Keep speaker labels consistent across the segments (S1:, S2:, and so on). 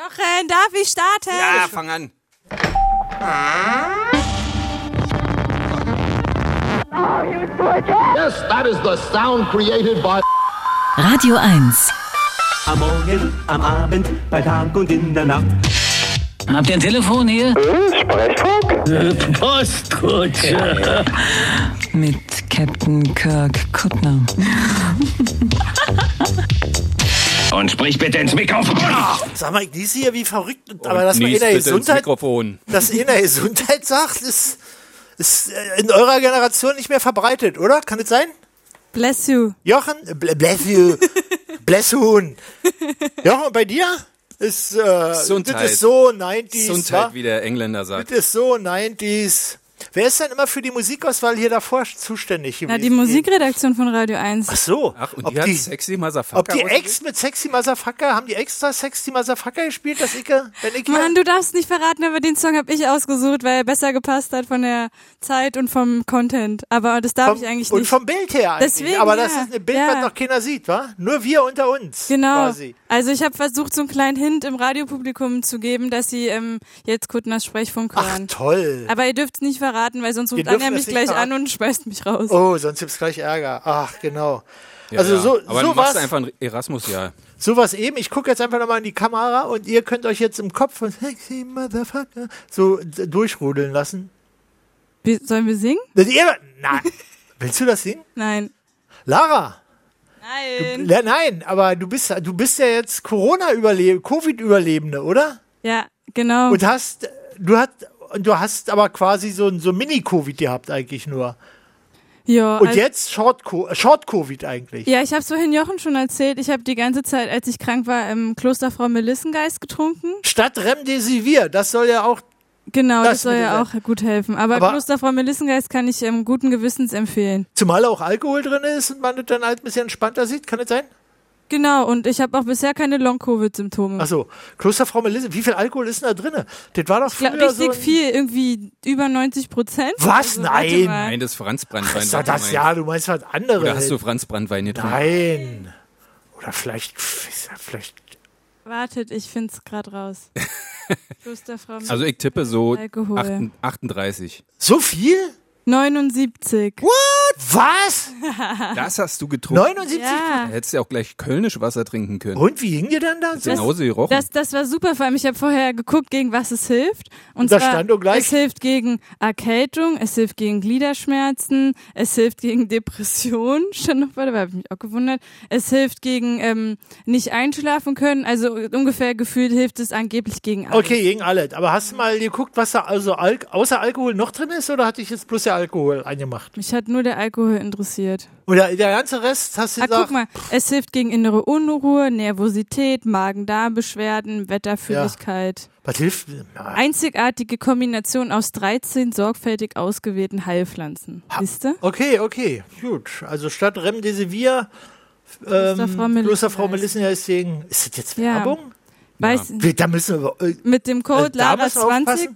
S1: Jochen, darf ich starten?
S2: Ja, fang an.
S3: Yes, that is the sound created by.
S4: Radio 1.
S5: Am Morgen, am Abend, bei Tag und in der Nacht.
S4: Habt ihr ein Telefon hier? Sprechfunk? Postkutsche. Mit Captain Kirk Kuttner.
S6: Und sprich bitte ins Mikrofon.
S7: Sag mal, ich ließ hier wie verrückt. Und, aber dass man in
S2: Nies
S7: der
S2: bitte ins
S7: Gesundheit,
S2: Mikrofon.
S7: dass ihr in der Gesundheit sagt, ist, ist äh, in eurer Generation nicht mehr verbreitet, oder? Kann das sein?
S1: Bless you.
S7: Jochen, Bl- bless you, bless Huhn. Jochen, bei dir ist äh, das
S2: Gesundheit.
S7: ist so 90s. wa?
S2: Gesundheit, wie der Engländer sagt.
S7: Das ist so 90s. Wer ist denn immer für die Musikauswahl hier davor zuständig gewesen?
S1: Na, die Musikredaktion von Radio 1.
S7: Ach so.
S2: Ach, und
S7: ob
S2: die hat
S7: die,
S2: sexy Motherfucker.
S7: ob die
S2: ausgewählt?
S7: Ex mit Sexy Motherfucker, haben die extra Sexy Motherfucker gespielt, dass ich, wenn ich
S1: Mann, du darfst nicht verraten, aber den Song habe ich ausgesucht, weil er besser gepasst hat von der Zeit und vom Content. Aber das darf
S7: vom,
S1: ich eigentlich
S7: und
S1: nicht.
S7: vom Bild her eigentlich.
S1: Deswegen,
S7: Aber
S1: ja,
S7: das ist ein Bild,
S1: ja.
S7: was noch keiner sieht, wa? Nur wir unter uns.
S1: Genau.
S7: Quasi.
S1: Also ich habe versucht, so einen kleinen Hint im Radiopublikum zu geben, dass sie ähm, jetzt Kuttners Sprechfunk
S7: Ach,
S1: hören.
S7: toll.
S1: Aber ihr dürft es nicht verraten, weil sonst ruft
S7: dürfen
S1: Anja
S7: es
S1: mich
S7: nicht
S1: gleich
S7: verraten.
S1: an und schmeißt mich raus.
S7: Oh, sonst gibt's gleich Ärger. Ach, genau.
S2: Ja,
S7: also
S2: ja.
S7: so,
S2: Aber
S7: so
S2: du machst
S7: was,
S2: einfach ein Erasmus-Jahr.
S7: so was eben. Ich gucke jetzt einfach nochmal in die Kamera und ihr könnt euch jetzt im Kopf von Sexy Motherfucker so d- durchrudeln lassen.
S1: Wie, sollen wir singen?
S7: Das ihr, nein. Willst du das singen?
S1: Nein.
S7: Lara,
S1: Nein.
S7: ja, nein, aber du bist, du bist ja jetzt Corona-Überlebende, Covid-Überlebende, oder?
S1: Ja, genau.
S7: Und hast, du hast, und du hast aber quasi so ein so Mini-Covid gehabt eigentlich nur.
S1: ja,
S7: Und
S1: also-
S7: jetzt Short-Co- Short-Covid eigentlich.
S1: Ja, ich habe es vorhin Jochen schon erzählt. Ich habe die ganze Zeit, als ich krank war, im Klosterfrau Melissengeist getrunken.
S7: Statt Remdesivir, das soll ja auch,
S1: Genau, das,
S7: Das
S1: soll
S7: mit
S1: ja auch
S7: dieser-
S1: gut helfen. Aber,
S7: Aber-
S1: Klosterfrau Melissengeist kann ich ähm, guten Gewissens empfehlen.
S7: zumal auch Alkohol drin ist und man das dann halt ein bisschen entspannter sieht, kann das sein?
S1: Genau, und ich habe auch bisher keine Long-Covid-Symptome.
S7: Achso, Klosterfrau Melisse, wie viel Alkohol ist denn da drin? Das war doch
S1: Gla-
S7: früher
S1: richtig
S7: so ein,
S1: viel, irgendwie über 90 Prozent. Also
S7: Was?
S1: warte
S7: Nein.
S1: mal.
S2: Nein, das ist Franz Brandwein.
S7: Ist
S2: was
S7: doch
S2: du
S7: das,
S2: meinst.
S7: ja, du meinst was anderes.
S2: Oder hast du Franz Brandwein getrunken?
S7: Nein. Oder vielleicht, vielleicht,
S1: Wartet, ich find's grad raus. Klosterfrau
S2: Also ich tippe so
S1: Alkohol.
S2: 38, 38.
S7: so viel?
S1: 79.
S7: Was?
S2: Das hast du getrunken.
S7: 79?
S1: Ja.
S2: Da Hättest du ja auch gleich kölnisch Wasser trinken können.
S7: Und wie ging dir dann da?
S2: Das, Genauso gerochen.
S1: Das, das war super, vor allem ich habe vorher geguckt, gegen was es hilft. Und
S7: Da
S1: zwar,
S7: stand doch gleich-
S1: es hilft gegen Erkältung, es hilft gegen Gliederschmerzen, es hilft gegen Depression, stand noch weiter, da habe ich mich auch gewundert. Es hilft gegen ähm, nicht einschlafen können, also ungefähr gefühlt hilft es angeblich gegen alles.
S7: Okay, gegen alles. Aber hast du mal geguckt, was da also Alk außer Alkohol noch drin ist oder hatte ich jetzt bloß der Alkohol eingemacht?
S1: Mich hat nur der Alkohol interessiert.
S7: Oder der ganze Rest hast du
S1: Ah, guck
S7: gesagt,
S1: mal, es hilft gegen innere Unruhe, Nervosität, Magen-Darm-Beschwerden, Wetterfühligkeit.
S7: was hilft? Na,
S1: Einzigartige Kombination aus 13 sorgfältig ausgewählten Heilpflanzen. Siehst du?
S7: Okay, okay, gut. Also statt Remdesivir,
S1: Klosterfrau
S7: ähm,
S1: Melissen
S7: Klosterfrau
S1: heißt.
S7: Melissen heißt wegen, ist das jetzt
S1: Ja.
S7: Werbung?
S1: Weiß,
S7: Wir, da müssen wir, äh,
S1: Mit dem
S7: also
S1: Code
S7: da müssen wir
S1: Lara20.
S7: aufpassen.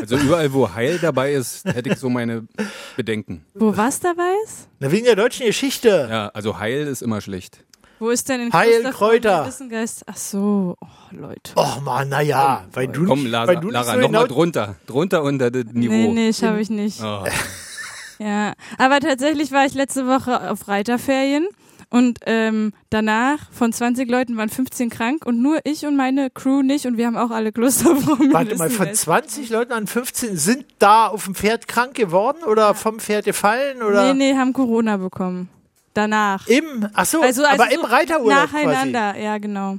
S2: Also überall, wo Heil dabei ist, hätte ich so meine Bedenken.
S1: Wo was dabei ist?
S7: Na, wegen der deutschen Geschichte.
S2: Ja, also Heil ist immer schlecht.
S1: Wo ist denn in
S7: Heilkräuter.
S1: Klosterfrau Melissengeist? Ach so, oh, Leute.
S7: Och man, naja, weil du
S2: Komm,
S7: nicht,
S2: Lara,
S7: weil du
S2: Lara
S7: nicht so
S2: nochmal
S7: genau,
S2: drunter. Drunter unter das
S1: Nee,
S2: Niveau.
S1: nee, habe ich nicht.
S2: Oh.
S1: Ja, aber tatsächlich war ich letzte Woche auf Reiterferien und ähm, danach von 20 Leuten waren 15 krank und nur ich und meine Crew nicht und wir haben auch alle Klosterfrau
S7: Warte mal, von
S1: Melissengeist.
S7: 20 Leuten an 15 sind da auf dem Pferd krank geworden oder vom Pferd gefallen oder
S1: Nee, nee, haben Corona bekommen. Danach.
S7: im, ach so,
S1: Also, also
S7: aber
S1: so
S7: im Reiterurlaub quasi.
S1: Nacheinander, ja genau.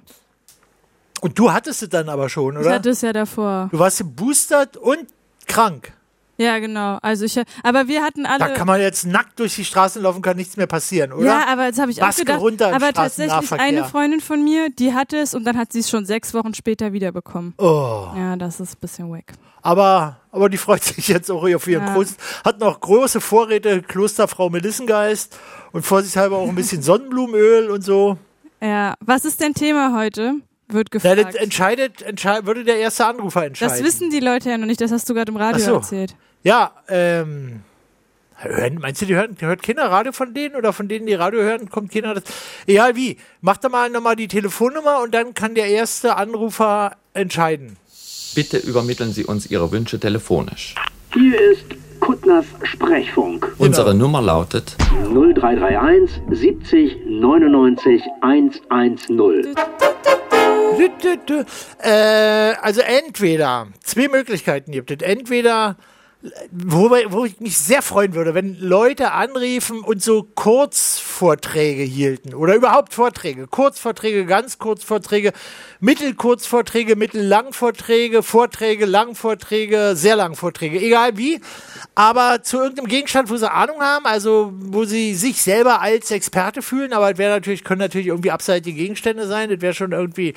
S7: Und du hattest es dann aber schon,
S1: Ich
S7: oder?
S1: hatte es ja davor.
S7: Du warst geboostert und krank.
S1: Ja, genau. Also ich, aber wir hatten alle.
S7: Da kann man jetzt nackt durch die Straßen laufen, kann nichts mehr passieren, oder?
S1: ja, aber jetzt habe ich
S7: Maske
S1: auch gedacht.
S7: runter im
S1: aber tatsächlich
S7: Straßennahverkehr.
S1: eine Freundin von mir, die hatte es und dann hat sie es schon sechs Wochen später wiederbekommen.
S7: Oh.
S1: Ja, das ist ein bisschen wack.
S7: aber, aber die freut sich jetzt auch auf ihren
S1: Ja.
S7: großen, hat noch große Vorräte, Klosterfrau Melissengeist und vorsichtshalber auch ein bisschen Sonnenblumenöl und so.
S1: Ja, was ist denn Thema heute? Wird
S7: Ja,
S1: gefragt.
S7: das entscheidet, entschei- würde der erste Anrufer entscheiden.
S1: das wissen die Leute ja noch nicht. Das hast du gerade im Radio
S7: Ach so.
S1: erzählt.
S7: Ja, ähm, Hören, meinst du, die hören, hört keiner Radio von denen oder von denen, die Radio hören, kommt keiner das? Egal wie. Mach da mal nochmal die Telefonnummer und dann kann der erste Anrufer entscheiden.
S8: Bitte übermitteln Sie uns Ihre Wünsche telefonisch.
S9: Hier ist Kuttners
S10: Genau.
S9: Sprechfunk.
S8: Unsere Nummer lautet
S9: 0331 70 99 110.
S7: Dü, dü, dü. Äh, also entweder, zwei Möglichkeiten gibt es. Entweder, wobei, wo ich mich sehr freuen würde, wenn Leute anriefen und so Kurzvorträge hielten oder überhaupt Vorträge. Kurzvorträge, ganz Kurzvorträge, Mittelkurzvorträge, Mittellangvorträge, Vorträge, Langvorträge, sehr Langvorträge, egal wie. Aber zu irgendeinem Gegenstand, wo sie Ahnung haben, also wo sie sich selber als Experte fühlen, aber es wäre natürlich, können natürlich irgendwie abseitige Gegenstände sein, das wäre schon irgendwie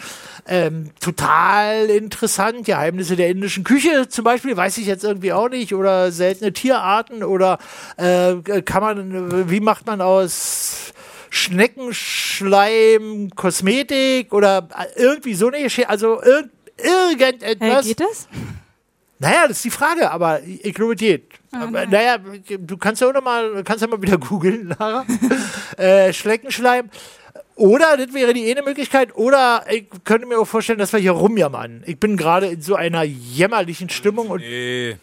S7: ähm, total interessant. Geheimnisse der indischen Küche zum Beispiel, weiß ich jetzt irgendwie auch nicht. Oder seltene Tierarten oder äh, kann man, wie macht man aus Schneckenschleim Kosmetik oder äh, irgendwie so eine Geschichte. Also irg
S1: Hey,
S7: irgendetwas.
S1: Äh, geht das?
S7: Naja, das ist die Frage, aber ich glaube, es geht. Aber, naja, du kannst ja auch noch mal, kannst ja mal wieder googeln, Lara. äh, Schleckenschleim. Oder, das wäre die eine Möglichkeit, oder ich könnte mir auch vorstellen, dass wir hier rumjammern. Ich bin gerade in so einer jämmerlichen Stimmung und,
S2: Nee.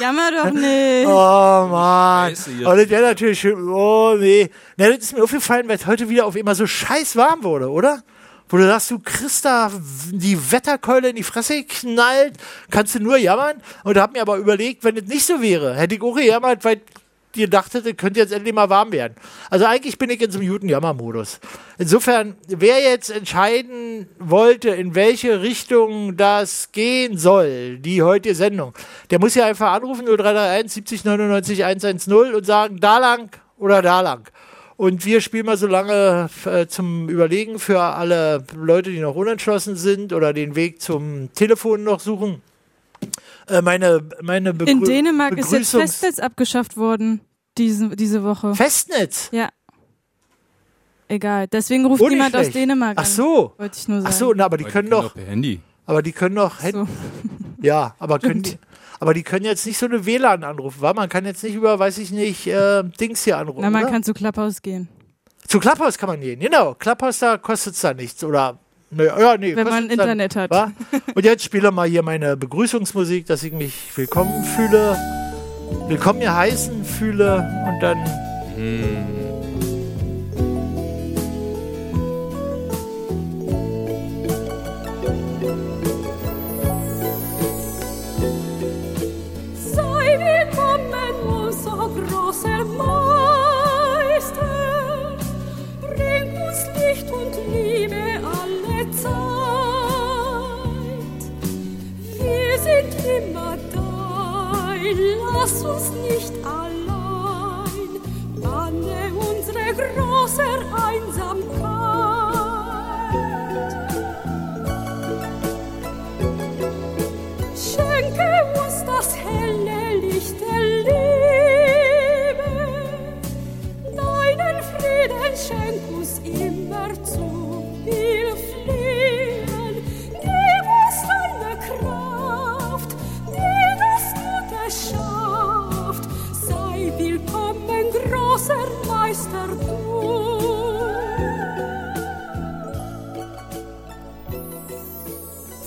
S1: Jammer doch nicht.
S7: oh man.
S2: Scheiße jetzt.
S7: Und das wäre natürlich schön, oh nee. Na, das ist mir aufgefallen, weil es heute wieder auf immer so scheiß warm wurde, oder? Wo du sagst, du kriegst da die Wetterkeule in die Fresse knallt, kannst du nur jammern. Und hab mir aber überlegt, wenn das nicht so wäre, hätte ich auch gejammert, weil ihr dachtet, es könnte jetzt endlich mal warm werden. Also eigentlich bin ich in so einem guten Jammermodus. Insofern, wer jetzt entscheiden wollte, in welche Richtung das gehen soll, die heutige Sendung, der muss ja einfach anrufen 0331 70 99 110 und sagen, da lang oder da lang. Und wir spielen mal so lange äh, zum Überlegen für alle Leute, die noch unentschlossen sind oder den Weg zum Telefon noch suchen. Äh, meine meine Begrü
S1: In Dänemark ist jetzt
S7: Begrüßungs-
S1: Festnetz abgeschafft worden, diese, diese Woche.
S7: Festnetz.
S1: Ja. Egal. Deswegen ruft
S7: Oh, nicht
S1: jemand aus
S7: schlecht.
S1: Dänemark
S7: Ach
S1: an.
S7: so.
S1: Wollte ich nur sagen.
S7: Ach so, na, aber die
S2: Aber
S7: können doch,
S2: per Handy.
S7: aber die können doch,
S1: So.
S7: ja, aber können, die, aber die können jetzt nicht so eine WLAN anrufen, weil man kann jetzt nicht über, weiß ich nicht, äh, Dings hier anrufen.
S1: Na, man
S7: oder?
S1: kann zu Klapphaus gehen.
S7: Zu Clubhouse kann man gehen, genau. Clubhouse, da kostet's da nichts. Oder, ne, ja, nee,
S1: Wenn man
S7: kostet's dann-
S1: Internet hat.
S7: Wa? Und jetzt spiele mal hier meine Begrüßungsmusik, dass ich mich willkommen fühle, willkommen hier heißen fühle und dann.
S11: Sei willkommen, unser großer Meister. Bring uns Licht und Liebe alle Zeit. Wir sind immer dein, lass uns nicht allein. Banne unsere große Einsamkeit. Schenke uns das helle Licht der Liebe. Deinen Frieden schenk uns immer zu. Wir fliehen. Gib uns deine Kraft, die das Gute schafft. Sei willkommen, großer Meister, du.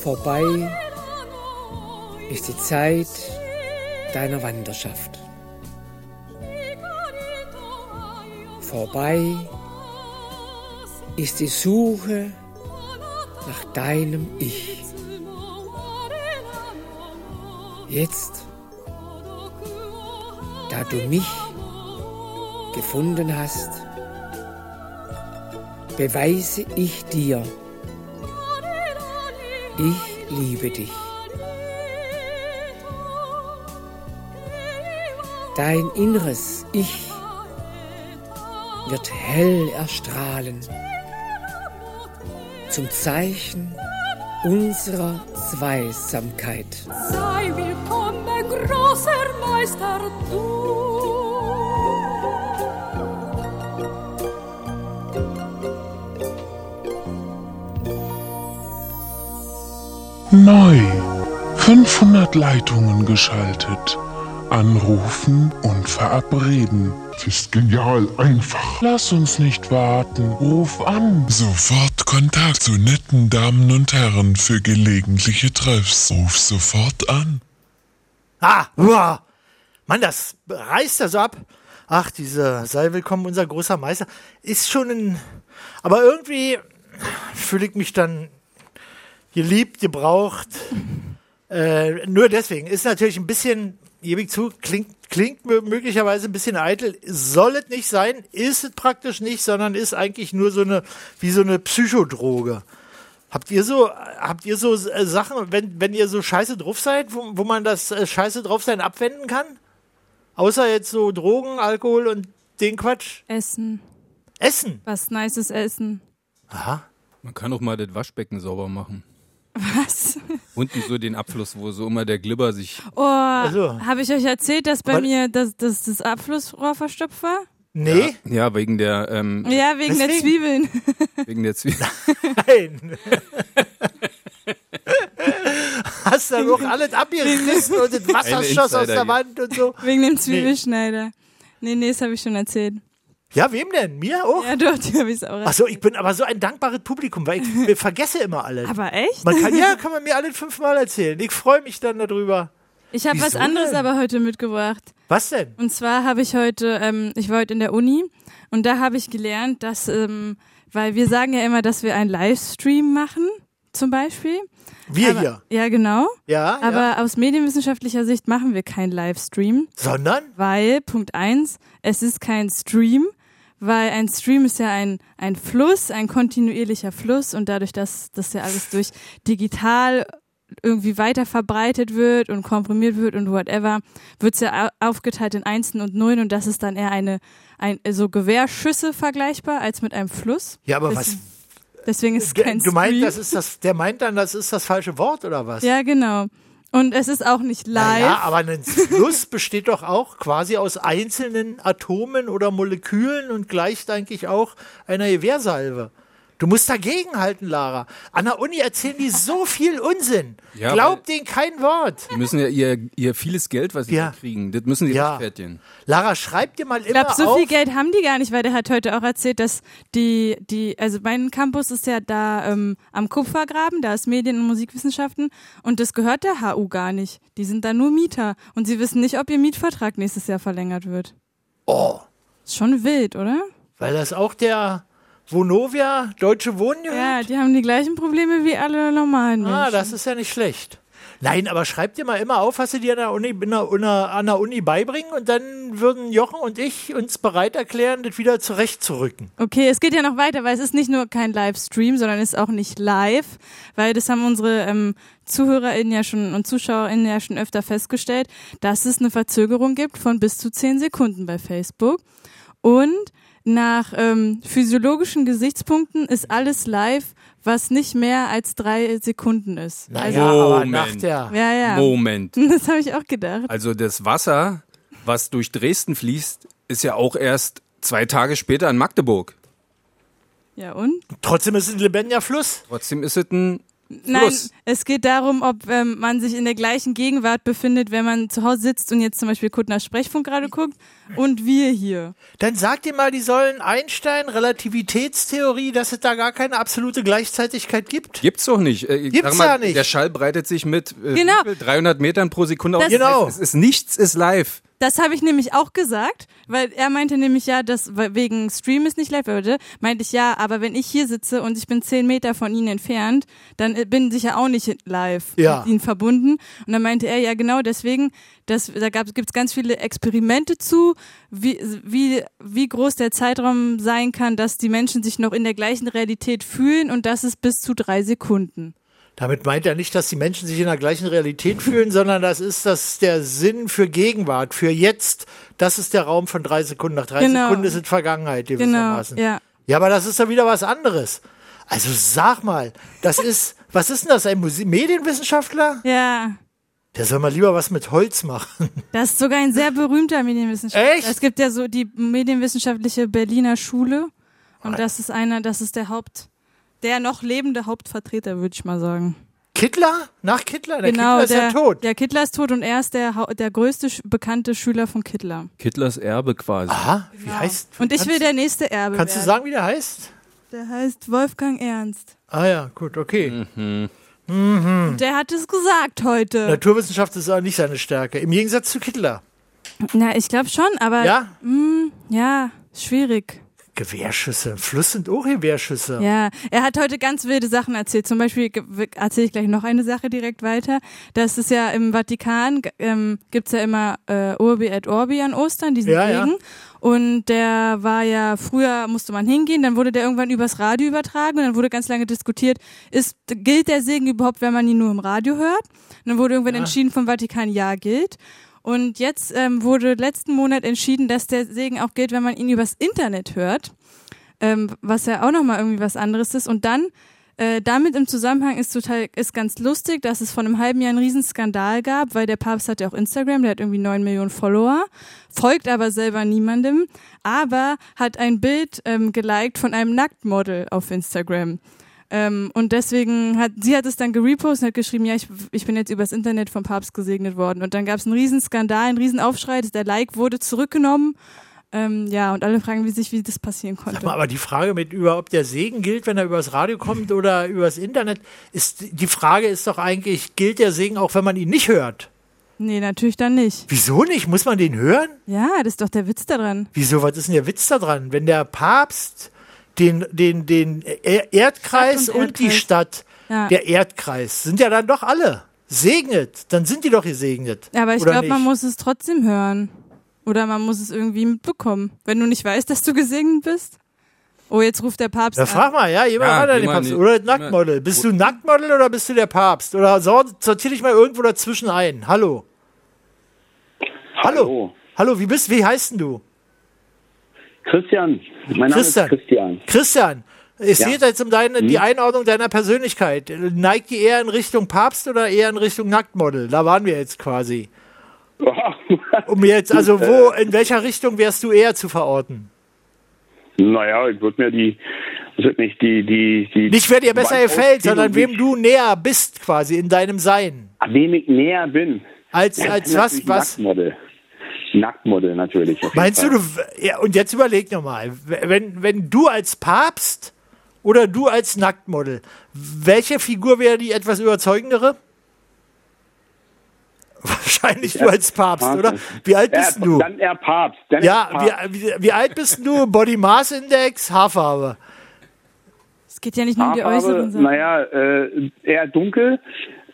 S12: Vorbei ist die Zeit deiner Wanderschaft. Vorbei ist die Suche nach deinem Ich. Jetzt, da du mich gefunden hast, beweise ich dir, ich liebe dich. Dein inneres Ich wird hell erstrahlen zum Zeichen unserer Zweisamkeit.
S11: Sei willkommen, großer Meister, du.
S13: Neu. 500 Leitungen geschaltet. Anrufen und verabreden. Das ist genial, einfach. Lass uns nicht warten. Ruf an. Sofort Kontakt zu netten Damen und Herren für gelegentliche Treffs. Ruf sofort an.
S7: Ah, uah. Mann, das reißt das ab. Ach, diese sei willkommen, unser großer Meister. Ist schon ein. Aber irgendwie fühle ich mich dann geliebt, gebraucht. Äh, nur deswegen. Ist natürlich ein bisschen, gebe ich zu, klingt, klingt mö- möglicherweise ein bisschen eitel. Soll es nicht sein, ist es praktisch nicht, sondern ist eigentlich nur so eine, wie so eine Psychodroge. Habt ihr so, habt ihr so äh, Sachen, wenn, wenn ihr so scheiße drauf seid, wo, wo man das äh, scheiße drauf sein abwenden kann? Außer jetzt so Drogen, Alkohol und den Quatsch?
S1: Essen.
S7: Essen?
S1: Was nices Essen.
S7: Aha.
S2: Man kann auch mal das Waschbecken sauber machen.
S1: Was?
S2: Unten so den Abfluss, wo so immer der Glibber sich.
S1: Oh,
S2: Also.
S1: habe ich euch erzählt, dass bei
S2: Aber-
S1: mir das, das, das Abflussrohr verstopft war?
S7: Nee?
S2: Ja, ja wegen der. Ähm,
S7: Hm.
S1: Ja, wegen der Zwiebeln.
S2: Zwiebel. Wegen der Zwiebel.
S7: Nein. Hast da noch alles abgerissen und das Wasser
S1: Eine
S7: schoss aus der
S1: Insider
S7: Wand und so.
S1: Wegen dem Zwiebelschneider. Nee, nee, das habe ich schon erzählt.
S7: Ja, wem denn? Mir auch?
S1: Ja, doch, die habe ich auch erzählt.
S7: Achso, ich bin aber so ein dankbares Publikum, weil ich, ich vergesse immer alles.
S1: Aber echt?
S7: Man kann, ja, kann man mir alle fünfmal erzählen. Ich freue mich dann darüber.
S1: Ich habe was
S7: Wieso
S1: anderes
S7: denn?
S1: aber heute mitgebracht.
S7: Was denn?
S1: Und zwar habe ich heute, ähm, ich war heute in der Uni und da habe ich gelernt, dass, ähm, weil wir sagen ja immer, dass wir einen Livestream machen, zum Beispiel.
S7: Wir
S1: aber,
S7: hier.
S1: Ja, genau.
S7: Ja,
S1: Aber
S7: ja.
S1: aus medienwissenschaftlicher Sicht machen wir keinen Livestream.
S7: Sondern?
S1: Weil, Punkt eins, es ist kein Stream, weil ein Stream ist ja ein, ein Fluss, ein kontinuierlicher Fluss und dadurch, dass das ja alles durch digital irgendwie weiter verbreitet wird und komprimiert wird und whatever, wird's ja au- aufgeteilt in Einsen und Nullen und das ist dann eher eine, ein, so Gewehrschüsse vergleichbar als mit einem Fluss.
S7: Ja, aber was-
S1: deswegen, Deswegen ist es
S7: Der-
S1: kein
S7: du meinst,
S1: Stream.
S7: das ist das, der meint dann, das ist das falsche Wort oder was?
S1: Ja, genau. Und es ist auch nicht live.
S7: Ja, aber ein Fluss besteht doch auch quasi aus einzelnen Atomen oder Molekülen und gleicht eigentlich auch einer Gewehrsalve. Du musst dagegenhalten, Lara. An der Uni erzählen die so viel Unsinn.
S2: Ja,
S7: Glaub denen kein Wort.
S2: Die müssen ja ihr, ihr vieles Geld, was sie da
S7: Ja.
S2: kriegen, das müssen sie
S7: Ja.
S2: rechtfertigen.
S7: Lara, schreib dir mal
S1: Ich
S7: immer
S1: glaube, so
S7: auf.
S1: viel Geld haben die gar nicht, weil der hat heute auch erzählt, dass die, die, also mein Campus ist ja da ähm, am Kupfergraben, da ist Medien- und Musikwissenschaften und das gehört der HU gar nicht. Die sind da nur Mieter und sie wissen nicht, ob ihr Mietvertrag nächstes Jahr verlängert wird.
S7: Oh.
S1: Ist schon wild, oder?
S7: Weil das auch der Vonovia Deutsche Wohnen gehört.
S1: Ja, die haben die gleichen Probleme wie alle normalen Menschen.
S7: Ah, das ist ja nicht schlecht. Nein, aber schreib dir mal immer auf, was sie dir an der Uni, in der, in der, an der Uni beibringen und dann würden Jochen und ich uns bereit erklären, das wieder zurechtzurücken.
S1: Okay, es geht ja noch weiter, weil es ist nicht nur kein Livestream, sondern es ist auch nicht live, weil das haben unsere ähm, ZuhörerInnen ja schon und ZuschauerInnen ja schon öfter festgestellt, dass es eine Verzögerung gibt von bis zu 10 Sekunden bei Facebook. Und nach ähm, physiologischen Gesichtspunkten ist alles live, was nicht mehr als drei Sekunden ist. Also
S2: Naja, aber nach der-
S1: ja, ja.
S2: Moment.
S1: Das habe ich auch gedacht.
S2: Also das Wasser, was durch Dresden fließt, ist ja auch erst zwei Tage später in Magdeburg.
S1: Ja, und?
S7: Trotzdem ist es ein lebendiger Fluss.
S2: Trotzdem ist es ein
S1: Nein,
S2: Fluss.
S1: es geht darum, ob ähm, man sich in der gleichen Gegenwart befindet, wenn man zu Hause sitzt und jetzt zum Beispiel Kuttner Sprechfunk gerade guckt und wir hier.
S7: Dann sag dir mal, die sollen Einstein, Relativitätstheorie, dass es da gar keine absolute Gleichzeitigkeit gibt.
S2: Gibt's doch nicht. Äh, ich sag
S7: Gibt's
S2: mal,
S7: ja nicht.
S2: Der Schall breitet sich mit äh,
S1: Genau.
S2: wie viel? 300 Metern pro Sekunde aus.
S1: Das- Genau.
S2: Es ist nichts ist live.
S1: Das habe ich nämlich auch gesagt, weil er meinte nämlich ja, dass weil wegen Stream ist nicht live würde, meinte ich ja, aber wenn ich hier sitze und ich bin zehn Meter von ihnen entfernt, dann äh, bin ich ja auch nicht live
S10: Ja.
S1: mit ihnen verbunden. Und dann meinte er ja genau deswegen, dass da gibt es ganz viele Experimente zu, wie, wie, wie groß der Zeitraum sein kann, dass die Menschen sich noch in der gleichen Realität fühlen und das ist bis zu drei Sekunden.
S7: Damit meint er nicht, dass die Menschen sich in der gleichen Realität fühlen, sondern das ist das der Sinn für Gegenwart, für jetzt. Das ist der Raum von drei Sekunden. Nach drei
S1: Genau.
S7: Sekunden ist es Vergangenheit
S1: Genau,
S7: gewissermaßen.
S1: ja.
S7: ja, aber das ist ja wieder was anderes. Also sag mal, das ist, was ist denn das, ein Musi Medienwissenschaftler?
S1: Ja.
S7: Der soll mal lieber was mit Holz machen.
S1: Das ist sogar ein sehr berühmter Medienwissenschaftler. Echt? Es gibt ja so die medienwissenschaftliche Berliner Schule und das ist einer, das ist der Haupt, der noch lebende Hauptvertreter, würde ich mal sagen.
S7: Kittler? Nach Kittler? Der
S1: genau,
S7: Kittler ist
S1: der,
S7: ja tot.
S1: Der Kittler ist tot und er ist der, Hau- der größte sch- bekannte Schüler von Kittler.
S2: Kittlers Erbe quasi.
S7: Aha, wie heißt
S1: Und ich will der nächste Erbe
S7: Kannst du
S1: werden.
S7: sagen, wie der heißt?
S1: Der heißt Wolfgang Ernst.
S7: Ah ja, gut, okay. Mhm.
S2: Mhm.
S7: Hm.
S1: Und der hat es gesagt heute.
S7: Naturwissenschaft ist auch nicht seine Stärke. Im Gegensatz zu Kittler.
S1: Na, ich glaube schon, aber
S7: Ja?
S1: mh, ja, schwierig.
S7: Gewehrschüsse. Im Fluss sind auch Gewehrschüsse.
S1: Ja, er hat heute ganz wilde Sachen erzählt. Zum Beispiel erzähle ich gleich noch eine Sache direkt weiter. Das ist ja im Vatikan, g- ähm, gibt's ja immer äh, Urbi et Orbi an Ostern, diesen
S7: Ja, ja.
S1: Segen. Und der war ja, früher musste man hingehen, dann wurde der irgendwann übers Radio übertragen und dann wurde ganz lange diskutiert, ist, gilt der Segen überhaupt, wenn man ihn nur im Radio hört? Und dann wurde irgendwann entschieden vom Vatikan, ja, gilt. Und jetzt ähm, wurde letzten Monat entschieden, dass der Segen auch gilt, wenn man ihn übers Internet hört ähm, was ja auch nochmal irgendwie was anderes ist. Und dann, äh, damit im Zusammenhang ist total, ist ganz lustig, dass es vor einem halben Jahr einen Riesenskandal gab, weil der Papst hat ja auch Instagram, der hat irgendwie neun Millionen Follower, folgt aber selber niemandem, aber hat ein Bild ähm, geliked von einem Nacktmodel auf Instagram. Ähm, und deswegen hat sie hat es dann gerepostet und hat geschrieben, ja, ich, ich bin jetzt übers Internet vom Papst gesegnet worden. Und dann gab es einen riesen Skandal, einen riesen Aufschrei, der Like wurde zurückgenommen. Ähm, ja, und alle fragen wie sich, wie das passieren konnte.
S7: Sag mal, aber die Frage mit über, ob der Segen gilt, wenn er übers Radio kommt oder übers Internet, ist die Frage ist doch eigentlich, gilt der Segen auch, wenn man ihn nicht hört?
S1: Nee, natürlich dann nicht.
S7: Wieso nicht? Muss man den hören?
S1: Ja, das ist doch der Witz daran.
S7: Wieso, was ist denn der Witz da dran? Wenn der Papst den, den, den Er- Erdkreis
S1: Stadt
S7: und,
S1: und
S7: die
S1: Erdkreis.
S7: Stadt,
S1: Ja.
S7: der Erdkreis, sind ja dann doch alle segnet, dann sind die doch gesegnet.
S1: Ja, aber ich
S7: oder
S1: glaube, man
S7: nicht?
S1: muss es trotzdem hören. Oder man muss es irgendwie mitbekommen. Wenn du nicht weißt, dass du gesegnet bist. Oh, jetzt ruft der Papst
S7: Da frag
S1: an.
S7: mal, ja, jemand
S2: Ja,
S7: anderer den
S2: jemand-
S7: Papst. Oder das
S2: jemand-
S7: Nacktmodel. Bist du Nacktmodel oder bist du der Papst? Oder so- sortier dich mal irgendwo dazwischen ein. Hallo. Hallo. Hallo, wie bist wie heißt denn du?
S10: Christian, mein Name
S7: Christian.
S10: ist Christian.
S7: Christian, es
S10: Ja.
S7: geht jetzt um deine, die
S10: Hm.
S7: Einordnung deiner Persönlichkeit. Neigt die eher in Richtung Papst oder eher in Richtung Nacktmodel? Da waren wir jetzt quasi. Um jetzt, also wo, in welcher Richtung wärst du eher zu verorten?
S10: Naja, ich würde mir die, ich würd nicht die, die, die.
S7: Nicht wer dir besser
S10: Wand
S7: gefällt,
S10: ausziehen
S7: sondern
S10: und
S7: wem du näher bist quasi in deinem Sein.
S10: An wem ich näher bin.
S7: Als-
S10: Ja,
S7: als
S10: natürlich
S7: was-
S10: ein
S7: was?
S10: Nacktmodel. Nacktmodel natürlich. auf jeden
S7: Meinst du,
S10: Fall.
S7: du ja, und jetzt überleg nochmal, wenn, wenn du als Papst oder du als Nacktmodel, welche Figur wäre die etwas überzeugendere? Wahrscheinlich du als Papst, oder? Wie alt
S10: Ja,
S7: bist du?
S10: Dann eher Papst. Dann
S7: Ja,
S10: eher Papst.
S7: wie, wie, wie alt bist du? Body Mass Index, Haarfarbe.
S1: Es geht ja nicht nur um die
S10: Haarfarbe,
S1: äußeren Sachen.
S10: Naja, äh, eher dunkel,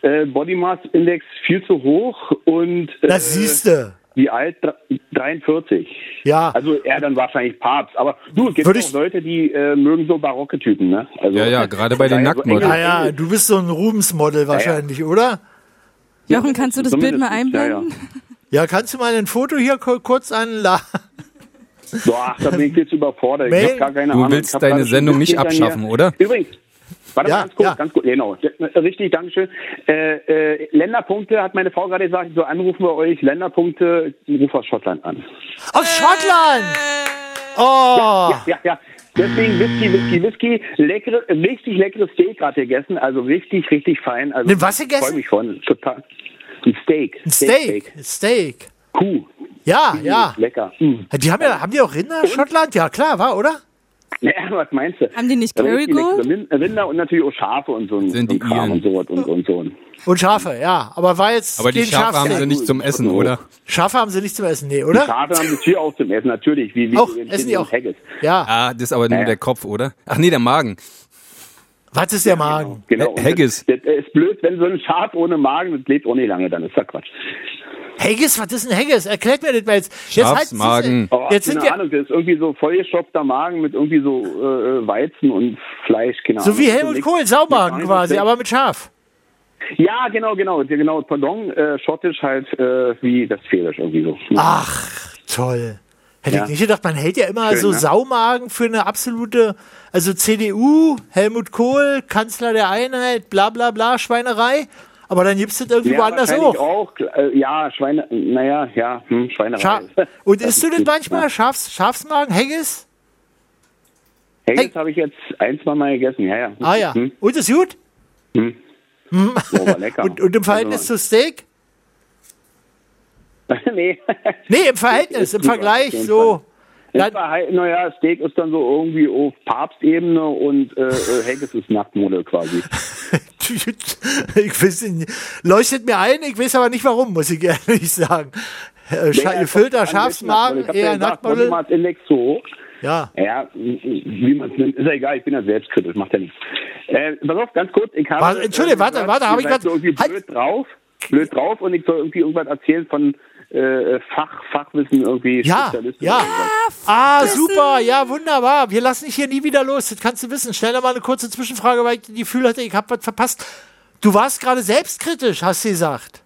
S10: äh, Body Mass Index viel zu hoch und. Äh,
S7: Das siehste.
S10: Wie alt? Dr- 43.
S7: Ja.
S10: Also er dann wahrscheinlich Papst. Aber du, es gibt auch Leute, die äh, mögen so barocke Typen, ne? Also,
S2: Ja, ja, gerade bei den
S10: Also Engel-
S2: Nacktmodels.
S7: Ah ja, du bist so ein Rubensmodel wahrscheinlich, oder?
S1: Jochen, kannst du das Bild mal einblenden?
S7: Ja, kannst du mal ein Foto hier ko- kurz anladen?
S10: Boah, da bin ich jetzt überfordert. Ich
S7: Mel,
S10: hab gar keine
S2: du
S10: Ahnung.
S2: willst
S10: Ich hab
S2: deine
S10: gerade schon
S2: Sendung
S10: das
S2: nicht
S10: hinter mir.
S2: abschaffen, oder?
S10: Übrigens, warte
S7: Ja,
S10: mal ganz kurz, ganz kurz. Genau, richtig, Dankeschön. Äh, äh, Länderpunkte, hat meine Frau gerade gesagt, so anrufen wir euch. Länderpunkte, ruf aus Schottland an.
S7: Aus Schottland! Oh!
S10: Ja, ja, ja. Deswegen Whisky, Whisky, Whisky. Leckere, richtig leckeres Steak gerade gegessen. Also richtig, richtig fein. Also
S7: Ne, was gegessen?
S10: freue mich schon. Total. Ein Steak.
S7: Ein Steak, ein Steak.
S10: Kuh.
S7: Ja, ja. Äh,
S10: Lecker. Mm.
S7: Die haben ja, haben die auch Rinder in Schottland? Ja, klar, war, oder?
S10: Ja, was meinst du?
S1: Haben die nicht
S10: Richtig
S1: Kerrygold?
S10: leckere Rin- Rinder und natürlich auch Schafe und so ein, so ein Kram und so was und, und so. ein-
S7: Und Schafe, ja. Aber war jetzt.
S2: Aber die
S7: kein
S2: Schafe haben sie
S7: Schafsteak.
S2: nicht zum Essen, oder?
S7: Schafe haben sie nicht zum Essen, nee,
S10: Also, Die
S7: oder?
S10: Schafe haben das Tier auch zum Essen, natürlich. Wie, wie
S7: Auch,
S10: wie ein Chicken
S7: essen die
S10: und
S7: auch.
S10: Haggis.
S7: Ja.
S2: Ah, das ist aber nur
S10: Ja.
S2: der Kopf, oder? Ach nee, der Magen.
S7: Was ist der Magen?
S10: Genau. Und
S2: Haggis.
S10: Das, das ist blöd, wenn so ein Schaf ohne Magen, das lebt auch nicht lange, dann ist das Quatsch.
S7: Haggis, was ist ein Haggis? Erklärt mir das mal jetzt. Jetzt halt's das-
S2: Schafsmagen.
S10: Aber
S7: Jetzt
S10: Oh, keine
S7: sind wir
S10: Ahnung, das ist irgendwie so vollgeschopfter Magen mit irgendwie so äh, Weizen und Fleisch, keine Ahnung.
S7: So wie
S10: So
S7: Helmut
S10: nix-
S7: Kohl, Saumagen
S10: nix-
S7: quasi,
S10: nix-
S7: aber mit Schaf.
S10: Ja, genau, genau, genau, pardon, äh, schottisch halt äh, wie das Fährisch irgendwie so.
S7: Ach, toll. Hätte
S10: Ja.
S7: ich nicht gedacht, man hält ja immer
S10: Schön,
S7: so
S10: ne?
S7: Saumagen für eine absolute, also CDU, Helmut Kohl, Kanzler der Einheit, bla bla bla, Schweinerei. Aber dann gibt's das irgendwie
S10: ja,
S7: woanders
S10: wahrscheinlich
S7: auch.
S10: auch. Äh, ja, Schweine, naja, ja, hm, Schweinerei.
S7: Scha Und isst du
S10: ist
S7: denn
S10: gut,
S7: manchmal
S10: ja.
S7: Schafs Schafsmagen, Haggis?
S10: Haggis habe ich jetzt ein, zwei Mal gegessen, ja, ja.
S7: Ah ja.
S10: Hm,
S7: Und ist gut?
S10: hm. Mhm. Oh, war lecker.
S7: Und, und im Verhältnis zu Steak?
S10: nee.
S7: Nee, im Verhältnis,
S10: Ist
S7: im
S10: super,
S7: Vergleich,
S10: auf jeden
S7: so.
S10: Ist bei, naja, Steak ist dann so irgendwie auf Papstebene und äh, äh, Haggis ist Nachtmode quasi.
S7: ich weiß nicht, leuchtet mir ein, ich weiß aber nicht warum, muss ich ehrlich sagen. Äh, Scha- Gefüllter Schafsmagen, eher Nacktmodel.
S10: Index zu hoch.
S7: Ja.
S10: Ja, wie man es nimmt, ist ja egal, ich bin ja selbstkritisch, macht ja nichts. Äh, pass auf, ganz kurz, ich habe.
S7: Warte, Entschuldigung, warte,
S10: gehört,
S7: warte,
S10: ihr
S7: hab ich
S10: seid
S7: grad- halt-
S10: so irgendwie blöd drauf, blöd drauf und ich soll irgendwie irgendwas erzählen von äh, Fach, Fachwissen irgendwie.
S7: Ja,
S10: Spezialisten
S7: ja.
S10: oder sowas.
S7: Ah, super, ja, wunderbar. Wir lassen dich hier nie wieder los, das kannst du wissen. Schneller mal eine kurze Zwischenfrage, weil ich das Gefühl hatte, ich habe was verpasst. Du warst gerade selbstkritisch, hast du gesagt.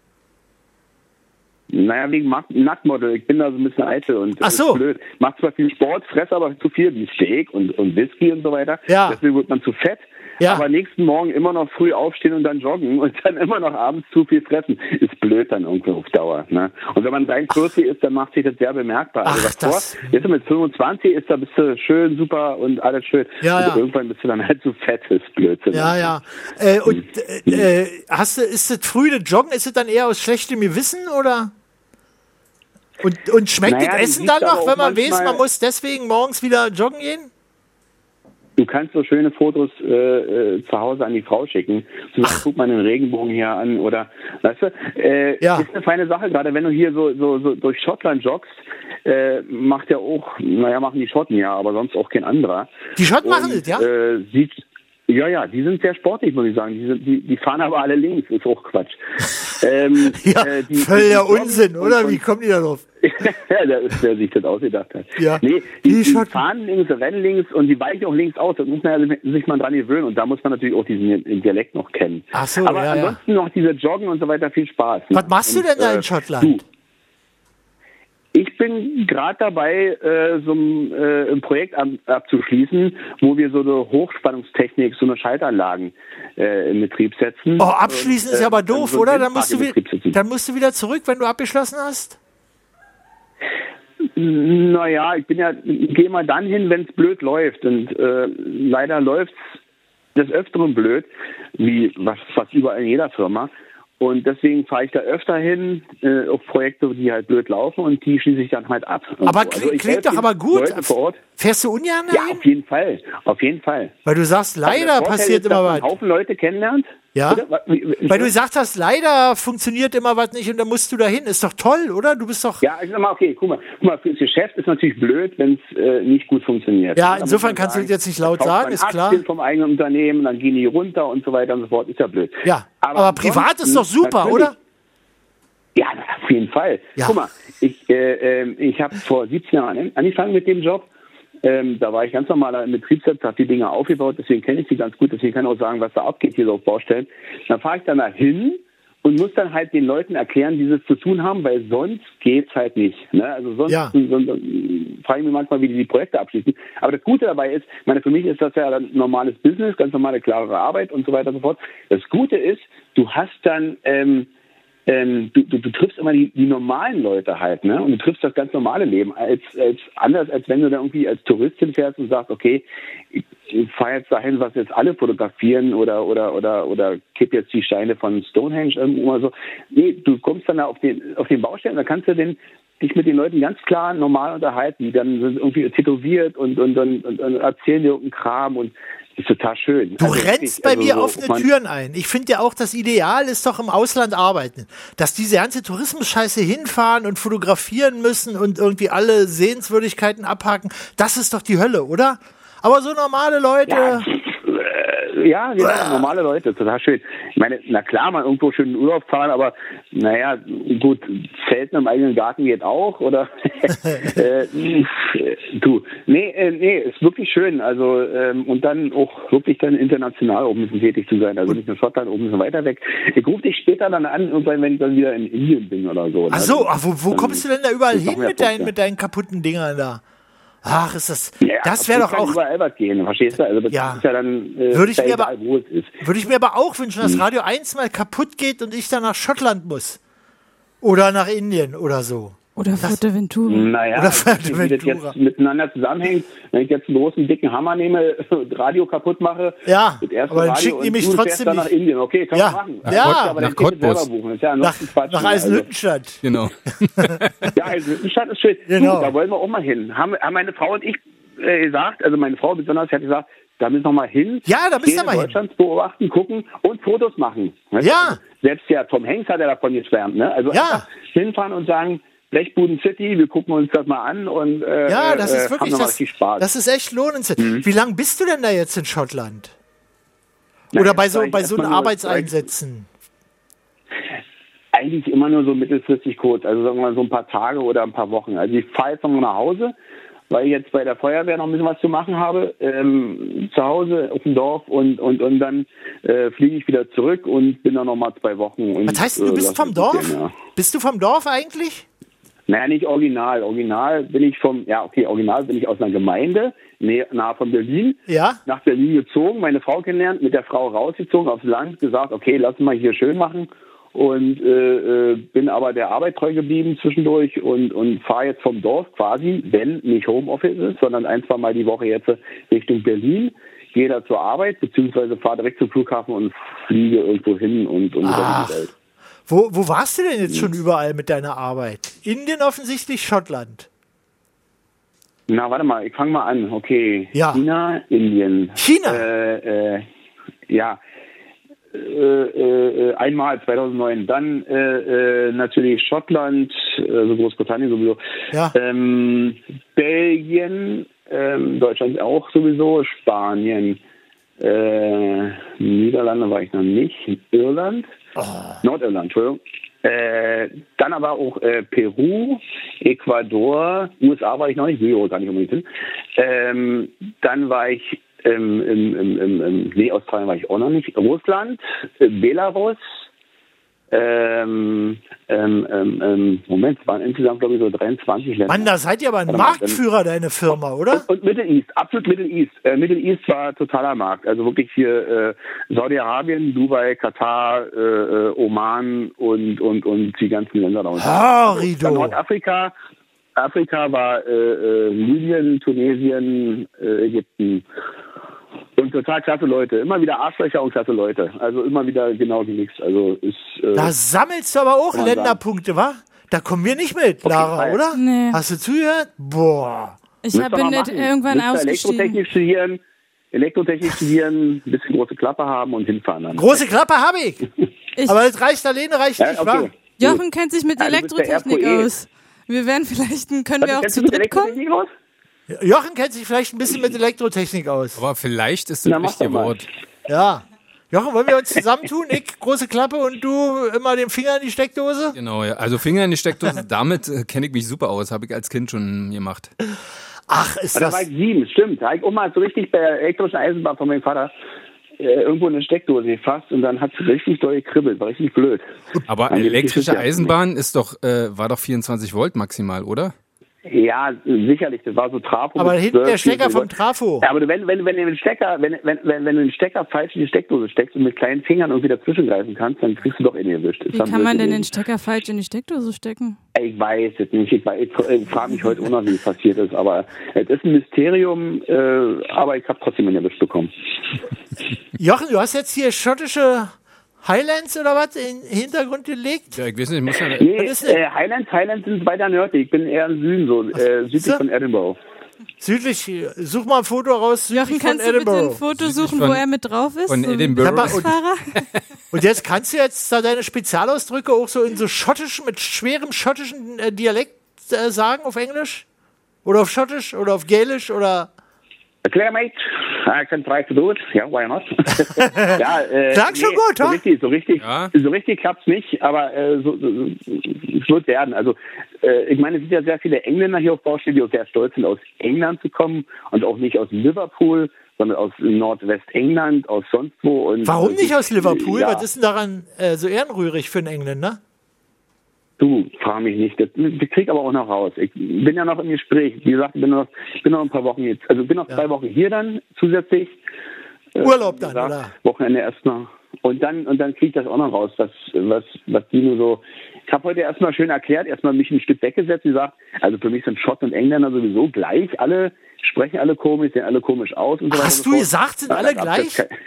S10: Naja, wegen Mark- Nacktmodel. Ich bin da so ein bisschen eitel und das
S7: Ach so.
S10: ist blöd. Mach zwar viel Sport, fress aber zu viel wie Steak und, und Whisky und so weiter.
S7: Ja.
S10: Deswegen wird man zu fett.
S7: Ja.
S10: Aber nächsten Morgen immer noch früh aufstehen und dann joggen und dann immer noch abends zu viel fressen. Ist blöd dann irgendwie auf Dauer. Ne? Und wenn man 43 ist, dann macht sich das sehr bemerkbar.
S7: Ach,
S10: also davor,
S7: das-
S10: jetzt mit 25 ist, da bist du schön, super und alles schön.
S7: Ja,
S10: und
S7: ja.
S10: irgendwann bist du dann halt zu fett, ist Blödsinn.
S7: Ja, ja. Äh, und
S10: Hm.
S7: äh, äh, hast du, ist das früh das Joggen, ist das dann eher aus schlechtem Gewissen oder? Und, und schmeckt
S10: Naja, du
S7: das Essen
S10: siehst
S7: dann
S10: aber
S7: noch,
S10: auch
S7: wenn man weiß,
S10: manchmal-
S7: man muss deswegen morgens wieder joggen gehen?
S10: Du kannst so schöne Fotos äh, äh, zu Hause an die Frau schicken. Zum Beispiel, guck mal den Regenbogen hier an oder, weißt du, äh, ist eine feine Sache. Gerade wenn du hier so, so, so durch Schottland joggst, äh, macht ja auch, naja, machen die Schotten ja, aber sonst auch kein anderer.
S7: Die Schotten machen das, ja?
S10: Äh, sieht, ja, ja, die sind sehr sportlich, muss ich sagen. Die, sind, die, die fahren aber alle links, ist auch Quatsch. ähm,
S7: Ja,
S10: äh, die-
S7: völliger
S10: die- die-
S7: Unsinn,
S10: und-
S7: oder?
S10: und-
S7: Wie kommen die da drauf?
S10: ja, der, ist- der sich das ausgedacht hat.
S7: Ja.
S10: Nee, die, die fahren links, rennen links und die weichen auch links aus. Da muss man ja sich mal dran gewöhnen und da muss man natürlich auch diesen Dialekt noch kennen.
S7: Ach so,
S10: Aber
S7: ja, ja.
S10: ansonsten noch diese Joggen und so weiter, viel Spaß. ne?
S7: Was machst du
S10: und,
S7: denn da
S10: äh,
S7: in Schottland?
S10: Ich bin gerade dabei, äh, so ein, äh, ein Projekt ab, abzuschließen, wo wir so eine Hochspannungstechnik, so eine Schaltanlagen äh, in Betrieb setzen.
S7: Oh, abschließen
S10: Und,
S7: ist
S10: äh,
S7: ja aber doof,
S10: so einen
S7: oder? Dann
S10: Windpark
S7: musst,
S10: in
S7: du
S10: Betrieb
S7: wieder,
S10: setzen.
S7: dann musst du wieder zurück, wenn du abgeschlossen hast?
S10: Naja, ich bin ja, gehe immer dann hin, wenn es blöd läuft. Und äh, leider läuft es des Öfteren blöd, wie was, fast überall in jeder Firma. Und deswegen fahre ich da öfter hin äh, auf Projekte, die halt blöd laufen und die schließe ich dann halt ab.
S7: Aber
S10: Und
S7: kli-
S10: ich
S7: klingt
S10: helfe
S7: doch aber gut.
S10: Leute vor Ort.
S7: Fährst du ungern
S10: Ja, auf jeden Fall. Auf jeden Fall.
S7: Weil du sagst, leider
S10: Aber der Vorteil
S7: passiert
S10: ist, dass
S7: immer
S10: man einen
S7: was.
S10: Haufen Leute kennenlernt.
S7: Ja?
S10: Bitte? Wa- wie- wie-
S7: Weil du gesagt hast, leider funktioniert immer was nicht und dann musst du da hin. Ist doch toll, oder? Du bist doch.
S10: Ja, ich sag mal, okay, guck mal, guck mal, fürs Geschäft ist natürlich blöd, wenn es äh, nicht gut funktioniert.
S7: Ja,
S10: Da muss
S7: insofern
S10: man
S7: kannst du
S10: sagen,
S7: das jetzt nicht laut
S10: kauft
S7: sagen,
S10: man
S7: ist klar.
S10: Aktien vom eigenen Unternehmen, dann gehen die runter und so weiter und so fort, ist ja blöd.
S7: Ja, aber, privat ist
S10: ansonsten
S7: doch super,
S10: natürlich-
S7: oder?
S10: Ja, na, auf jeden Fall. Guck mal, ich, äh, ähm, ich habe vor 17 Jahren an- angefangen mit dem Job. Ähm, da war ich ganz normaler im Betriebsleiter, habe die Dinge aufgebaut, deswegen kenne ich die ganz gut, deswegen kann ich auch sagen, was da abgeht hier so auf Baustellen. Dann fahre ich dann da hin und muss dann halt den Leuten erklären, wie sie es zu tun haben, weil sonst geht's halt nicht. Ne? Also sonst,
S7: Ja.
S10: sonst äh, frage ich mich manchmal, wie die die Projekte abschließen. Aber das Gute dabei ist, ich meine, für mich ist das ja dann normales Business, ganz normale, klare Arbeit und so weiter und so fort. Das Gute ist, du hast dann... Ähm, ähm, du, du, du triffst immer die, die normalen Leute halt, ne? Und du triffst das ganz normale Leben. Als, als anders, als wenn du da irgendwie als Touristin fährst und sagst, okay, ich, ich fahre jetzt dahin, was jetzt alle fotografieren oder oder oder oder kipp jetzt die Steine von Stonehenge irgendwo oder so. Nee, du kommst dann da auf den auf den Baustellen, da kannst du den dich mit den Leuten ganz klar normal unterhalten. Die dann sind irgendwie tätowiert und und, und, und, und erzählen dir irgendeinen Kram und ist total schön.
S7: Du
S10: Also
S7: rennst
S10: wirklich,
S7: bei
S10: also
S7: mir
S10: so,
S7: offene
S10: man-
S7: Türen ein. Ich finde ja auch, das Ideal ist doch im Ausland arbeiten. Dass diese ganze Tourismus-Scheiße hinfahren und fotografieren müssen und irgendwie alle Sehenswürdigkeiten abhaken, das ist doch die Hölle, oder? Aber so normale Leute.
S10: Äh, ja, genau, normale Leute, total schön. Ich meine, na klar, mal irgendwo schön in den Urlaub fahren, aber naja, gut, Zelten im eigenen Garten geht auch, oder? äh, du, nee, äh, nee, ist wirklich schön. Also, ähm, und dann auch wirklich dann international oben ein bisschen tätig zu sein. Also nicht nur Schottland, oben ein bisschen weiter weg. Ich rufe dich später dann an, irgendwann, wenn ich dann wieder in Indien bin oder so. ne?
S7: Ach so, ach, wo, wo kommst du denn da überall
S10: Das machen
S7: hin
S10: wir
S7: mit deinen,
S10: trotzdem.
S7: mit deinen kaputten Dingern da? Ach, ist das.
S10: Ja,
S7: das wäre doch
S10: kann
S7: auch.
S10: überall was gehen, verstehst du? Also, das ist ja dann, äh,
S7: Würde
S10: ist
S7: ich
S10: ja
S7: mir
S10: egal,
S7: aber-
S10: wo es ist.
S7: Würde ich mir aber auch wünschen, dass
S10: Hm.
S7: Radio 1 mal kaputt geht und ich dann nach Schottland muss. Oder nach Indien oder so.
S1: Oder Fuerteventura.
S10: Naja,
S1: Oder
S10: wie das jetzt miteinander zusammenhängt, wenn ich jetzt einen großen dicken Hammer nehme, Radio kaputt mache,
S7: ja,
S10: das erste
S7: aber dann
S10: Radio
S7: schicken die
S10: und
S7: mich
S10: du fährst
S7: trotzdem
S10: dann nach
S7: nicht.
S10: Indien, okay, kann
S7: Ja,
S10: man machen.
S7: ja.
S10: aber
S7: Nach
S10: dann Ticket
S7: Cottbus.
S10: selber buchen, ist ja
S7: Nach,
S10: ansonsten Quatsch.
S7: nach
S10: Also-
S7: Eisenhüttenstadt.
S2: Genau.
S10: ja, also Stadt ist schön.
S7: Genau.
S10: Du, da wollen wir auch mal hin. Haben, haben meine Frau und ich äh, gesagt, also meine Frau besonders, sie hat gesagt, da müssen wir mal hin.
S7: Ja, da müssen wir mal hin.
S10: Deutschland beobachten, gucken und Fotos machen. Weißt
S7: Ja.
S10: du? Also Selbst ja Tom Hanks hat ja davon geschwärmt. Ne? Also einfach hinfahren und sagen, Blechbuden City, wir gucken uns das mal an und äh,
S7: Ja, das
S10: äh,
S7: ist
S10: haben
S7: wirklich,
S10: noch mal
S7: das,
S10: richtig Spaß. Mhm.
S7: das ist echt lohnenswert. Wie lange bist du denn da jetzt in Schottland?
S10: Na,
S7: Oder
S10: jetzt
S7: bei so,
S10: war ich
S7: bei so
S10: erstmal
S7: einem
S10: nur-
S7: Arbeitseinsätzen?
S10: eigentlich immer nur so mittelfristig kurz, also sagen wir mal so ein paar Tage oder ein paar Wochen. Also ich fahre jetzt nochmal nach Hause, weil ich jetzt bei der Feuerwehr noch ein bisschen was zu machen habe, ähm, zu Hause auf dem Dorf und, und, und dann äh, fliege ich wieder zurück und bin dann nochmal zwei Wochen. Und,
S7: Was heißt, du
S10: äh,
S7: bist
S10: lass
S7: vom
S10: mich
S7: Dorf?
S10: gehen, ja.
S7: Bist du vom Dorf eigentlich?
S10: Naja, nicht original. Original bin ich vom, ja okay, original bin ich aus einer Gemeinde, nähe- nahe von Berlin.
S7: Ja.
S10: Nach Berlin gezogen, meine Frau kennengelernt, mit der Frau rausgezogen aufs Land, gesagt, okay, lass mal hier schön machen. Und äh, äh, bin aber der Arbeit treu geblieben zwischendurch und, und fahre jetzt vom Dorf quasi, wenn nicht Homeoffice ist, sondern ein, zwei Mal die Woche jetzt Richtung Berlin, gehe da zur Arbeit, beziehungsweise fahre direkt zum Flughafen und fliege irgendwo hin und, und
S7: Ach.
S10: die Welt.
S7: Wo, wo warst du denn jetzt
S10: Hm.
S7: schon überall mit deiner Arbeit? Indien offensichtlich, Schottland.
S10: Na, warte mal, ich fange mal an. Okay.
S7: Ja.
S10: China, Indien.
S7: China?
S10: Äh, äh, ja. Äh, äh, äh, einmal 2009, dann äh, äh, natürlich Schottland, also Großbritannien sowieso,
S7: Ja.
S10: ähm, Belgien, ähm, Deutschland auch sowieso, Spanien, äh, Niederlande war ich noch nicht, Irland, Nordirland, Entschuldigung. Äh, dann aber auch äh, Peru, Ecuador, USA war ich noch nicht, will ich auch gar nicht unbedingt hin. Ähm, dann war ich, ähm, im, im, im, im, nee, Australien war ich auch noch nicht, Russland, äh, Belarus, ähm, ähm, ähm, ähm, Moment, es waren insgesamt glaube ich so 23 Länder.
S7: Mann, da seid ihr aber ein
S10: Warte mal, dann-
S7: Marktführer, deine Firma, oder?
S10: und Middle East, absolut Middle East. Äh, Middle East war totaler Markt. Also wirklich hier äh, Saudi-Arabien, Dubai, Katar, äh, äh, Oman und, und, und die ganzen Länder da unten.
S7: Ah,
S10: Also,
S7: Rido.
S10: dann Nordafrika. Afrika war äh, äh, Libyen, Tunesien, äh, Ägypten. Und total klasse Leute. Immer wieder Arschlöcher und klasse Leute. Also immer wieder genau gemixt. Also ist. Äh,
S7: Da sammelst du aber auch
S10: Kann man sagen.
S7: Länderpunkte, wa? Da kommen wir nicht mit, Lara,
S10: Fall.
S7: oder?
S1: Nee.
S7: Hast du zugehört? Boah.
S1: Ich hab-
S10: Müsst ihr
S1: bin
S10: mal
S1: nicht
S10: machen.
S1: irgendwann
S10: Müsst ihr
S1: ausgestiegen.
S10: Elektrotechnik studieren, Elektrotechnik studieren, ein bisschen große Klappe haben und hinfahren dann.
S7: Große Klappe habe ich.
S1: Ich-
S7: Aber das reicht alleine, reicht
S10: Ja,
S7: nicht,
S10: okay.
S7: wa?
S1: Jochen kennt sich mit
S10: Ja, du bist der
S1: Elektrotechnik
S10: RVE.
S1: aus. Wir werden vielleicht, können wir auch
S10: Was Also kennst
S1: zu
S10: du mit
S1: dritt kommen?
S10: Elektrotechnik aus?
S7: Jochen kennt sich vielleicht ein bisschen mit Elektrotechnik aus.
S2: Aber vielleicht ist das
S10: Na, mach
S2: richtige
S10: doch mal.
S2: Wort.
S7: Ja. Jochen, wollen wir uns zusammentun? Ich, große Klappe und du immer den Finger in die Steckdose?
S2: Genau, ja. Also Finger in die Steckdose, damit äh, kenne ich mich super aus. Habe ich als Kind schon gemacht.
S7: Ach, ist
S10: Ah, Da
S7: das.
S10: war ich sieben, stimmt. Da hab ich auch mal so richtig bei der elektrischen Eisenbahn von meinem Vater äh, irgendwo eine Steckdose gefasst und dann hat es richtig doll gekribbelt. War richtig blöd.
S2: Aber
S10: Dann
S2: elektrische
S10: geht's jetzt
S2: Eisenbahn ist doch, äh, war doch 24 Volt maximal, oder?
S10: nicht. Ja, sicherlich. Das war so Trafo.
S7: Aber
S10: mit
S7: hinten der
S10: 12,
S7: Stecker
S10: 14
S7: vom
S10: Volt.
S7: Trafo.
S10: Ja, aber du- wenn, wenn, wenn du den Stecker, wenn, wenn, wenn, wenn du den Stecker falsch in die Steckdose steckst und mit kleinen Fingern irgendwie dazwischen greifen kannst, dann kriegst du doch in erwischt. Ist
S1: Wie
S10: dann
S1: kann man
S10: blöd
S1: denn den
S10: gewesen.
S1: Stecker falsch in die Steckdose stecken?
S10: Ich weiß es nicht. Ich, weiß- ich, ich frage mich heute auch noch, wie es passiert ist. Aber es ist ein Mysterium. Äh, aber ich habe trotzdem in erwischt bekommen.
S7: Jochen, du hast jetzt hier schottische Highlands oder was in den Hintergrund gelegt?
S2: Ja, ich weiß nicht, ich muss ja,
S10: Nee,
S7: Was ist denn?
S10: äh, Highlands, Highlands sind weiter nördlich. Ich bin eher im Süden, so äh, südlich
S7: siehste?
S10: von Edinburgh.
S7: Südlich, hier. such mal ein Foto raus. Südlich
S1: Jochen, kannst
S7: von
S1: du bitte ein
S7: Edinburgh.
S1: Foto suchen,
S2: von-
S1: wo er mit drauf ist?
S2: von
S1: So wie
S2: Edinburgh.
S1: der Busfahrer?
S7: Und jetzt kannst du jetzt da deine Spezialausdrücke auch so in so schottischem, mit schwerem schottischen äh, Dialekt äh, sagen auf Englisch? Oder auf Schottisch oder auf Gälisch oder.
S10: Erklär, mate. Ah, I can try to do it. Ja, why not? ja, äh,
S7: Klang schon gut,
S10: so
S7: ha?
S10: richtig, so richtig,
S2: Ja.
S10: so richtig klappt's nicht, aber äh, so, so, so, es wird werden. Also äh, ich meine, es sind ja sehr viele Engländer hier auf Baustelle, die auch sehr stolz sind, aus England zu kommen und auch nicht aus Liverpool, sondern aus Nordwestengland, aus sonst wo. Und
S7: Warum nicht aus Liverpool?
S10: Ja.
S7: Was ist denn daran äh, so ehrenrührig für einen Engländer? Ne?
S10: Du, frag mich nicht. Das, ich krieg aber auch noch raus. Ich bin ja noch im Gespräch. Wie gesagt, ich bin noch, ich bin noch ein paar Wochen jetzt. Also ich bin noch zwei Wochen hier dann zusätzlich.
S7: Urlaub
S10: Wie
S7: dann,
S10: gesagt,
S7: oder?
S10: Wochenende erst noch. Und dann, und dann kriege ich das auch noch raus, was, was, was Dino so. Ich habe heute erstmal schön erklärt, erstmal mich ein Stück weggesetzt und gesagt, also für mich sind Schotten und Engländer sowieso gleich, alle sprechen alle komisch, sehen alle komisch aus und so weiter. und
S7: Hast du
S10: so fort.
S7: gesagt, sind
S10: Ja,
S7: alle
S10: da gab's jetzt
S7: gleich?
S10: kein-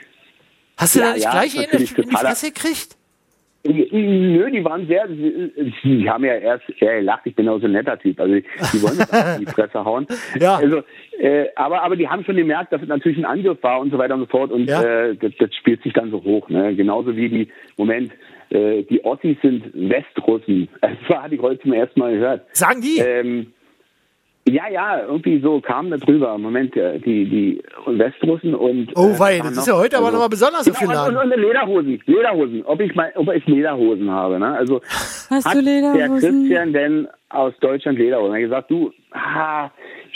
S7: Hast du
S10: Ja,
S7: da nicht
S10: ja,
S7: gleich in
S10: natürlich,
S7: die in die
S10: totaler-
S7: Fresse gekriegt?
S10: Nö, die waren sehr, die haben ja erst, ja, ihr lacht, ich bin auch so ein netter Typ, also die wollen das auch in die Fresse hauen.
S7: Ja.
S10: Also, äh, aber, aber die haben schon gemerkt, dass es natürlich ein Angriff war und so weiter und so fort und
S7: Ja.
S10: äh, das, das spielt sich dann so hoch, ne? genauso wie die, Moment, äh, die Ossis sind Westrussen, das hatte ich heute zum ersten Mal gehört.
S7: Sagen die?
S10: Ähm, ja, ja, irgendwie so kam das drüber. Moment, äh, die, die Westrussen und.
S7: Oh,
S10: äh,
S7: wei,
S10: waren
S7: das ist ja heute aber noch mal besonders auf
S10: genau,
S7: den
S10: und, und, und Lederhosen, Lederhosen. Ob ich, mal, ob ich Lederhosen habe, ne? Also,
S1: Hast
S10: hat
S1: du
S10: der
S1: Lederhosen?
S10: Christian denn aus Deutschland Lederhosen? Er hat gesagt, du, ah,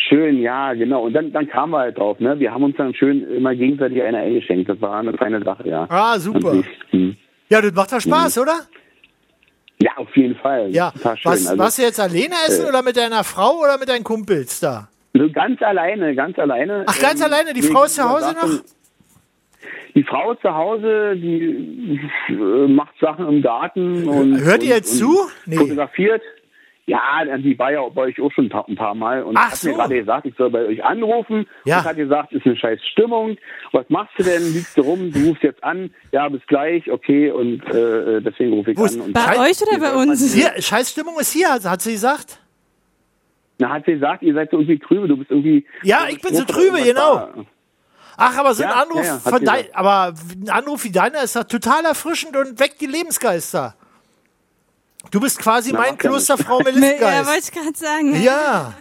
S10: schön, ja, genau. Und dann, dann kamen wir halt drauf, ne? Wir haben uns dann schön immer gegenseitig eine eingeschenkt. Das war eine feine Sache, ja.
S7: Ah, super.
S10: Und ich- hm.
S7: Ja, das macht doch Spaß,
S10: Mhm.
S7: oder?
S10: Ja, auf jeden Fall.
S7: Ja.
S10: Das war schön.
S7: Was,
S10: also,
S7: warst du jetzt alleine essen
S10: äh,
S7: oder mit deiner Frau oder mit deinen Kumpels da?
S10: so ganz alleine, ganz alleine. Ähm,
S7: Ach, ganz alleine? Die
S10: nee,
S7: Frau ist zu
S10: man
S7: Hause
S10: sagt dann,
S7: noch?
S10: Die Frau zu Hause, die äh, macht Sachen im Garten und.
S7: Hört ihr
S10: und-
S7: jetzt
S10: und
S7: zu? Nee.
S10: Fotografiert. Ja, die war ja bei euch auch schon ein paar Mal und
S7: Ach
S10: hat
S7: so.
S10: mir gerade gesagt, ich soll bei euch anrufen
S7: Ja.
S10: und hat gesagt, ist eine scheiß Stimmung. Was machst du denn? Liegst du rum? Du rufst jetzt an. Ja, bis gleich. Okay, und äh, deswegen rufe ich
S7: Wo ist-
S10: an. Und
S1: Bei euch oder bei uns?
S7: Hier, Scheißstimmung ist hier, hat sie gesagt.
S10: dann hat sie gesagt, ihr seid so irgendwie trübe. Du bist irgendwie.
S7: Ja, ich bin so
S10: Rufe
S7: trübe,
S10: irgendwas
S7: genau.
S10: da.
S7: Ach, aber so ein
S10: Ja,
S7: Anruf
S10: ja, ja, hat
S7: von
S10: sie
S7: dein,
S10: gesagt.
S7: aber ein Anruf wie deiner ist doch total erfrischend und weckt die Lebensgeister. Du bist quasi
S10: Na,
S7: mein
S10: macht ja nichts.
S7: Klosterfrau
S1: Nee, ja,
S7: Melissengeist.
S1: wollte ich gerade sagen.
S7: Ja.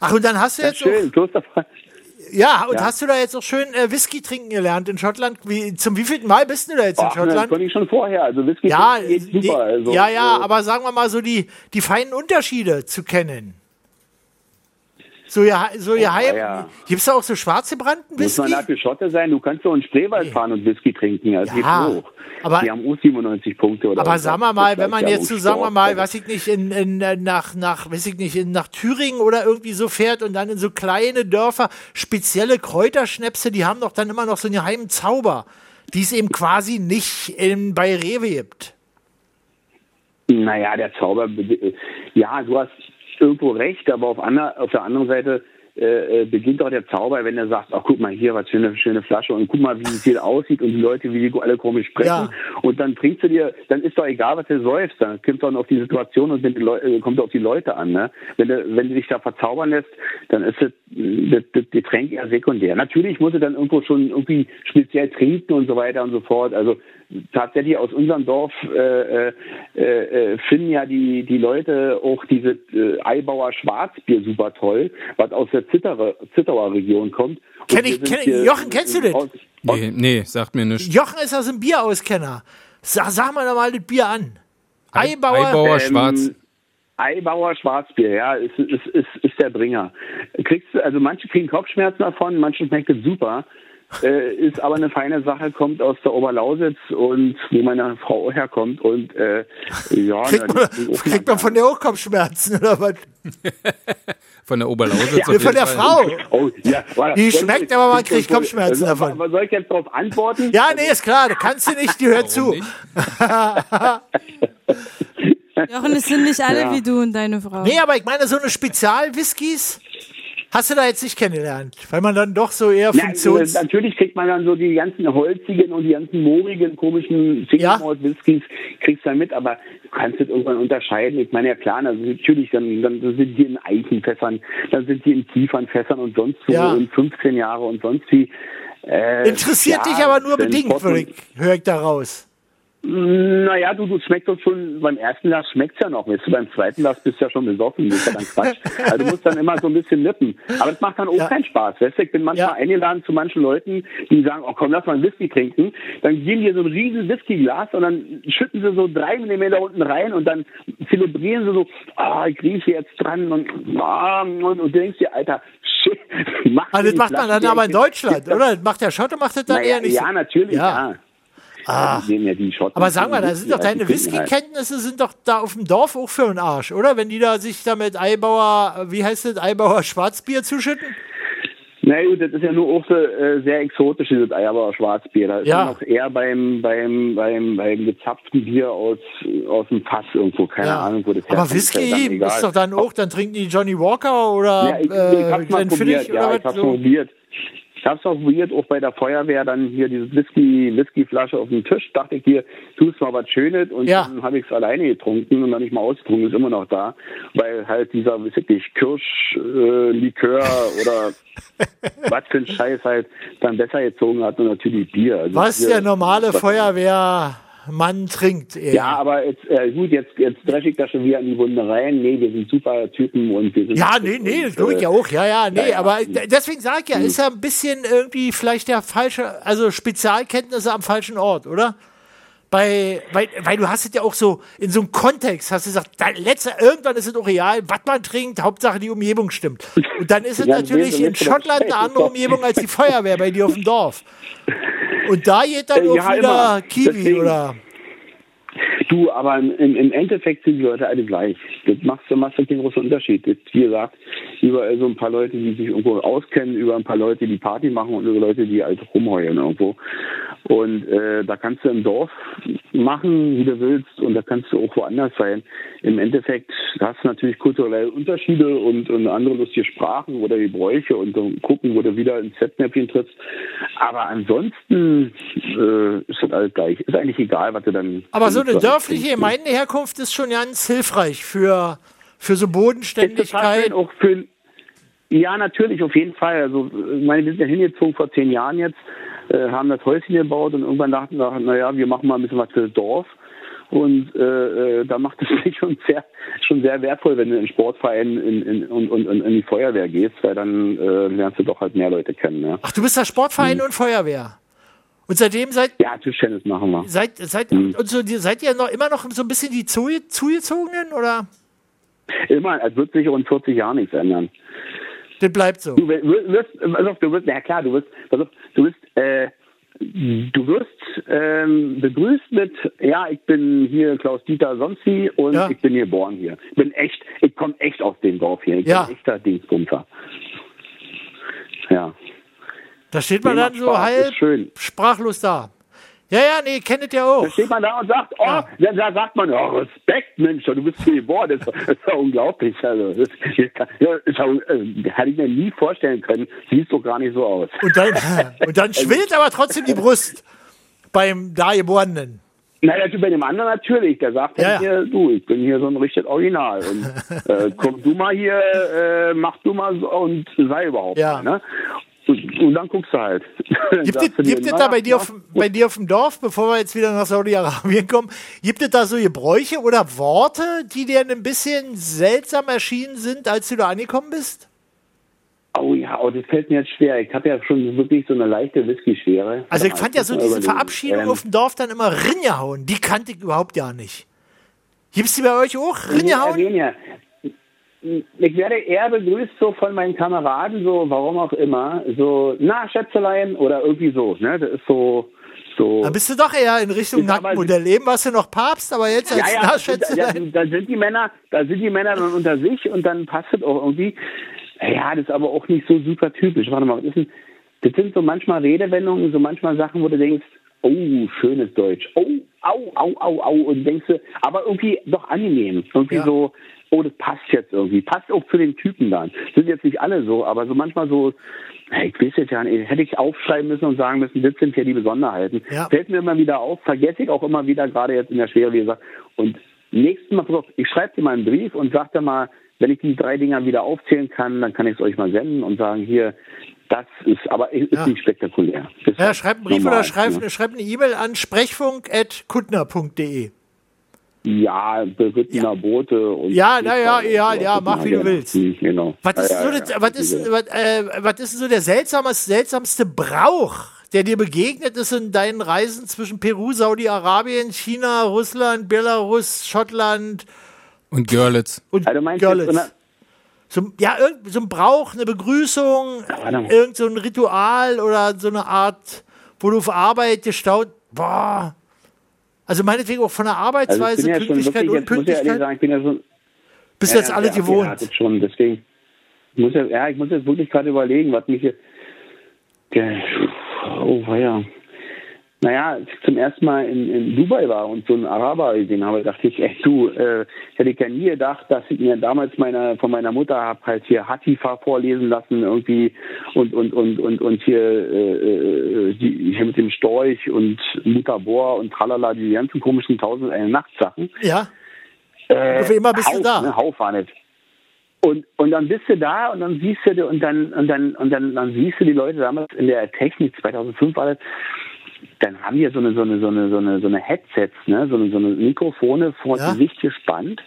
S7: Ach, und dann hast du
S10: Ja,
S7: jetzt auch,
S10: schön, Klosterfrau.
S7: ja, und
S10: Ja.
S7: hast du da jetzt auch schön äh, Whisky trinken gelernt in Schottland? Wie, zum wievielten Mal bist du da jetzt in
S10: Ach, ne, das
S7: Schottland?
S10: konnte ich schon vorher. Also Whisky
S7: Ja,
S10: geht super.
S7: die,
S10: also,
S7: ja, ja,
S10: äh,
S7: aber sagen wir mal so die, die feinen Unterschiede zu kennen. So ihr, so ihr
S10: Oh,
S7: Heim.
S10: ja.
S7: Gibt es Ah, da auch so schwarze Branden
S10: Muss man
S7: Whisky?
S10: dafür Schotte sein? Du kannst doch in den Spreewald fahren und Whisky trinken. Das
S7: Ja,
S10: geht hoch.
S7: aber-
S10: die haben auch 97 Punkte oder
S7: Aber
S10: was.
S7: sagen wir mal,
S10: Das
S7: wenn man
S10: gleiche
S7: jetzt
S10: am
S7: so, sagen wir
S10: Sport.
S7: mal, weiß ich nicht, in, in, äh, nach, nach, weiß ich nicht, in, nach Thüringen oder irgendwie so fährt und dann in so kleine Dörfer spezielle Kräuterschnäpse, die haben doch dann immer noch so einen geheimen Zauber, die es eben quasi nicht in, bei Rewe gibt.
S10: Naja, der Zauber, ja, du hast irgendwo recht, aber auf, ander, auf der anderen Seite äh, äh, beginnt auch der Zauber, wenn er sagt, ach guck mal hier, was für eine schöne Flasche und guck mal, wie es hier aussieht und die Leute, wie die alle komisch sprechen
S7: Ja.
S10: und dann trinkst du dir, dann ist doch egal, was du säufst, dann kommt dann auf die Situation und sind die Leu äh, kommt auf die Leute an. Ne? Wenn, du, wenn du dich da verzaubern lässt, dann ist das, das, das Getränk eher sekundär. Natürlich muss du dann irgendwo schon irgendwie speziell trinken und so weiter und so fort. Also tatsächlich aus unserem Dorf äh, äh, äh, finden ja die, die Leute auch dieses äh, Eibauer Schwarzbier super toll, was aus der Zitterer, Zittauer Region kommt. Und
S7: Kenn
S10: wir
S7: ich-
S10: sind
S7: kenn ich-
S10: hier-
S7: Jochen, kennst du das?
S10: Aus, aus,
S2: Nee, nee, sagt mir nichts.
S7: Jochen ist also ein Bierauskenner. Sag, sag mal doch mal das Bier an.
S2: Eibauer.
S7: Eibauer.
S2: Eibauer Schwarz.
S10: Ähm, Eibauer Schwarzbier, ja, ist, ist, ist, ist der Bringer. Kriegst du, also manche kriegen Kopfschmerzen davon, manche schmeckt es super. Äh, ist aber eine feine Sache, kommt aus der Oberlausitz und wo meine Frau auch herkommt und äh, ja,
S7: Kriegt
S10: na,
S7: man,
S10: die- die auch
S7: kriegt man von der auch Kopfschmerzen oder was?
S2: Von der Oberlausitz. auf
S7: Nee, von
S2: jeden
S7: der
S2: Fall.
S7: Frau.
S10: Oh, ja, warte.
S7: Die schmeckt, aber man kriegt Kopfschmerzen
S10: Also,
S7: davon.
S10: Aber soll ich jetzt darauf antworten?
S7: Ja, nee, ist klar, das kannst du nicht, die hört zu.
S2: nicht?
S1: Jochen, es sind nicht alle
S10: Ja.
S1: wie du und deine Frau.
S7: Nee, aber ich meine, so eine Spezialwhiskys hast du da jetzt nicht kennengelernt, weil man dann doch so eher
S10: Ja,
S7: Funktions.
S10: äh, natürlich kriegt man dann so die ganzen holzigen und die ganzen moorigen, komischen
S7: Ja.
S10: Fingermord-Whiskys, kriegst du dann mit, aber du kannst das irgendwann unterscheiden. Ich meine, ja klar, also natürlich, dann, dann sind die in Eichenfässern, dann sind die in Kiefernfässern und sonst wo
S7: Ja.
S10: und 15 Jahre und sonst wie. Äh,
S7: Interessiert
S10: ja,
S7: dich aber nur
S10: dann
S7: bedingt,
S10: Portemonnaie-
S7: würde ich, höre ich daraus.
S10: naja, du, du schmeckt doch schon, beim ersten Glas schmeckt's ja noch, weißt du, beim zweiten Glas bist du ja schon besoffen, das ist ja dann Quatsch. Also du musst dann immer so ein bisschen nippen. Aber es macht dann auch
S7: Ja.
S10: keinen Spaß, weißt du, ich bin manchmal
S7: Ja.
S10: eingeladen zu manchen Leuten, die sagen, oh komm, lass mal einen Whisky trinken. Dann geben die so ein riesen Whiskyglas und dann schütten sie so drei Millimeter unten rein und dann zelebrieren sie so, ah, ich rieche jetzt dran und, ah, und, und du denkst dir, Alter, shit, mach
S7: Ah,
S10: dir
S7: das
S10: die
S7: macht man
S10: Flasche
S7: dann aber in
S10: direkt-
S7: Deutschland, oder? Das macht der Schotte, macht das dann
S10: Naja,
S7: eher nicht. so.
S10: ja, natürlich,
S7: Ja.
S10: ja. Ah. Die nehmen ja die Schotten.
S7: Aber sag mal, da sind doch
S10: Ja, die
S7: deine
S10: trinken halt.
S7: Whisky-Kenntnisse sind doch da auf dem Dorf auch für einen Arsch, oder? Wenn die da sich da mit Eibauer, wie heißt das, Eibauer Schwarzbier zuschütten?
S10: Na gut, das ist ja nur auch so äh, sehr exotisch, dieses Eierbarer Schwarzbier. Da ist
S7: Ja.
S10: man noch eher beim, beim, beim, beim gezapften Bier aus, aus dem Fass irgendwo. Keine
S7: Ja.
S10: Ahnung, wo das
S7: Aber
S10: herkommt, ist ja dann
S7: Whisky
S10: egal.
S7: ist doch dann auch, dann trinken die Johnny Walker oder
S10: Ja, ich, ich
S7: äh,
S10: hab's mal
S7: Glenn
S10: probiert,
S7: Fiddich
S10: ja,
S7: oder
S10: ich
S7: was?
S10: hab's
S7: So.
S10: probiert. Ich hab's auch probiert, auch bei der Feuerwehr dann hier diese Whisky, Whiskyflasche auf dem Tisch. Dachte ich hier, tust mal was Schönes und dann habe ich's alleine getrunken und dann nicht mal ausgetrunken, ist immer noch da. Weil halt dieser, weiß ich nicht, Kirsch, äh, Likör oder was für ein Scheiß halt dann besser gezogen hat und natürlich Bier. Also
S7: Was
S10: Bier-
S7: der normale
S10: was-
S7: Feuerwehrmann trinkt. Eher.
S10: ja, aber jetzt, äh, gut, jetzt, jetzt dresch ich da schon wieder in die Wunde rein. Nee, wir sind super Typen und wir sind.
S7: Ja, nee, nee, das glaube ich ja auch. Ja, ja, nee,
S10: Äh, ja, ja.
S7: aber d- deswegen sage ich ja,
S10: Mhm.
S7: ist ja ein bisschen irgendwie vielleicht der falsche, also Spezialkenntnisse am falschen Ort, oder? Bei, weil, weil du hast es ja auch so, in so einem Kontext hast du gesagt, da, letzter, irgendwann ist es auch real, was man trinkt, Hauptsache die Umgebung stimmt. Und dann ist es
S10: Ja,
S7: natürlich
S10: nee, so
S7: in
S10: willst du
S7: Schottland
S10: das
S7: eine andere
S10: doch.
S7: Umgebung als die Feuerwehr bei dir auf dem Dorf. Und da geht dann
S10: Äh,
S7: auch
S10: ja,
S7: wieder
S10: immer.
S7: Kiwi
S10: Deswegen.
S7: oder
S10: Du, aber im, im im Endeffekt sind die Leute alle gleich. Das macht so machst du keinen großen Unterschied. Jetzt, wie gesagt, überall so ein paar Leute, die sich irgendwo auskennen, über ein paar Leute, die Party machen und über Leute, die halt rumheulen irgendwo. Und äh, da kannst du im Dorf machen, wie du willst, und da kannst du auch woanders sein. Im Endeffekt hast du natürlich kulturelle Unterschiede und, und andere lustige Sprachen oder die Bräuche und dann gucken, wo du wieder ins Fettnäpfchen trittst. Aber ansonsten äh, ist das alles gleich. Ist eigentlich egal, was du dann.
S7: Aber so eine
S10: dann-
S7: dörfliche Gemeindeherkunft ist schon ganz hilfreich für, für so Bodenständigkeit.
S10: auch für, ja, natürlich, auf jeden Fall. Also, ich meine, wir sind ja hingezogen vor zehn Jahren jetzt, äh, haben das Häuschen gebaut und irgendwann dachten wir, naja, wir machen mal ein bisschen was fürs Dorf. Und äh, äh, da macht es sich schon sehr, schon sehr wertvoll, wenn du in den Sportverein in, in, und, und, und in die Feuerwehr gehst, weil dann äh, lernst du doch halt mehr Leute kennen. Ne?
S7: Ach, du bist ja Sportverein und Feuerwehr. Und seitdem seid,
S10: Ja, Tischtennis machen wir.
S7: seid, seid,
S10: Mhm.
S7: und so, die- seid ihr noch, immer noch so ein bisschen die Zuge, Zugezogenen oder?
S10: Immer, es wird sich auch in 40 Jahren nichts ändern.
S7: Das bleibt so.
S10: Du wirst, wirst pass auf, du wirst, na klar, du wirst, pass auf, du wirst, äh, du wirst ähm, begrüßt mit, ja, ich bin hier Klaus Dieter Sonzi und ich bin geboren hier. Ich bin echt, ich komme echt aus dem Dorf hier. Ich bin echter Dingsbumper. Ja.
S7: Da steht man
S10: Nee,
S7: dann
S10: macht
S7: so
S10: Spaß,
S7: halb
S10: ist schön.
S7: sprachlos da. Ja, ja, nee, kennt ihr auch. Da
S10: steht man da und sagt, oh, Da, da sagt man, oh, Respekt, Mensch, du bist hier geboren, das, das ist ja unglaublich. Also, das, das, ist ja, äh, hätte ich mir nie vorstellen können, siehst doch gar nicht so aus.
S7: Und dann, und
S10: Ähm,
S7: dann schwillt aber trotzdem die Brust beim Dageborenen.
S10: Na, natürlich bei dem anderen natürlich. Der sagt dann hier, du, ich bin hier so ein richtiges Original. Und äh, komm du mal hier, äh, mach du mal so und sei überhaupt.
S7: Ja.
S10: mal, Ne? Und, und dann guckst du halt. Dann sagst du dir, ne?
S7: Gibt es
S10: na,
S7: da bei dir, auf, bei dir auf dem Dorf, bevor wir jetzt wieder nach Saudi-Arabien kommen, gibt es da so Gebräuche oder Worte, die dir ein bisschen seltsam erschienen sind, als du da angekommen bist?
S10: Oh ja, oh, das fällt mir jetzt schwer. Ich habe ja schon wirklich so eine leichte Whisky-Schwere.
S7: Also ich fand ja so
S10: Mal
S7: diese
S10: überlegen.
S7: Verabschiedung
S10: Ähm,
S7: auf dem Dorf dann immer Ringehauen. Die kannte ich überhaupt ja nicht. Gibt's die bei euch auch? Ringehauen?
S10: Weniger. Ich werde eher begrüßt so von meinen Kameraden, so warum auch immer, so, na, Schätzelein oder irgendwie so. Ne? Das ist so. so
S7: Dann bist du doch eher in Richtung Nacktmodell. Eben warst du noch Papst, aber jetzt als
S10: ja,
S7: Nachschätze.
S10: ja, da, da, da sind die Männer, da sind die Männer dann unter sich und dann passt es auch irgendwie. Ja, das ist aber auch nicht so super typisch. Warte mal, was ist denn, das sind so manchmal Redewendungen, so manchmal Sachen, wo du denkst, oh, schönes Deutsch, oh, au, au, au, au, und denkst du, aber irgendwie doch angenehm, irgendwie so, oh, das passt jetzt irgendwie, passt auch zu den Typen dann. Sind jetzt nicht alle so, aber so manchmal so, hey, ich weiß jetzt ja nicht, hätte ich aufschreiben müssen und sagen müssen, das sind hier die Besonderheiten. Fällt mir immer wieder auf, vergesse ich auch immer wieder, gerade jetzt in der Schwere, wie gesagt. Und nächstes Mal, pass auf, ich schreibe dir mal einen Brief und sag dir mal, wenn ich die drei Dinger wieder aufzählen kann, dann kann ich es euch mal senden und sagen, hier, das ist, aber ist nicht spektakulär. Ist
S7: Ja, schreib einen Brief
S10: normal,
S7: oder schreib,
S10: ne?
S7: schreib eine E-Mail an sprechfunk.kuttner.de.
S10: Ja, berittener Boote und.
S7: Ja, na ja, ja, ja, mach, wie du willst.
S10: Hm, Genau.
S7: Was ist,
S10: Ja,
S7: so,
S10: ja,
S7: das,
S10: ja. genau.
S7: was, ist, was, äh, was ist so der seltsame, seltsamste Brauch, der dir begegnet ist in deinen Reisen zwischen Peru, Saudi-Arabien, China, Russland, Belarus, Schottland
S2: Und Görlitz.
S7: und
S10: Also
S2: jetzt so
S7: Görlitz?
S2: eine-
S7: So, ja, irgend, so ein Brauch, eine Begrüßung,
S2: warte mal.
S7: irgend so ein Ritual oder so eine Art, wo du auf Arbeit gestaut, boah. Also meinetwegen auch von der
S10: Also ich
S7: Arbeitsweise,
S10: bin ja schon
S7: Pünktlichkeit,
S10: wirklich, jetzt muss ich ehrlich
S7: Unpünktlichkeit.
S10: sagen, ich bin ja schon.
S7: Bist jetzt alle
S10: ja,
S7: gewohnt.
S10: Ja, das schon, deswegen. Ich Muss ja, ja, ich muss jetzt wirklich gerade überlegen, was mich hier. Ge- Oh, ja. Naja, als ich zum ersten Mal in, in Dubai war und so einen Araber gesehen habe, dachte ich, ey du, äh, hätte ich ja nie gedacht, dass ich mir damals meiner, von meiner Mutter hab halt hier Hatifa vorlesen lassen irgendwie und und und und und hier, äh, äh, die, hier mit dem Storch und Mutabor und tralala, die ganzen komischen tausend eine Nachtsachen.
S7: Ja.
S10: Äh,
S7: Auf immer bist du
S10: Hauf,
S7: da.
S10: Ne, Hauf war nicht. Und, und dann bist du da und dann siehst du die- und dann und dann und dann, dann siehst du die Leute damals in der Technik 2005 war das, dann haben die ja so eine so eine so eine so eine so eine Headsets, ne, so eine so eine Mikrofone vor das Gesicht gespannt.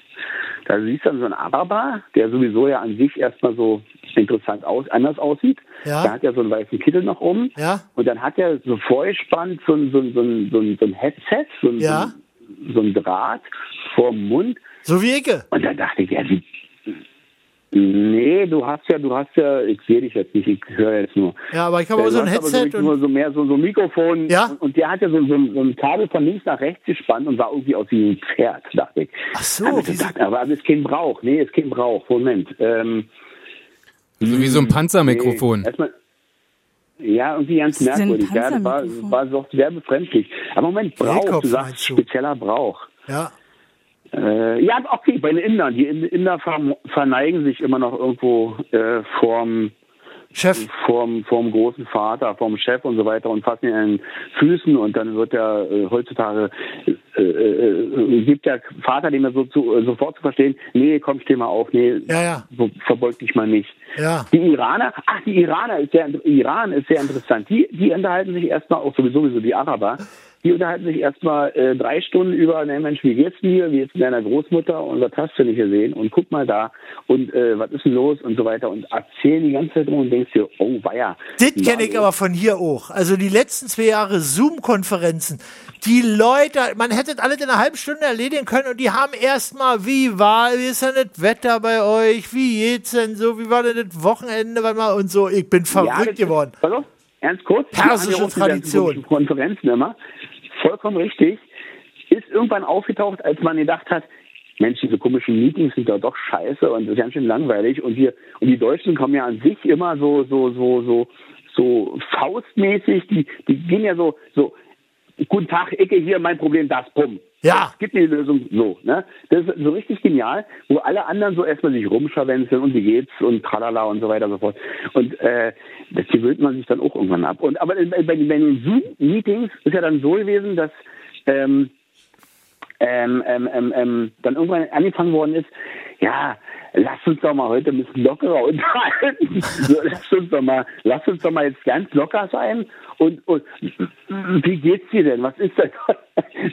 S10: Da siehst du dann so einen Araber, der sowieso ja an sich erstmal so interessant aus anders aussieht.
S7: Ja.
S10: Da hat er so einen weißen Kittel noch um.
S7: Ja.
S10: Und dann hat er so vorgespannt so ein so ein so ein, so ein, so ein Headset, so ein,
S7: Ja.
S10: so ein Draht vorm Mund.
S7: So wie Ecke.
S10: Und dann dachte ich, ja, wie- nee, du hast ja, du hast ja, ich sehe dich jetzt nicht, ich höre jetzt nur.
S7: Ja, aber ich habe auch
S10: Du
S7: so ein
S10: hast aber
S7: Headset
S10: wirklich
S7: und
S10: nur so mehr so, so ein Mikrofon. Ja. Und, und der hat ja so, so, ein- so ein Kabel von links nach rechts gespannt und sah irgendwie aus wie ein Pferd, dachte ich. Ach
S7: so,
S10: gedacht, aber es ist kein Brauch. Nee, ist kein Brauch. Moment. Ähm,
S2: Also wie so ein Panzermikrofon.
S10: Mhm. Nee, erstmal, ja, irgendwie ganz
S2: Das ist ein
S10: merkwürdig. Ja, das war, war so auch sehr befremdlich. Aber Moment, Brauch,
S7: Drehkopf
S10: du sagst spezieller Brauch.
S7: Ja.
S10: Äh, ja, okay, bei den Indern. Die In- Inder ver- verneigen sich immer noch irgendwo äh, vorm
S7: Chef.
S10: Vorm, vorm großen Vater, vorm Chef und so weiter und fassen ihn an den Füßen und dann wird er äh, heutzutage, äh, äh, äh, gibt der Vater dem ja so zu, äh, sofort zu verstehen, nee, komm, steh mal auf, nee,
S7: Ja, ja.
S10: so, verbeug dich mal nicht.
S7: Ja.
S10: Die Iraner, ach, die Iraner ist sehr, Iran ist sehr interessant. Die, die unterhalten sich erstmal, auch sowieso, sowieso die Araber, die unterhalten sich erstmal äh, drei Stunden über, ne Mensch, wie geht's denn hier, wie geht's denn deiner Großmutter und was hast du nicht gesehen und guck mal da und äh, was ist denn los und so weiter und erzählen die ganze Zeit rum und denkst dir, oh weia.
S7: Das kenne ich aber von hier auch. Also die letzten zwei Jahre Zoom-Konferenzen. Die Leute, man hätte das alles in einer halben Stunde erledigen können und die haben erstmal, wie war, wie ist denn das Wetter bei euch? Wie geht's denn so? Wie war denn das Wochenende? Warte mal, Und so, ich bin verrückt
S10: das-
S7: geworden.
S10: Pass auf, ernst kurz.
S7: Persische
S10: Wir haben ja auch diese
S7: Tradition.
S10: ganzen Konferenzen immer. Vollkommen richtig. Ist irgendwann aufgetaucht, als man gedacht hat, Mensch, diese komischen Meetings sind doch doch scheiße und das ist ganz schön langweilig. Und wir, und die Deutschen kommen ja an sich immer so, so, so, so, so faustmäßig, die, die gehen ja so, so, guten Tag, Ecke hier, mein Problem, das, bumm.
S7: Ja.
S10: Es gibt eine Lösung so, ne? Das ist so richtig genial, wo alle anderen so erstmal sich rumscharwenzeln und wie geht's und tralala und so weiter und so fort. Und äh, das gewöhnt man sich dann auch irgendwann ab. Und aber bei, bei, bei den Zoom-Meetings ist ja dann so gewesen, dass ähm, ähm, ähm, ähm, ähm, dann irgendwann angefangen worden ist, ja, lasst uns doch mal heute ein bisschen lockerer unterhalten. so, lasst, uns doch mal, lasst uns doch mal jetzt ganz locker sein. Und, und wie geht's dir denn? Was ist das?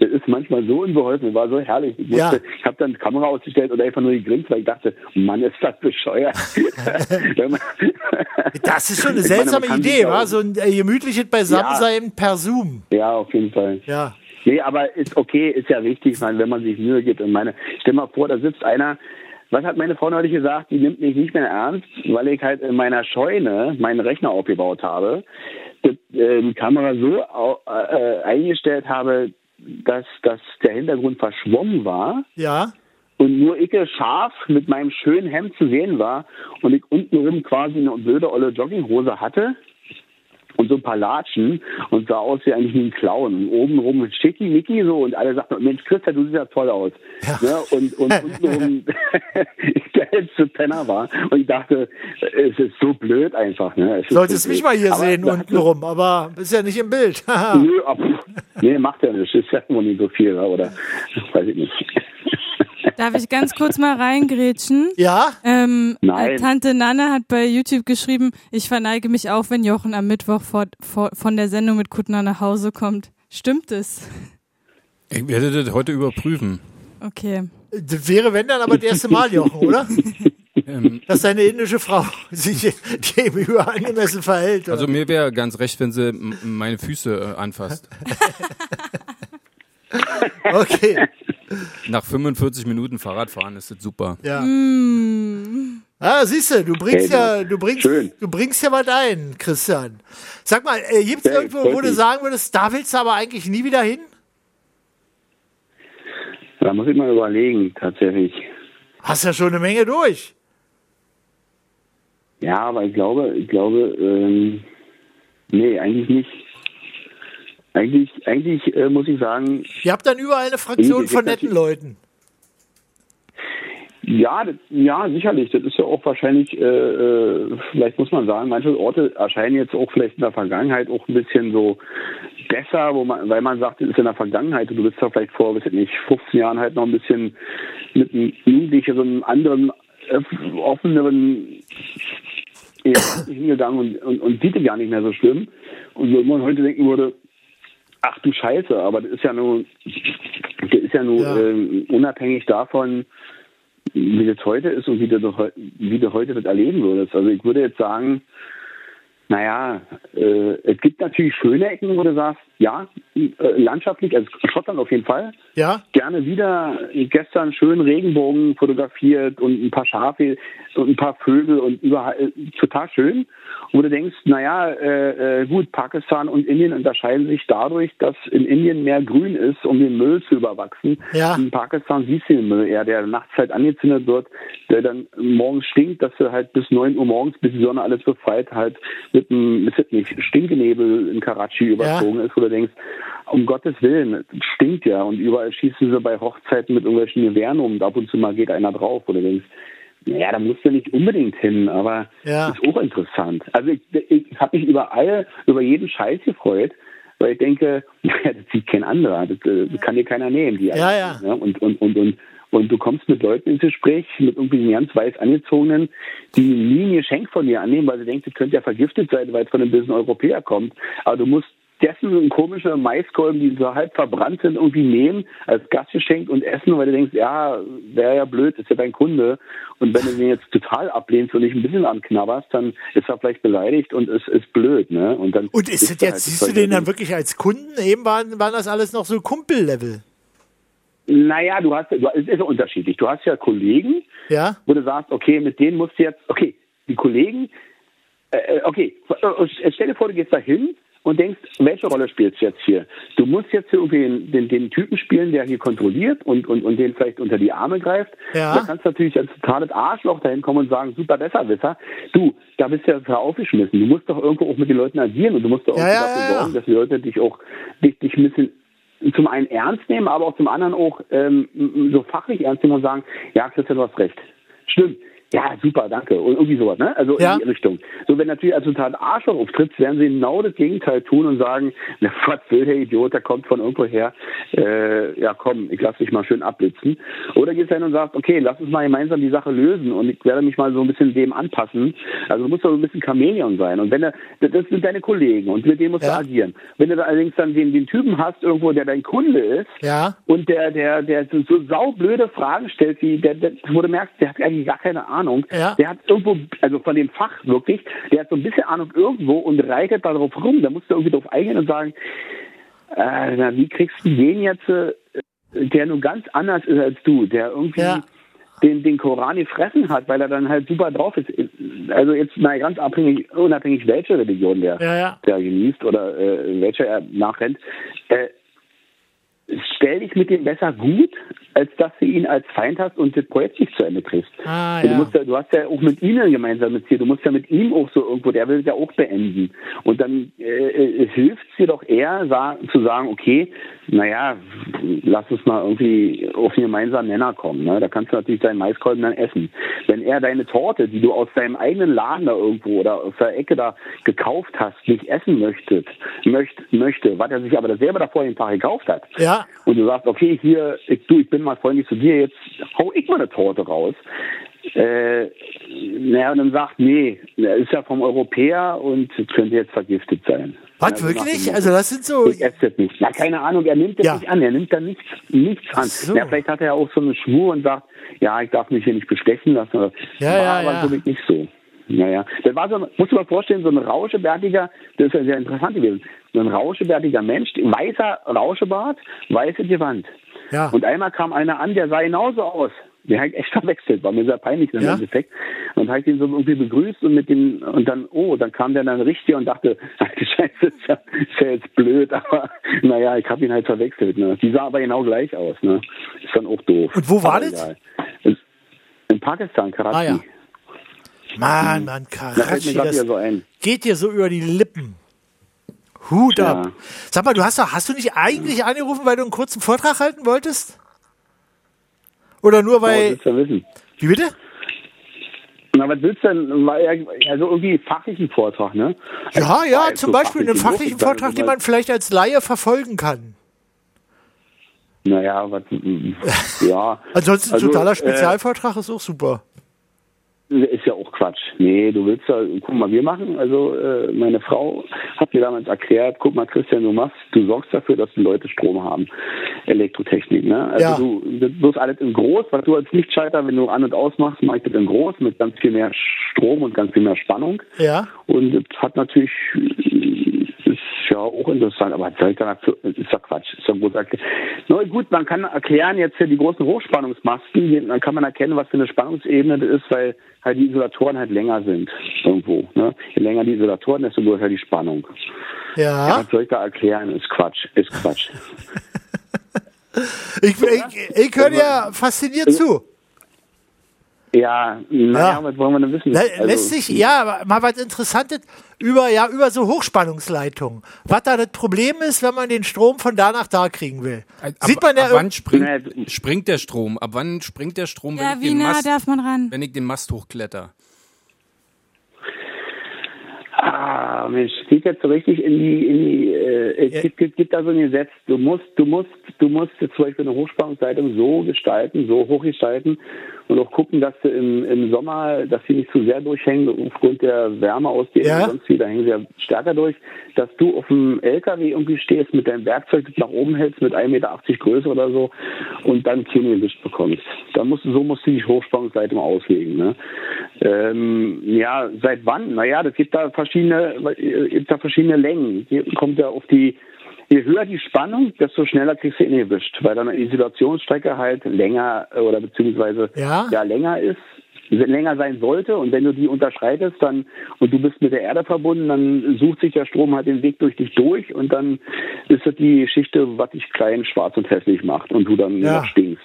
S10: das ist manchmal so unbeholfen, war so herrlich. Ich,
S7: Ja.
S10: musste, ich habe dann die Kamera ausgestellt und einfach nur gegrinst, weil ich dachte, Mann, ist das bescheuert. Wenn man-
S7: Das ist schon eine
S10: Ich meine, man
S7: seltsame
S10: kann sich
S7: Idee,
S10: auch-
S7: war so ein äh, gemütliches Beisammensein per Zoom.
S10: Ja, auf jeden Fall.
S7: Ja.
S10: Nee, aber ist okay, ist ja wichtig, ich meine, wenn man sich Mühe gibt. Und meine, stell mal vor, da sitzt einer, was hat meine Frau neulich gesagt, die nimmt mich nicht mehr ernst, weil ich halt in meiner Scheune meinen Rechner aufgebaut habe, die, äh, die Kamera so au- äh, äh, eingestellt habe, dass, dass der Hintergrund verschwommen war
S7: Ja.
S10: und nur ich scharf mit meinem schönen Hemd zu sehen war und ich untenrum quasi eine blöde olle Jogginghose hatte und so ein paar Latschen und sah aus wie eigentlich wie ein Clown. Und obenrum schickimicki so und alle sagten, Mensch, Christa, du siehst ja toll aus. Ne? Und, und untenrum ich der letzte Penner war und ich dachte, es ist so blöd einfach. Ne? Es ist
S7: Solltest
S10: so
S7: mich
S10: blöd.
S7: mal hier
S10: Aber
S7: sehen
S10: da hat
S7: unten rum, aber ist ja nicht im Bild.
S10: Nö, ab, nee, macht ja nicht. Ist ja wohl nicht so viel, oder? Weiß ich nicht.
S1: Darf ich ganz kurz mal reingrätschen?
S7: Ja?
S1: Ähm,
S10: Nein.
S1: äh, Tante Nanne hat bei YouTube geschrieben, ich verneige mich auch, wenn Jochen am Mittwoch vor, vor, von der Sendung mit Kuttner nach Hause kommt. Stimmt es?
S2: Ich werde das heute überprüfen.
S1: Okay.
S7: Das wäre, wenn dann, aber das erste Mal, Jochen, oder?
S2: Ähm,
S7: Dass deine indische Frau sich dem überangemessen verhält. Oder?
S2: also mir wäre ganz recht, wenn sie m- meine Füße äh, anfasst.
S7: Okay.
S2: Nach 45 Minuten Fahrradfahren ist das super.
S7: Ja. Ah, siehst du, du bringst
S2: Hey,
S7: ja, du bringst,
S2: schön.
S7: du bringst ja was ein, Christian. Sag mal, äh, gibt's irgendwo, wo
S10: freut
S7: du
S10: mich.
S7: sagen würdest, da willst du aber eigentlich nie wieder hin?
S10: Da muss ich mal überlegen, tatsächlich.
S7: Hast ja schon eine Menge durch.
S10: Ja, aber ich glaube, ich glaube, ähm, Nee, eigentlich nicht. Eigentlich, eigentlich äh, muss ich sagen,
S7: Ihr habt dann überall eine Fraktion
S10: Nee,
S7: von
S10: das-
S7: netten Leuten.
S10: Ja, das- ja, sicherlich. Das ist ja auch wahrscheinlich, äh, äh, vielleicht muss man sagen, manche Orte erscheinen jetzt auch vielleicht in der Vergangenheit auch ein bisschen so besser, wo man, weil man sagt, es ist in der Vergangenheit und du bist da vielleicht vor, weiß ich nicht, 15 Jahren halt noch ein bisschen mit einem jugendlicheren, anderen, öff- offeneren eher hingegangen und, und, und sieht es gar nicht mehr so schlimm. Und wo man heute denken würde, ach du Scheiße, aber das ist ja nur, das ist ja nur ähm, unabhängig davon, wie das heute ist und wie du, doch heu- wie du heute das erleben würdest. Also ich würde jetzt sagen, naja, äh, es gibt natürlich schöne Ecken, wo du sagst, ja, äh, landschaftlich, also Schottland auf jeden Fall.
S7: Ja.
S10: Gerne wieder gestern schön Regenbogen fotografiert und ein paar Schafe und ein paar Vögel und überall äh, total schön. Wo du denkst, naja, äh, äh, gut, Pakistan und Indien unterscheiden sich dadurch, dass in Indien mehr Grün ist, um den Müll zu überwachsen.
S7: Ja.
S10: In Pakistan siehst du den Müll eher, der nachts halt angezündet wird, der dann morgens stinkt, dass du halt bis 9 Uhr morgens, bis die Sonne alles befreit, halt mit einem, ist nicht, Stinkenebel in Karachi überzogen ist, wo du denkst, um Gottes Willen, es stinkt ja und überall schießen sie bei Hochzeiten mit irgendwelchen Gewehren um und ab und zu mal geht einer drauf, wo du denkst, naja, da musst du nicht unbedingt hin, aber
S7: Ja.
S10: ist auch interessant. Also ich, ich habe mich überall, über jeden Scheiß gefreut, weil ich denke, naja, das sieht kein anderer, das, äh, das kann dir keiner nehmen. Die
S7: Ja, ja.
S10: Ne? Und, und, und, und, und du kommst mit Leuten ins Gespräch, mit irgendwie ganz weiß angezogenen, die nie ein Geschenk von dir annehmen, weil sie denken, das könnte ja vergiftet sein, weil es von einem bösen Europäer kommt. Aber du musst dessen komische Maiskolben, die so halb verbrannt sind, irgendwie nehmen, als Gastgeschenk und essen, weil du denkst, ja, wäre ja blöd, ist ja dein Kunde. Und wenn du den jetzt total ablehnst und nicht ein bisschen anknabberst, dann ist er vielleicht beleidigt und es ist blöd. Ne? Und, dann
S7: Und ist das
S10: bist du
S7: jetzt,
S10: halt
S7: siehst du
S10: voll
S7: den
S10: drin.
S7: dann wirklich als Kunden? Eben waren, waren das alles noch so Kumpel-Level.
S10: Naja, du hast, du, es ist ja unterschiedlich. Du hast ja Kollegen,
S7: Ja?
S10: wo du sagst, okay, mit denen musst du jetzt, okay, die Kollegen, äh, äh, okay, äh, stell dir vor, du gehst da hin und denkst, welche Rolle spielst du jetzt hier? Du musst jetzt hier irgendwie den, den, den Typen spielen, der hier kontrolliert und, und, und den vielleicht unter die Arme greift.
S7: Ja.
S10: Da kannst du natürlich als totales Arschloch dahin kommen und sagen, super Besserwisser, du, da bist du ja total aufgeschmissen. Du musst doch irgendwo auch mit den Leuten agieren und du musst doch
S7: Ja,
S10: irgendwie dafür
S7: ja, ja, ja.
S10: sorgen, dass die Leute dich auch dich, dich ein bisschen zum einen ernst nehmen, aber auch zum anderen auch ähm, m- so fachlich ernst nehmen und sagen, ja, Christian, du hast recht. Stimmt. Ja, super, danke. Und irgendwie sowas, ne? Also
S7: Ja.
S10: in die Richtung. So, wenn natürlich als total Arschloch auftritt, werden sie genau das Gegenteil tun und sagen, na, was will der Idiot, der kommt von irgendwo her. Äh, ja, komm, ich lass dich mal schön abblitzen. Oder gehst hin und sagst, okay, lass uns mal gemeinsam die Sache lösen und ich werde mich mal so ein bisschen dem anpassen. Also du musst doch so ein bisschen Chamäleon sein. Und wenn er, das sind deine Kollegen und mit denen musst du agieren. Wenn du da allerdings dann den, den Typen hast irgendwo, der dein Kunde ist,
S7: Ja?
S10: und der, der, der so, so saublöde Fragen stellt, wie der, der, wo du merkst, der hat eigentlich gar keine Ahnung. Der hat irgendwo, also von dem Fach wirklich, der hat so ein bisschen Ahnung irgendwo und reitet da drauf rum. Da musst du irgendwie drauf eingehen und sagen, äh, na, wie kriegst du den jetzt, äh, der nur ganz anders ist als du, der irgendwie den, den Koran gefressen hat, weil er dann halt super drauf ist. Also jetzt mal ganz abhängig, unabhängig welche Religion der,
S7: Ja, ja.
S10: der genießt oder äh, welche er nachrennt. Äh, stell dich mit dem besser gut, als dass du ihn als Feind hast und das Projekt nicht zu Ende kriegst.
S7: Ah,
S10: Und Also du,
S7: ja.
S10: musst ja, du hast ja auch mit ihm ein gemeinsames Ziel. Du musst ja mit ihm auch so irgendwo, der will es ja auch beenden. Und dann äh, äh, hilft es dir doch eher sa zu sagen, okay, naja, lass uns mal irgendwie auf einen gemeinsamen Nenner kommen. Ne? Da kannst du natürlich deinen Maiskolben dann essen. Wenn er deine Torte, die du aus deinem eigenen Laden da irgendwo oder aus der Ecke da gekauft hast, nicht essen möchtest, möcht, möchte, was er sich aber selber davor den Tag gekauft hat,
S7: Ja?
S10: und du sagst, okay, hier, ich, du, ich bin mal freundlich zu dir, jetzt hau ich mal eine Torte raus. Äh, naja, und dann sagt, nee, der ist ja vom Europäer und könnte jetzt vergiftet sein.
S7: Was,
S10: Also nach
S7: wirklich?
S10: dem
S7: Also
S10: Motto,
S7: das sind so...
S10: Ich esse das nicht. Na, keine Ahnung, er nimmt das
S7: Ja.
S10: nicht an, er nimmt da nichts, nichts an. Na, vielleicht hat er ja auch so eine Schwur und sagt, ja, ich darf mich hier nicht bestechen lassen. Oder,
S7: Ja,
S10: war
S7: ja,
S10: aber
S7: ja.
S10: so wirklich nicht so. Naja, das war so, musst du mal vorstellen, so ein rauschebärtiger, das ist ja sehr interessant gewesen, so ein rauschebärtiger Mensch, weißer Rauschebart, weiße Gewand.
S7: Ja.
S10: Und einmal kam einer an, der sah genauso aus. Der hat echt verwechselt, war mir sehr peinlich im
S7: Ja.
S10: Endeffekt. Und habe ich den so irgendwie begrüßt und mit dem, und dann, oh, dann kam der dann richtig und dachte, alte Scheiße, ist ja, ist ja jetzt blöd, aber naja, ich habe ihn halt verwechselt. Ne? Die sah aber genau gleich aus, ne? Ist dann auch doof.
S7: Und wo war
S10: Aber
S7: das?
S10: egal. In, in Pakistan, Karachi.
S7: Ah, ja. Mann, Mann,
S10: Da fällt mir
S7: Karachi,
S10: gerade wieder
S7: das
S10: so ein.
S7: geht dir so über die Lippen. Hut
S10: Ja.
S7: ab. Sag mal, du hast, doch- hast du nicht eigentlich angerufen, weil du einen kurzen Vortrag halten wolltest? Oder nur
S10: Ja,
S7: weil.
S10: was willst du denn wissen?
S7: Wie bitte?
S10: Na, was willst du denn? War ja- Also irgendwie fachlichen Vortrag, ne?
S7: Ja, ja,
S10: Also
S7: zum Beispiel einen
S10: fachlich
S7: fachlichen
S10: genug, also dann
S7: Vortrag, den
S10: über-
S7: man vielleicht als Laie verfolgen kann.
S10: Naja, was. m- m- Ja.
S7: Ansonsten
S10: Also,
S7: totaler
S10: äh,
S7: Spezialvortrag ist auch super.
S10: Ist ja auch Quatsch. Nee, du willst ja, guck mal, wir machen, also äh, meine Frau hat mir damals erklärt, guck mal, Christian, du machst, du sorgst dafür, dass die Leute Strom haben. Elektrotechnik, ne? Also
S7: Ja.
S10: du, das ist alles in groß, was du als Lichtschalter, wenn du an- und ausmachst, mach ich das in groß mit ganz viel mehr Strom und ganz viel mehr Spannung.
S7: Ja.
S10: Und das hat natürlich, ist ja auch interessant, aber das ist ja- das ist ja Quatsch, ist ja gut erklärt. Na gut, man kann erklären jetzt hier die großen Hochspannungsmasten, die- dann kann man erkennen, was für eine Spannungsebene das ist, weil halt die Isolatoren halt länger sind irgendwo. Ne? Je länger die Isolatoren, desto größer die Spannung.
S7: Ja.
S10: Ja, was soll ich da erklären? Ist Quatsch, ist Quatsch. äh,
S7: Ich, ich, ich
S10: also,
S7: höre dir fasziniert zu.
S10: Ja, naja, was wollen wir denn wissen?
S7: Lä-
S10: Also-
S7: Ne, Lässt sich, ja, aber mal was Interessantes über, ja, über so Hochspannungsleitungen. Was da das Problem ist, wenn man den Strom von da nach da kriegen will. Sieht man ja
S2: Äh, ab
S7: irg-
S2: wann springt, springt der Strom? Ab wann springt der Strom,
S1: Ja,
S2: wenn, ich
S1: wie
S2: den
S1: nah
S2: Mast,
S1: darf man ran?
S2: wenn ich den Mast hochkletter?
S10: Ah, Mensch, geht jetzt so richtig in die, in die äh, es gibt, gibt, gibt da so ein Gesetz, du musst, du musst, du musst jetzt zum Beispiel eine Hochspannungsleitung so gestalten, so hoch gestalten und auch gucken, dass sie im, im Sommer, dass sie nicht zu sehr durchhängen aufgrund der Wärmeausdehnung
S7: Ja.
S10: und sonst wie, da hängen sie ja stärker durch, dass du auf dem LKW irgendwie stehst mit deinem Werkzeug, das nach oben hältst mit 1,80 Meter Größe oder so und dann Kinngewicht bekommst. Dann musst du, so musst du die Hochspannungsleitung auslegen. Ne? Ähm, ja, seit wann? Naja, das gibt da verschiedene, äh, gibt da verschiedene Längen. Hier kommt ja auf die, je höher die Spannung, desto schneller kriegst du ihn erwischt, weil dann die Isolationsstrecke halt länger äh, oder beziehungsweise
S7: Ja.
S10: länger ist länger sein sollte und wenn du die unterschreitest dann und du bist mit der Erde verbunden, dann sucht sich der Strom halt den Weg durch dich durch und dann ist das die Geschichte, was dich klein, schwarz und hässlich macht und du dann
S7: Ja.
S10: noch stinkst.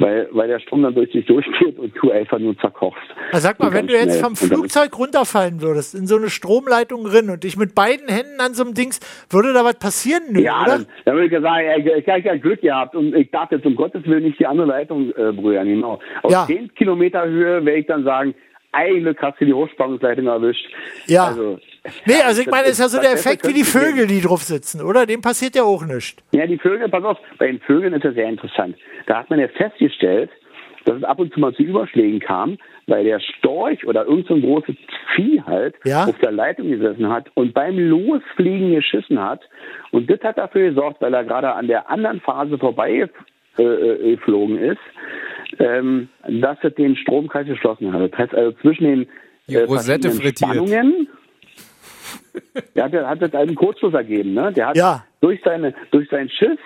S10: Weil, weil der Strom dann durch dich durchgeht und du einfach nur zerkochst.
S7: Also sag mal,
S10: Und
S7: wenn
S10: ganz
S7: du jetzt
S10: schnell.
S7: vom
S10: Und dann ist-
S7: Flugzeug runterfallen würdest, in so eine Stromleitung rin und dich mit beiden Händen an so einem Dings, würde da was passieren? Nö,
S10: Ja,
S7: oder?
S10: dann, dann würde ich ja sagen, ich, ich, ich habe Glück gehabt und ich darf jetzt um Gottes Willen nicht die andere Leitung äh, berühren. Genau. Auf
S7: Ja.
S10: 10 Kilometer Höhe werde ich dann sagen, ein Glück hast du die Hochspannungsleitung erwischt.
S7: Ja.
S10: Also,
S7: Nee, also ich
S10: das
S7: meine, es ist ja so
S10: das
S7: der
S10: Beste
S7: Effekt wie die
S10: könnte ich
S7: Vögel, die drauf sitzen, oder? Dem passiert ja auch nichts.
S10: Ja, die Vögel, pass auf, bei den Vögeln ist das sehr interessant. Da hat man ja festgestellt, dass es ab und zu mal zu Überschlägen kam, weil der Storch oder irgend so ein großes Vieh halt auf der Leitung gesessen hat und beim Losfliegen geschissen hat. Und das hat dafür gesorgt, weil er gerade an der anderen Phase vorbei äh, äh, geflogen ist, ähm, dass es den Stromkreis geschlossen hat. Das heißt also zwischen den
S2: Die Rosette
S10: verschiedenen
S2: frittiert.
S10: Spannungen der hat, hat jetzt einen Kurzschluss ergeben, ne? Der hat durch, seine, durch sein Schiff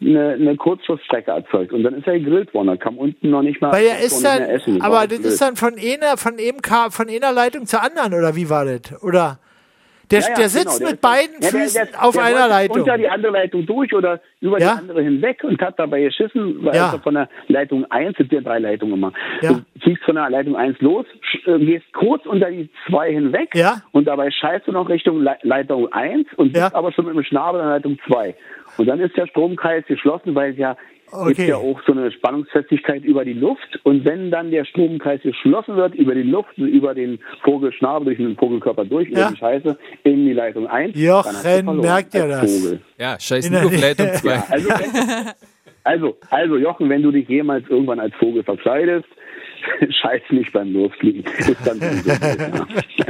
S10: eine, eine Kurzschlussstrecke erzeugt. Und dann ist er gegrillt worden. Dann kam unten noch nicht mal
S7: Weil er
S10: konnte
S7: ist
S10: nicht mehr essen.
S7: dann,
S10: War halt
S7: aber das
S10: blöd.
S7: ist dann von einer, von eben Ka- von einer Leitung zur anderen, oder wie war das? Oder? Der,
S10: Ja, ja,
S7: der sitzt
S10: genau, der
S7: mit
S10: ist-
S7: beiden
S10: ja, der-
S7: Füßen
S10: der-
S7: auf
S10: der
S7: einer
S10: wollte
S7: Leitung.
S10: Unter die andere Leitung durch oder über
S7: Ja.
S10: die andere hinweg und hat dabei geschissen, weil
S7: Ja.
S10: er von der Leitung 1, sind ja drei Leitungen immer. Du fliegst von der Leitung 1 los, sch- äh, gehst kurz unter die 2 hinweg und dabei scheißt du noch Richtung Le Leitung 1 und bist aber schon mit dem Schnabel an Leitung 2. Und dann ist der Stromkreis geschlossen, weil es ja gibt
S7: Okay.
S10: ja auch so eine Spannungsfestigkeit über die Luft. Und wenn dann der Stromkreis geschlossen wird, über die Luft, über den Vogelschnabel, durch den Vogelkörper durch, über die Scheiße, in die Leitung ein.
S7: Jochen,
S10: dann hast du verloren
S7: merkt ihr
S10: als
S7: das?
S10: Vogel.
S2: Ja, scheiß um
S7: In der
S2: nur auf Leitung
S7: Nähe.
S2: 2.
S10: Ja, also, wenn, also, also, Jochen, wenn du dich jemals irgendwann als Vogel verkleidest, scheiß nicht beim Losfliegen. Ist dann so ja.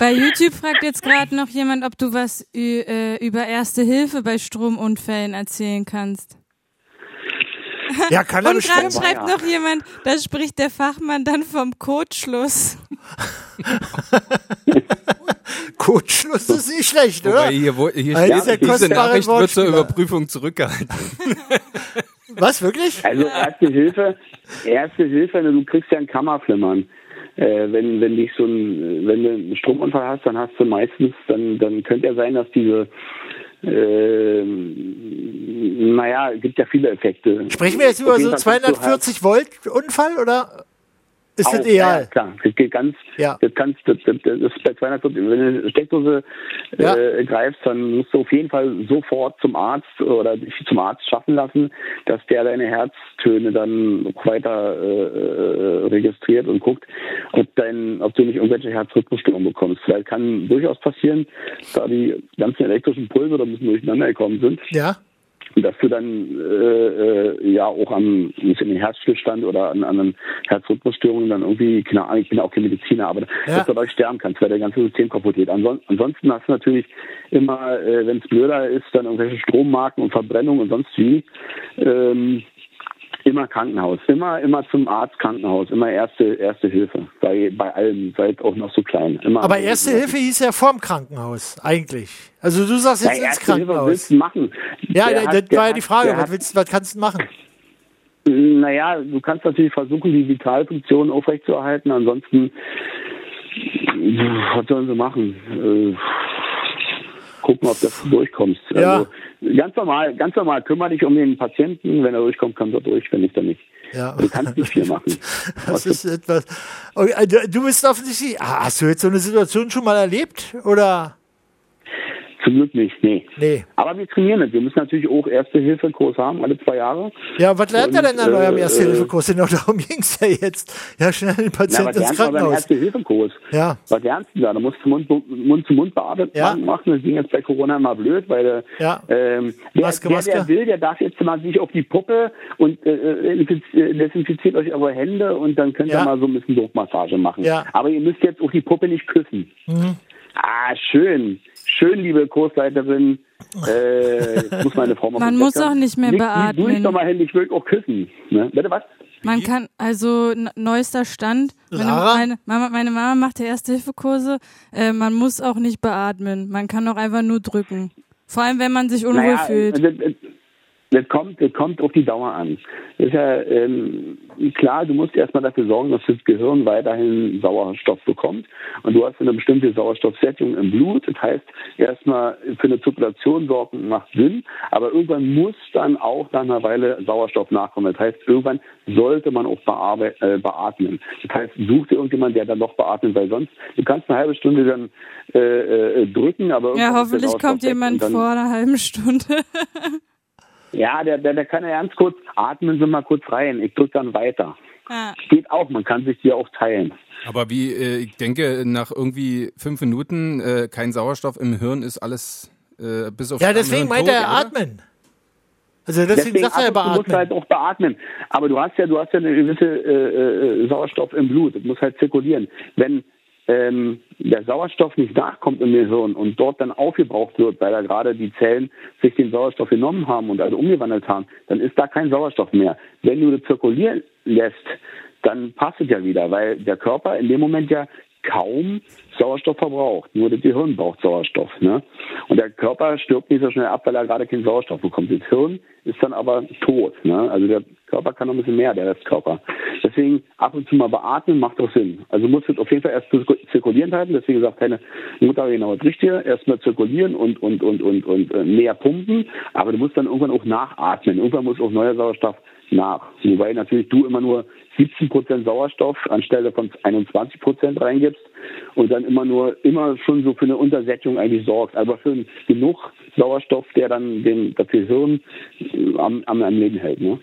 S1: Bei YouTube fragt jetzt gerade noch jemand, ob du was ü- äh, über Erste Hilfe bei Stromunfällen erzählen kannst.
S7: Ja, kann er
S1: Und gerade
S7: bestimmt.
S1: schreibt noch jemand, da spricht der Fachmann dann vom Kotschluss.
S7: Kotschluss ist nicht schlecht, oder?
S2: Wobei hier wo- hier
S7: Ein sehr
S2: steht, diese
S7: kostbarer
S2: Nachricht wird zur
S7: Wortspieler.
S2: Überprüfung zurückgehalten.
S7: Was, wirklich?
S10: Also Erste Hilfe, Erste Hilfe, du kriegst ja ein Kammerflimmern. Äh, wenn, wenn dich so ein, wenn du einen Stromunfall hast, dann hast du meistens, dann, dann könnte ja sein, dass diese, äh, naja, es gibt ja viele Effekte.
S7: Sprechen wir jetzt über
S10: Auf jeden
S7: so
S10: Fall kriegst du halt-
S7: 240 Volt Unfall, oder? Ist das
S10: auf.
S7: ideal?
S10: Ja, klar, das geht ganz,
S7: Ja.
S10: das kannst, das, das, das ist bei 240, wenn du eine Steckdose äh, greifst, dann musst du auf jeden Fall sofort zum Arzt oder dich zum Arzt schaffen lassen, dass der deine Herztöne dann weiter äh, äh, registriert und guckt, ob, dein, ob du nicht irgendwelche Herzrhythmusstörungen bekommst. Weil kann durchaus passieren, da die ganzen elektrischen Pulse da ein bisschen durcheinander gekommen sind,
S7: Ja.
S10: und dass du dann äh, äh, ja auch am nicht in den Herzstillstand oder an anderen Herzrhythmusstörungen dann irgendwie, keine Ahnung, ich bin auch kein Mediziner, aber dass du dadurch sterben kannst, weil dein ganzes System kaputt geht. Anson ansonsten hast du natürlich immer, äh, wenn es blöder ist, dann irgendwelche Strommarken und Verbrennung und sonst wie. Ähm, Immer Krankenhaus, immer, immer zum Arzt Krankenhaus, immer erste, erste Hilfe. Bei, bei allem, seid auch noch so klein. Immer
S7: Aber Erste Hilfe hieß ja vorm Krankenhaus, eigentlich. Also du sagst jetzt
S10: Ja,
S7: ins
S10: Erste Hilfe, was
S7: Krankenhaus.
S10: willst du machen?
S7: Ja,
S10: Der
S7: ja,
S10: hat-
S7: das
S10: der
S7: war ja die
S10: hat-
S7: Frage.
S10: der
S7: Was,
S10: hat-
S7: willst, was kannst du machen?
S10: Naja, du kannst natürlich versuchen, die Vitalfunktion aufrechtzuerhalten. Ansonsten, was sollen sie machen? Äh, gucken, ob das durchkommst.
S7: Ja.
S10: Also, ganz normal, ganz normal, kümmere dich um den Patienten. Wenn er durchkommt, kommt er durch. Wenn nicht, dann nicht. Also,
S7: Ja.
S10: Du kannst nicht viel machen.
S7: Das ist etwas. Okay, du- Du bist offensichtlich. Ah, Hast du jetzt so eine Situation schon mal erlebt? Oder?
S10: Zum Glück nicht, nee.
S7: Nee.
S10: Aber wir trainieren das. Wir müssen natürlich auch Erste-Hilfe-Kurs haben, alle zwei Jahre.
S7: Ja, was lernt er
S10: Und,
S7: denn an
S10: äh,
S7: eurem
S10: äh,
S7: Erste-Hilfe-Kurs? Genau darum ging es ja jetzt. Ja, schnell den
S10: Na,
S7: Patienten
S10: was
S7: ins
S10: lernst du beim
S7: Krankenhaus.
S10: Erste-Hilfe-Kurs?
S7: Ja.
S10: Was lernst du da? Da musst du Mund, Mund zu Mund beatmet machen. Das ging jetzt bei Corona immer blöd, weil äh,
S7: Ja.
S10: ähm, der,
S7: Maske,
S10: der,
S7: Maske.
S10: der will, der darf jetzt mal sich auf die Puppe und äh, äh, infiz- äh, desinfiziert euch eure Hände und dann könnt ihr mal so ein bisschen Druckmassage machen.
S7: Ja.
S10: Aber ihr müsst jetzt auch die Puppe nicht küssen.
S7: Mhm.
S10: Ah, schön. Schön, liebe Kursleiterin. Äh, ich muss meine Frau mal
S1: Man
S10: kurz
S1: muss
S10: weghaben.
S1: auch nicht mehr
S10: Leg- leg Du
S1: beatmen.
S10: dich doch mal hin, ich will auch küssen. Ne? Bitte was?
S1: Man kann, also n- neuester Stand, meine,
S10: Lara?
S1: meine, Mama, meine Mama macht ja Erste-Hilfe-Kurse, äh, man muss auch nicht beatmen, man kann auch einfach nur drücken. Vor allem, wenn man sich unwohl
S10: Naja, also
S1: fühlt.
S10: Das, das, das, kommt, das kommt auf die Dauer an. Ist ja ähm, klar, du musst erstmal dafür sorgen, dass das Gehirn weiterhin Sauerstoff bekommt. Und du hast eine bestimmte Sauerstoffsättigung im Blut. Das heißt, erstmal für eine Zirkulation sorgen macht Sinn, aber irgendwann muss dann auch nach einer Weile Sauerstoff nachkommen. Das heißt, irgendwann sollte man auch bearbe- äh, beatmen. Das heißt, such dir irgendjemanden, der dann noch beatmet, weil sonst, du kannst eine halbe Stunde dann äh, äh, drücken, aber irgendwann
S1: Ja,
S10: ist der
S1: hoffentlich
S10: Sauerstoff
S1: kommt
S10: weg und
S1: jemand
S10: dann-
S1: vor einer halben Stunde.
S10: ja, der, der, der kann ja ganz kurz, atmen Sie mal kurz rein, ich drücke dann weiter.
S1: Ja.
S10: Geht auch, man kann sich die auch teilen.
S2: Aber wie, äh, ich denke, nach irgendwie fünf Minuten äh, kein Sauerstoff im Hirn ist alles äh, bis auf
S7: Ja,
S2: Stamm
S7: deswegen
S2: Hirn
S7: meint er
S2: tot, oder?
S7: atmen. Also deswegen, sagt er
S10: atmest, Du musst
S7: beatmen.
S10: halt auch beatmen. Aber du hast ja, du hast ja eine gewisse äh, äh, Sauerstoff im Blut. Das muss halt zirkulieren. Wenn ähm, der Sauerstoff nicht nachkommt im Gehirn und dort dann aufgebraucht wird, weil da gerade die Zellen sich den Sauerstoff genommen haben und also umgewandelt haben, dann ist da kein Sauerstoff mehr. Wenn du das zirkulieren lässt, dann passt es ja wieder, weil der Körper in dem Moment ja kaum Sauerstoff verbraucht. Nur das Gehirn braucht Sauerstoff. Ne? Und der Körper stirbt nicht so schnell ab, weil er gerade keinen Sauerstoff bekommt. Das Hirn ist dann aber tot. Ne? Also der Körper kann noch ein bisschen mehr, der Restkörper. Deswegen ab und zu mal beatmen macht doch Sinn. Also muss es auf jeden Fall erst zirku- zirkulieren halten. Deswegen sagt deine Mutter genau das Richtige. Erstmal zirkulieren und, und, und, und, und äh, mehr pumpen. Aber du musst dann irgendwann auch nachatmen. Irgendwann muss auch neuer Sauerstoff nach. Wobei natürlich du immer nur 17% Sauerstoff anstelle von 21% reingibst und dann immer nur, immer schon so für eine Untersättigung eigentlich sorgst. Aber für genug Sauerstoff, der dann den, das Gehirn äh, am, am, am Leben hält. Ne?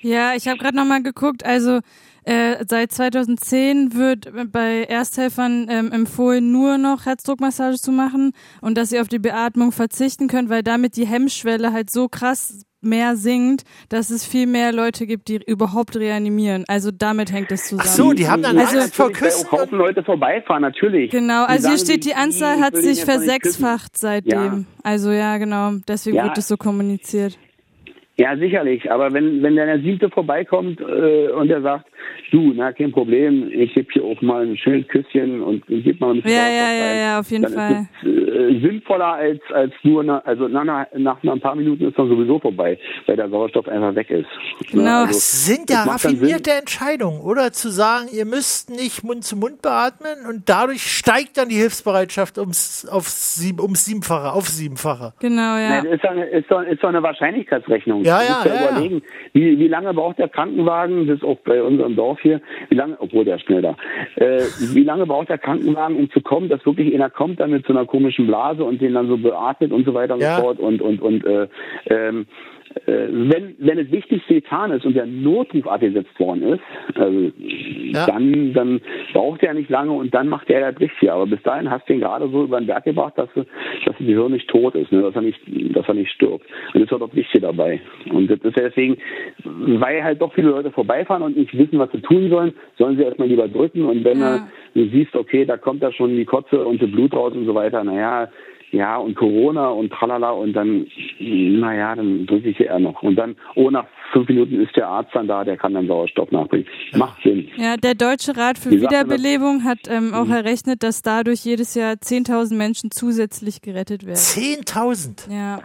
S1: Ja, ich habe gerade nochmal geguckt. Also äh, seit 2010 wird bei Ersthelfern ähm, empfohlen, nur noch Herzdruckmassage zu machen und dass ihr auf die Beatmung verzichten könnt, weil damit die Hemmschwelle halt so krass mehr sinkt, dass es viel mehr Leute gibt, die überhaupt reanimieren. Also damit hängt es zusammen. also,
S10: vor Küssen. Auch Haufen Leute vorbeifahren, natürlich.
S1: Genau,
S10: Die
S1: also hier
S10: sagen,
S1: steht, die Anzahl
S10: ich
S1: hat
S10: will
S1: sich
S10: den jetzt noch nicht küssen.
S1: versechsfacht seitdem. Also ja, genau. Deswegen
S10: Ja.
S1: wird es so kommuniziert.
S10: Ja, sicherlich. Aber wenn, wenn dann der Siebte vorbeikommt äh, und er sagt, du, na, kein Problem, ich gebe hier auch mal ein schönes Küsschen und gib mal ein bisschen
S1: Ja,
S10: Sauerstoff
S1: ja, ja,
S10: rein,
S1: ja, auf jeden
S10: dann
S1: Fall.
S10: Ist es, äh, sinnvoller als, als nur, na, also na, na, nach ein paar Minuten ist dann sowieso vorbei, weil der Sauerstoff einfach weg ist.
S1: Genau.
S10: Ne, also,
S7: das sind ja
S10: das macht dann Sinn.
S7: raffinierte Entscheidungen, oder? Zu sagen, ihr müsst nicht Mund zu Mund beatmen und dadurch steigt dann die Hilfsbereitschaft ums, aufs sieben, ums Siebenfache, auf Siebenfache.
S1: Genau, ja.
S10: Nein, das ist, doch eine, ist, doch, ist doch eine Wahrscheinlichkeitsrechnung. Und
S7: Ja,
S10: man
S7: ja,
S10: muss
S7: ja, ja.
S10: überlegen, Wie, wie lange braucht der Krankenwagen, das ist auch bei unserem Dorf hier, wie lange, obwohl der ist schnell da, äh, wie lange braucht der Krankenwagen, um zu kommen, dass wirklich einer kommt dann mit so einer komischen Blase und den dann so beatmet und so weiter und
S7: Ja.
S10: so fort und, und, und, äh, ähm, äh, wenn, wenn das Wichtigste getan ist und der Notruf abgesetzt worden ist, also, dann, dann braucht er nicht lange und dann macht er das Richtige. Aber bis dahin hast du ihn gerade so über den Berg gebracht, dass, du- dass das Gehirn nicht tot ist, ne? dass, er nicht, dass er nicht stirbt. Und das ist doch das Wichtige dabei. Und das ist ja deswegen, weil halt doch viele Leute vorbeifahren und nicht wissen, was sie tun sollen, sollen sie erstmal lieber drücken. Und wenn du, du siehst, okay, da kommt da schon die Kotze und das Blut raus und so weiter, naja, ja, und Corona und tralala und dann, naja, dann drücke ich hier eher noch. Und dann, oh, nach fünf Minuten ist der Arzt dann da, der kann dann Sauerstoff nachbringen. Macht Sinn.
S1: Ja, der Deutsche Rat für
S10: Wie sagt man das?
S1: Wiederbelebung hat ähm,
S10: Mhm.
S1: auch errechnet, dass dadurch jedes Jahr 10.000 Menschen zusätzlich gerettet werden.
S7: 10.000?
S1: Ja.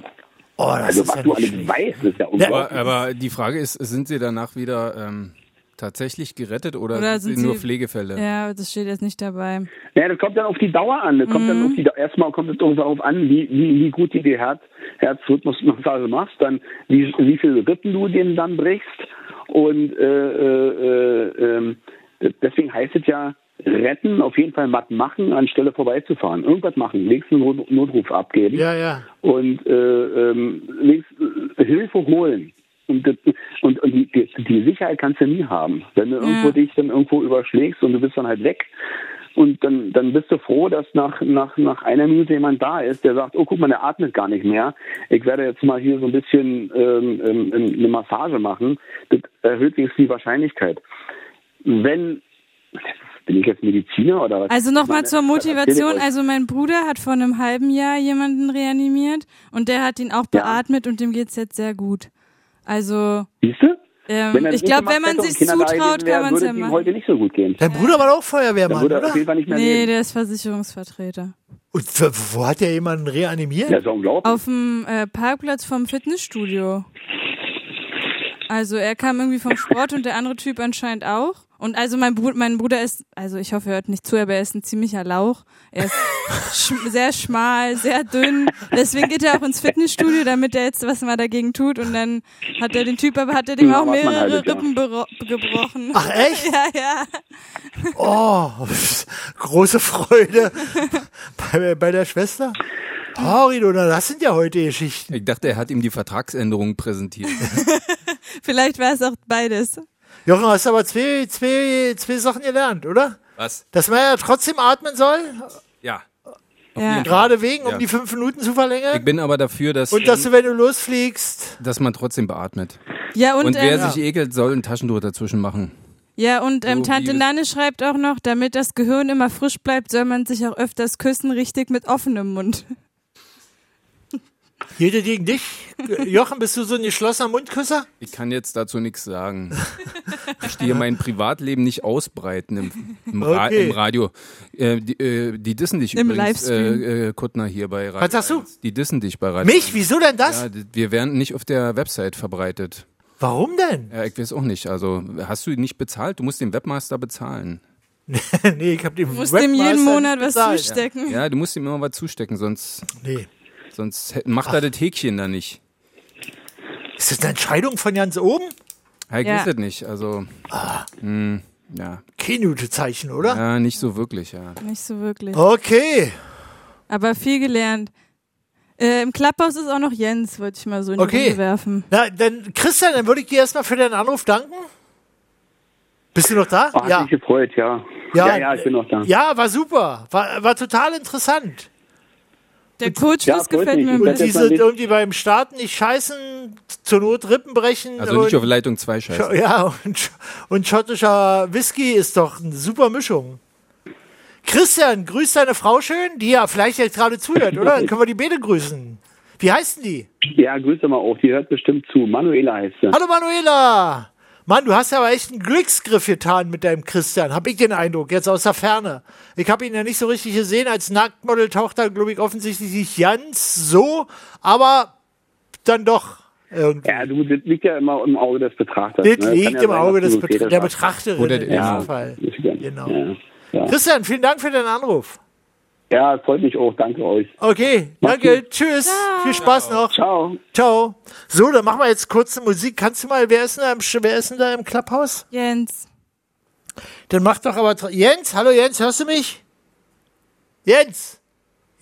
S7: Oh,
S10: also was du alles weißt, ist ja
S2: aber,
S10: unglaublich.
S2: aber die Frage ist, sind sie danach wieder ähm, tatsächlich gerettet oder,
S1: Oder
S2: sind
S1: sind
S2: nur
S1: sie-
S2: Pflegefälle?
S1: Ja, das steht jetzt nicht dabei.
S10: Naja, das kommt dann auf die Dauer an. Das kommt dann auf die, Dau- erstmal kommt es irgendwie darauf an, wie, wie, wie gut du die Herz, Herzrhythmusmassage also machst, dann wie, wie viele Rippen du denen dann brichst. Und äh, äh, äh, ähm, deswegen heißt es ja, retten, auf jeden Fall was machen, anstelle vorbeizufahren. Irgendwas machen, nächsten Not- Notruf abgeben.
S7: Ja, ja.
S10: und äh, ähm, links- äh, Hilfe holen. Und, das- und, und die, die, die Sicherheit kannst du nie haben. Wenn du
S1: Mhm.
S10: irgendwo dich dann irgendwo überschlägst und du bist dann halt weg. Und dann, dann bist du froh, dass nach, nach, nach einer Minute jemand da ist, der sagt, oh guck mal, der atmet gar nicht mehr. Ich werde jetzt mal hier so ein bisschen ähm, ähm, ähm, eine Massage machen. Das erhöht wenigstens die Wahrscheinlichkeit. Wenn, bin ich jetzt Mediziner oder was?
S1: Also nochmal
S10: Meine-
S1: zur
S10: was erzähl ich
S1: Motivation.
S10: euch?
S1: Also mein Bruder hat vor einem halben Jahr jemanden reanimiert und der hat ihn auch beatmet und dem geht's jetzt sehr gut. Also
S10: Siehst du?
S1: ähm, ich glaube, wenn man sich zutraut, kann man es ja machen.
S10: heute nicht so gut gehen.
S7: Dein Bruder war auch
S10: Dann
S7: Feuerwehrmann,
S10: würde er
S7: oder?
S10: auf jeden Fall nicht mehr
S1: Nee,
S10: leben.
S1: der ist Versicherungsvertreter.
S7: Und für, wo hat der jemanden reanimiert?
S10: Ja, ist unglaublich.
S1: Auf dem äh, Parkplatz vom Fitnessstudio. Also er kam irgendwie vom Sport und der andere Typ anscheinend auch. Und also mein, Bru mein Bruder ist, also ich hoffe, er hört nicht zu, aber er ist ein ziemlicher Lauch. Er ist sch sehr schmal, sehr dünn. Deswegen geht er auch ins Fitnessstudio, damit er jetzt was mal dagegen tut. Und dann hat er den Typ, aber hat er dem
S10: Ja,
S1: auch
S10: macht man
S1: mehrere
S10: halbes Jahr.
S1: Rippen bero- gebrochen.
S7: Ach, echt?
S1: Ja, ja.
S7: Oh, große Freude bei, bei der Schwester. Horrido, na, das sind ja heute Geschichten.
S2: Ich dachte, er hat ihm die Vertragsänderung präsentiert.
S1: Vielleicht war es auch beides.
S7: Jochen, hast aber zwei, zwei, zwei Sachen gelernt, oder?
S2: Was?
S7: Dass man ja trotzdem atmen soll,
S2: Ja.
S1: Ja.
S7: gerade wegen, um
S2: Ja.
S7: die fünf Minuten zu
S2: Ich
S7: verlängern.
S2: bin aber dafür, dass,
S7: Und dass du, wenn du losfliegst,
S2: dass man trotzdem beatmet.
S1: Ja, und,
S2: Und, wer
S1: ähm,
S2: sich ekelt, soll ein Taschentuch dazwischen machen.
S1: Ja, und ähm,
S2: So
S1: Tante
S2: wie-
S1: Nanne schreibt auch noch, damit das Gehirn immer frisch bleibt, soll man sich auch öfters küssen, richtig mit offenem Mund.
S7: jede gegen dich. Jochen, bist du so ein geschlossener Mundküsser?
S2: Ich kann jetzt dazu nichts sagen. Ich stehe mein Privatleben nicht ausbreiten im, im, Ra
S7: Okay.
S2: im Radio. Äh, die, äh, die dissen dich
S1: Im
S2: übrigens,
S1: Livestream.
S2: äh, äh, Kuttner hier bei Radio.
S7: Was sagst du?
S2: 1. Die dissen dich bei Radio.
S7: Mich? Wieso denn das?
S2: Ja, d- wir werden nicht auf der Website verbreitet.
S7: Warum denn?
S2: Ja, ich weiß auch nicht. Also hast du nicht bezahlt? Du musst den Webmaster bezahlen.
S7: nee, ich hab den
S1: Du musst dem jeden Monat was zustecken.
S2: Ja, du musst ihm immer was zustecken, sonst,
S7: Nee.
S2: sonst hä- macht er das Häkchen da nicht.
S7: Ist das eine Entscheidung von ganz oben?
S2: Ja, Ich
S1: Ja.
S2: weiß das nicht. Also, hm, ja.
S7: Kenute-Zeichen, oder?
S2: ja, nicht so wirklich, ja.
S1: Nicht so wirklich.
S7: Okay.
S1: Aber viel gelernt. Äh, Im Klapphaus ist auch noch Jens, wollte ich mal so in die
S7: Okay.
S1: Runde werfen.
S7: Na, dann, Christian, dann würde ich dir erstmal für deinen Anruf danken. Bist du noch da?
S10: Oh, hat mich gefreut, ja.
S7: Ja,
S10: ja, ich bin noch da.
S7: Ja, war super. War, war total interessant.
S1: Der Coach,
S10: Ja,
S1: das
S10: freut
S1: gefällt
S10: mich.
S1: mir.
S10: Ich
S1: am
S10: werd
S7: Und
S1: besten.
S7: die
S10: jetzt mal
S7: sind
S10: mit-
S7: irgendwie beim Starten nicht scheißen, zur Not Rippen brechen.
S2: Also nicht auf
S7: und,
S2: Leitung 2 scheißen.
S7: ja, und, sch- und schottischer Whisky ist doch eine super Mischung. Christian, grüß deine Frau schön, die ja vielleicht jetzt gerade zuhört, oder? Dann können wir die Bede grüßen. Wie heißen die?
S10: Ja, grüße mal auch. Die hört bestimmt zu. Manuela heißt sie.
S7: Hallo Manuela! Mann, du hast ja aber echt einen Glücksgriff getan mit deinem Christian, hab ich den Eindruck, jetzt aus der Ferne. Ich habe ihn ja nicht so richtig gesehen, als Nacktmodel taucht er, glaube ich, offensichtlich nicht ganz so, aber dann doch irgendwie.
S10: Ja, du, das liegt ja immer im Auge des Betrachters. ne?
S7: Das
S10: Kann
S7: liegt
S10: ja
S7: im
S10: sein,
S7: Auge
S10: dass
S7: des
S10: du einen
S7: Betr der
S10: Fetisch hast.
S7: Betrachterin
S2: Oder
S7: in
S2: der-
S7: diesem
S10: Ja,
S7: Fall.
S10: ist egal.
S7: Genau.
S10: Ja, ja.
S7: Christian, vielen Dank für deinen Anruf.
S10: Ja, freut mich auch. Danke euch.
S7: Okay,
S10: Macht's
S7: danke,
S10: gut.
S7: tschüss. Viel Spaß noch.
S10: Ciao.
S7: Ciao. So, dann machen wir jetzt kurze Musik. Kannst du mal, wer ist denn da im, Sch- wer ist denn da im Clubhouse?
S1: Jens.
S7: Dann mach doch aber. tr- Jens, hallo Jens, hörst du mich? Jens!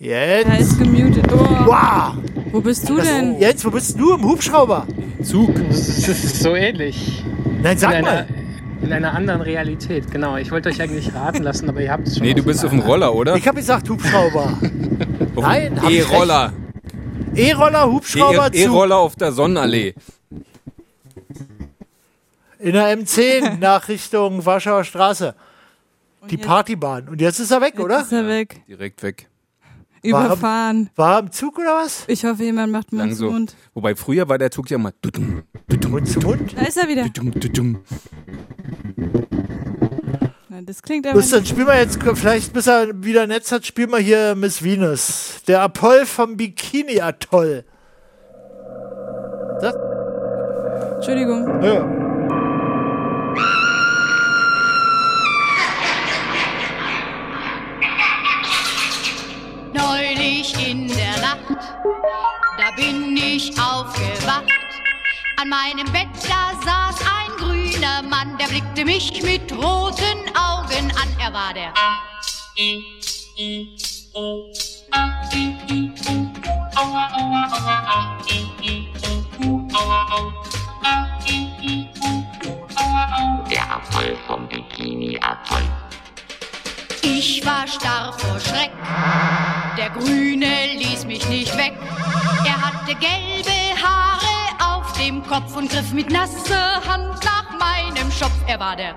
S7: Jens! Er
S1: ist gemutet.
S7: Wow!
S1: Wo bist du denn?
S7: Jens, wo bist du? Im Hubschrauber?
S14: Zug. So ähnlich.
S7: Nein, sag
S14: in
S7: mal.
S14: Einer, in einer anderen Realität, genau. Ich wollte euch eigentlich raten lassen, aber ihr habt es schon.
S2: Nee, du bist auf dem Roller, oder?
S7: Ich habe gesagt Hubschrauber.
S2: Auf
S7: Nein,
S2: dem
S7: hab ich
S2: E-Roller.
S7: E-Roller, Hubschrauber,
S2: E- E-Roller auf der Sonnenallee.
S7: In der M10 nach Richtung Warschauer Straße. Die Partybahn. Und jetzt ist er weg, oder?
S1: Ist er weg?
S2: Direkt weg.
S1: Überfahren.
S7: War, er im Zug oder was?
S1: Ich hoffe, jemand macht Mund
S2: Lang
S1: zu
S2: so.
S1: Mund.
S2: Wobei früher war der Zug ja mal.
S7: Mund zu Mund?
S1: Da ist er wieder. Nein, das klingt aber
S7: Bis dann spielen wir jetzt, vielleicht bis er wieder Netz hat, spielen wir hier Miss Venus. Der Apoll vom Bikini-Atoll. Das?
S1: Entschuldigung.
S7: Ja.
S15: Neulich in der Nacht, da bin ich aufgewacht. An meinem Bett, da saß ein grüner Mann, der blickte mich mit roten Augen an. Er war der.
S16: Der Apfel vom Bikini-Apfel.
S15: Ich war starr vor Schreck. Der Grüne ließ mich nicht weg. Er hatte gelbe Haare auf dem Kopf und griff mit nasser Hand nach meinem Schopf. Er war der.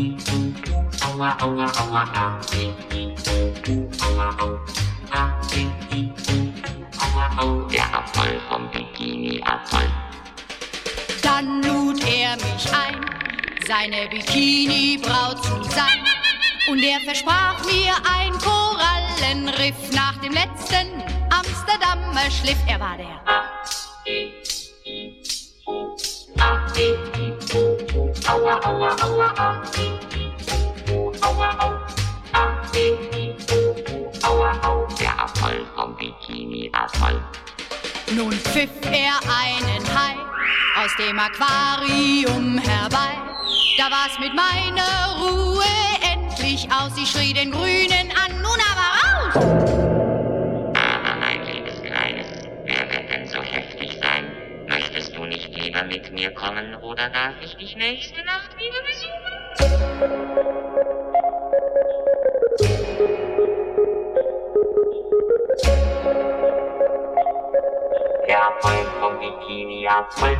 S16: Aua, aua, aua, aua. Aua, au. Aua, au. Der Apfel vom Bikini-Apfel.
S15: Dann lud er mich ein, seine Bikini-Braut zu sein. Und er versprach mir ein Korallenriff nach dem letzten Amsterdamer Schliff. Er war der.
S16: Aua, aua, aua, aua. Aua, au. Aua, au. Der Apfel vom Bikini-Apfel.
S15: Nun pfiff er einen Hai aus dem Aquarium herbei. Da war's mit meiner Ruhe endlich aus. Ich schrie den Grünen an, nun aber raus!
S16: Aber mein liebes Kleines, wer wird denn so heftig sein? Möchtest du nicht lieber mit mir kommen oder darf ich dich nächste Nacht wieder besuchen? Der Apfel vom Bikini-Apfel.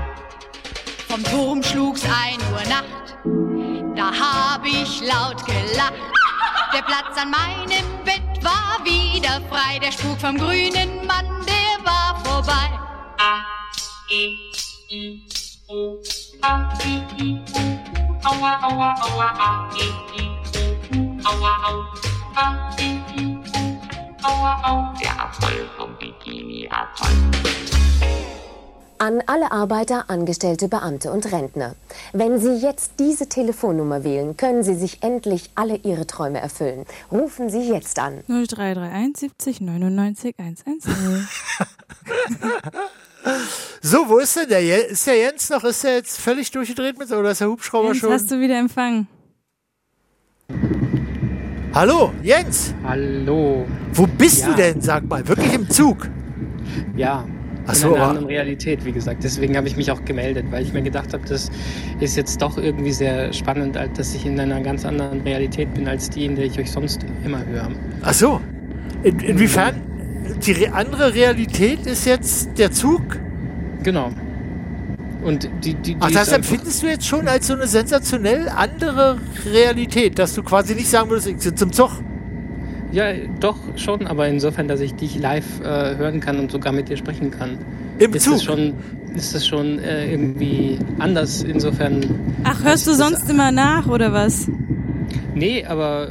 S15: Vom Turm schlug's ein Uhr Nacht, da hab ich laut gelacht. Der Platz an meinem Bett war wieder frei, der Spuk vom grünen Mann, der war vorbei.
S16: Aua, aua, aua, au, i, i, u, aua, au, au, i, i, u, aua, au. Der Apfel vom Bikini-Apfel.
S17: An alle Arbeiter, Angestellte, Beamte und Rentner. Wenn Sie jetzt diese Telefonnummer wählen, können Sie sich endlich alle Ihre Träume erfüllen. Rufen Sie jetzt an.
S1: 0331 70 99 110.
S7: So, wo ist denn der Jens? Ist der Jens noch? Ist der jetzt völlig durchgedreht mit oder ist der Hubschrauber
S1: Jens,
S7: schon?
S1: hast du wieder empfangen?
S7: Hallo, Jens!
S14: Hallo.
S7: Wo bist
S14: Ja.
S7: du denn, sag mal? Wirklich im Zug?
S14: Ja.
S7: Ach so,
S14: in einer
S7: aber-
S14: anderen Realität, wie gesagt. Deswegen habe ich mich auch gemeldet, weil ich mir gedacht habe, das ist jetzt doch irgendwie sehr spannend, als dass ich in einer ganz anderen Realität bin als die, in der ich euch sonst immer höre.
S7: Ach so. In, inwiefern? Die re andere Realität ist jetzt der Zug?
S14: Genau. Und die, die, die
S7: Ach,
S14: ist
S7: das
S14: einfach-
S7: empfindest du jetzt schon als so eine sensationell andere Realität, dass du quasi nicht sagen würdest, ich sitze im Zug.
S14: Ja, doch schon, aber insofern, dass ich dich live äh, hören kann und sogar mit dir sprechen kann.
S7: Im
S14: ist Das schon, ist das schon äh, irgendwie anders insofern?
S1: Ach, hörst du sonst immer nach, oder was?
S14: Nee, aber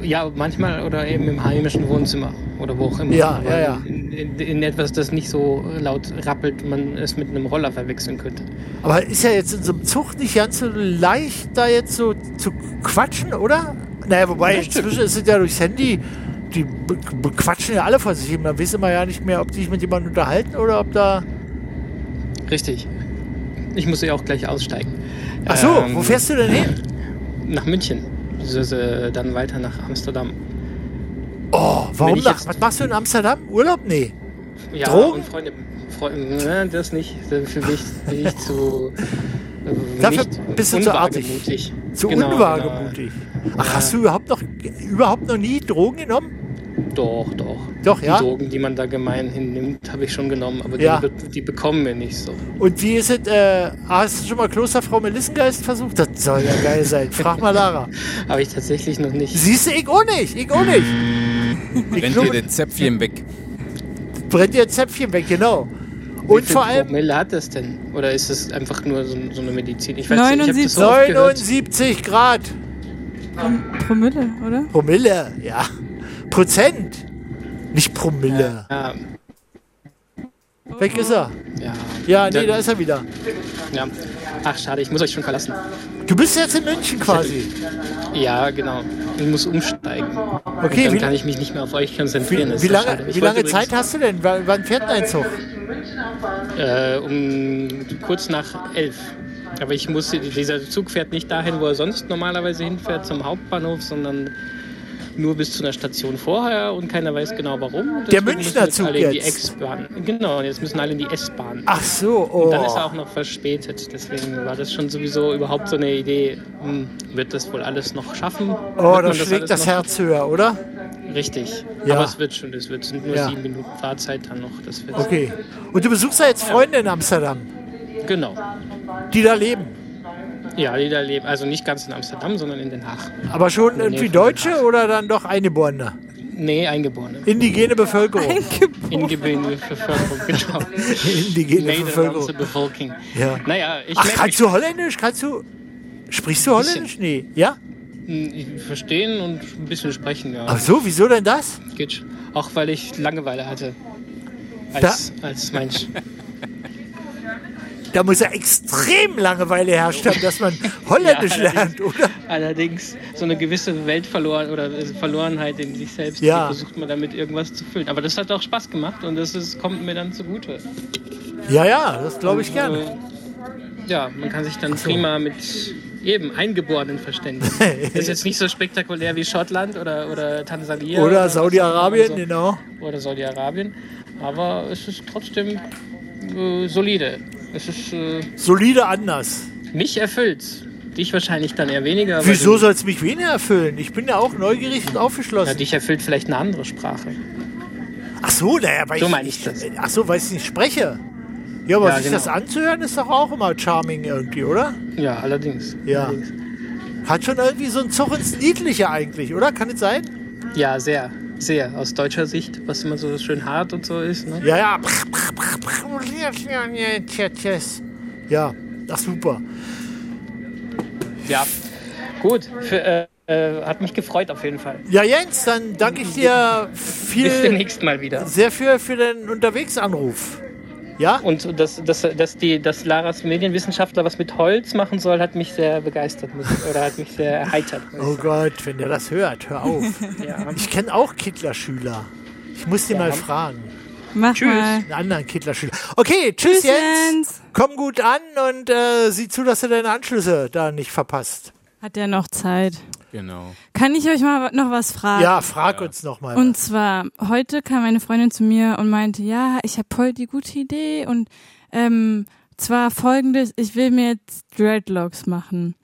S14: äh, ja, manchmal oder eben im heimischen Wohnzimmer oder wo auch immer.
S7: Ja,
S14: aber
S7: ja, ja.
S14: In, in, in etwas, das nicht so laut rappelt, man es mit einem Roller verwechseln könnte.
S7: Aber ist ja jetzt in so einem Zug nicht ganz so leicht, da jetzt so zu quatschen, oder? Naja, wobei,
S14: Das stimmt.
S7: inzwischen ist es ja durchs Handy, die be- be- quatschen ja alle von sich. Man wissen wir ja nicht mehr, ob die sich mit jemandem unterhalten oder ob da.
S14: Richtig. Ich muss ja auch gleich aussteigen. Ähm,
S7: Ach so, wo fährst du denn hin?
S14: Nach München. Beziehungsweise Dann weiter nach Amsterdam.
S7: Oh,
S14: Wenn
S7: warum
S14: ich
S7: nach? Was machst du in Amsterdam? Urlaub? Nee.
S14: Ja,
S7: Drogen?
S14: und Freunde, Freunde, ne, das nicht. Für mich bin ich zu. äh,
S7: Dafür
S14: nicht
S7: bist du zu artig.
S14: unwagemutig.
S7: Zu
S14: Genau,
S7: unwagemutig. Ach, hast du überhaupt noch, überhaupt noch nie Drogen genommen?
S14: Genau. Doch, doch.
S7: Doch, ja?
S14: Die Drogen, die man da gemein hinnimmt, habe ich schon genommen, aber
S7: Ja.
S14: die, be- die bekommen wir nicht so.
S7: Und wie ist es, äh, hast du schon mal Klosterfrau Melissengeist versucht? Das soll ja geil sein. Frag mal Lara.
S14: Habe ich tatsächlich noch nicht.
S7: Siehst du, ich auch nicht, ich auch nicht.
S2: Brennt dir das Zäpfchen weg.
S7: Brennt dir Zäpfchen weg, genau.
S14: Und
S7: vor allem-
S14: Promille hat das denn? Oder ist es einfach nur so, so eine Medizin? Ich weiß nicht, ich habe das so
S7: 79 Grad.
S1: Promille, oder?
S7: Promille, ja. Prozent. Nicht Promille.
S14: Ja.
S7: Weg ist er.
S14: Ja.
S7: Ja, nee,
S14: Ja.
S7: da ist er wieder.
S14: oft gehört. Ja. Ach, schade, ich muss euch schon verlassen.
S7: Du bist jetzt in München quasi.
S14: Ja, genau. Ich muss umsteigen.
S7: Okay,
S14: Und dann
S7: wie-
S14: kann ich mich nicht mehr auf euch konzentrieren. das
S7: Wie
S14: ist schade.
S7: lange,
S14: Ich
S7: wie lange
S14: wollte
S7: Zeit hast du denn? Wann wann fährt denn ein Zug?
S14: Äh, um kurz nach elf. Aber ich muss, dieser Zug fährt nicht dahin, wo er sonst normalerweise hinfährt, zum Hauptbahnhof, sondern nur bis zu einer Station vorher und keiner weiß genau warum.
S7: Der
S14: Deswegen müssen
S7: Münchner
S14: jetzt
S7: Zug
S14: alle in die
S7: jetzt.
S14: S-Bahn. Genau, und jetzt müssen alle in die S-Bahn.
S7: Ach so, oh.
S14: Und dann ist er auch noch verspätet. Deswegen war das schon sowieso überhaupt so eine Idee, hm, wird das wohl alles noch schaffen? Wird
S7: Oh,
S14: man
S7: da schlägt
S14: alles
S7: das
S14: noch-
S7: Herz höher, oder?
S14: Richtig.
S7: Ja.
S14: Aber es wird schon, es wird, sind nur
S7: Ja.
S14: sieben Minuten Fahrzeit dann noch. Das wird's.
S7: Okay. Und du besuchst ja jetzt Freunde in Amsterdam,
S14: Genau.
S7: die da leben.
S14: Ja, die da leben. Also nicht ganz in Amsterdam, sondern in Den Haag.
S7: Aber schon
S14: In der Nähe
S7: irgendwie
S14: von Den
S7: Deutsche oder dann doch Eingeborene?
S14: Haag. Nee, Eingeborene.
S7: Indigene Bevölkerung.
S14: Ingeborene Bevölkerung, genau.
S7: Indigene
S14: Nederlandse
S7: Bevölkerung.
S14: Bevölkerung.
S7: Ja.
S14: Naja, ich
S7: Ach,
S14: merk-
S7: kannst du Holländisch? Kannst du. Sprichst du Holländisch? Nee, ja?
S14: Hm, ich- Verstehen und ein bisschen sprechen, ja.
S7: Ach so, wieso denn das?
S14: Geht schon. Auch weil ich Langeweile hatte. Als, als Mensch.
S7: Da muss ja extrem Langeweile herrscht haben, dass man Holländisch
S14: Ja,
S7: lernt, oder?
S14: Allerdings so eine gewisse Welt verloren oder äh, Verlorenheit in sich selbst,
S7: Ja.
S14: die versucht man damit irgendwas zu füllen. Aber das hat auch Spaß gemacht und das ist, kommt mir dann zugute.
S7: Ja, ja, das glaube ich gerne.
S14: Ja, man kann sich dann prima mit eben Eingeborenen verständigen. das ist jetzt nicht so spektakulär wie Schottland oder, oder Tansania.
S7: Oder
S14: was
S7: Saudi-Arabien,
S14: auch immer
S7: genau.
S14: so, Oder Saudi-Arabien. Aber es ist trotzdem äh, solide. Es ist äh,
S7: Solide anders.
S14: mich erfüllt. Dich wahrscheinlich dann eher weniger. weil
S7: Wieso
S14: du-
S7: soll es mich weniger erfüllen? Ich bin ja auch neugierig und
S14: Ja,
S7: aufgeschlossen.
S14: dich erfüllt vielleicht eine andere Sprache.
S7: Ach so, naja, weil
S14: So
S7: ich,
S14: meine ich das.
S7: Ach so, weil ich nicht spreche. Ja, aber
S14: Ja,
S7: sich
S14: genau.
S7: das anzuhören ist doch auch immer charming irgendwie, oder?
S14: Ja, allerdings.
S7: Ja.
S14: Allerdings.
S7: Hat schon irgendwie so einen Zug ins Niedliche eigentlich, oder? Kann es sein?
S14: Ja, sehr. Sehr. Aus deutscher Sicht, was immer so schön hart und so ist. Ne?
S7: Ja, ja. Ja, ach super.
S14: Ja. Gut. Für, äh, äh, hat mich gefreut auf jeden Fall.
S7: Ja, Jens, dann danke ich dir
S14: Bis
S7: viel,
S14: demnächst mal wieder.
S7: sehr viel für deinen Unterwegsanruf. Ja?
S14: Und dass, dass, dass, die, dass Laras Medienwissenschaftler was mit Holz machen soll, hat mich sehr begeistert. Muss, oder hat mich sehr erheitert.
S7: Oh Gott, wenn der das hört, hör auf. Ich kenne auch Kittler-Schüler. Ich muss den mal fragen.
S1: Mach mal.
S7: Einen anderen Kittler-Schüler. Okay, tschüss,
S1: Tschüss,
S7: Jens.
S1: Jens.
S7: Komm gut an und äh, sieh zu, dass du deine Anschlüsse da nicht verpasst.
S1: Hat der noch Zeit?
S2: Genau.
S1: Kann ich euch mal noch was fragen?
S7: Ja, frag uns nochmal.
S1: Und zwar, heute kam eine Freundin zu mir und meinte, ja, ich habe heute die gute Idee und ähm, zwar folgendes, ich will mir jetzt Dreadlocks machen.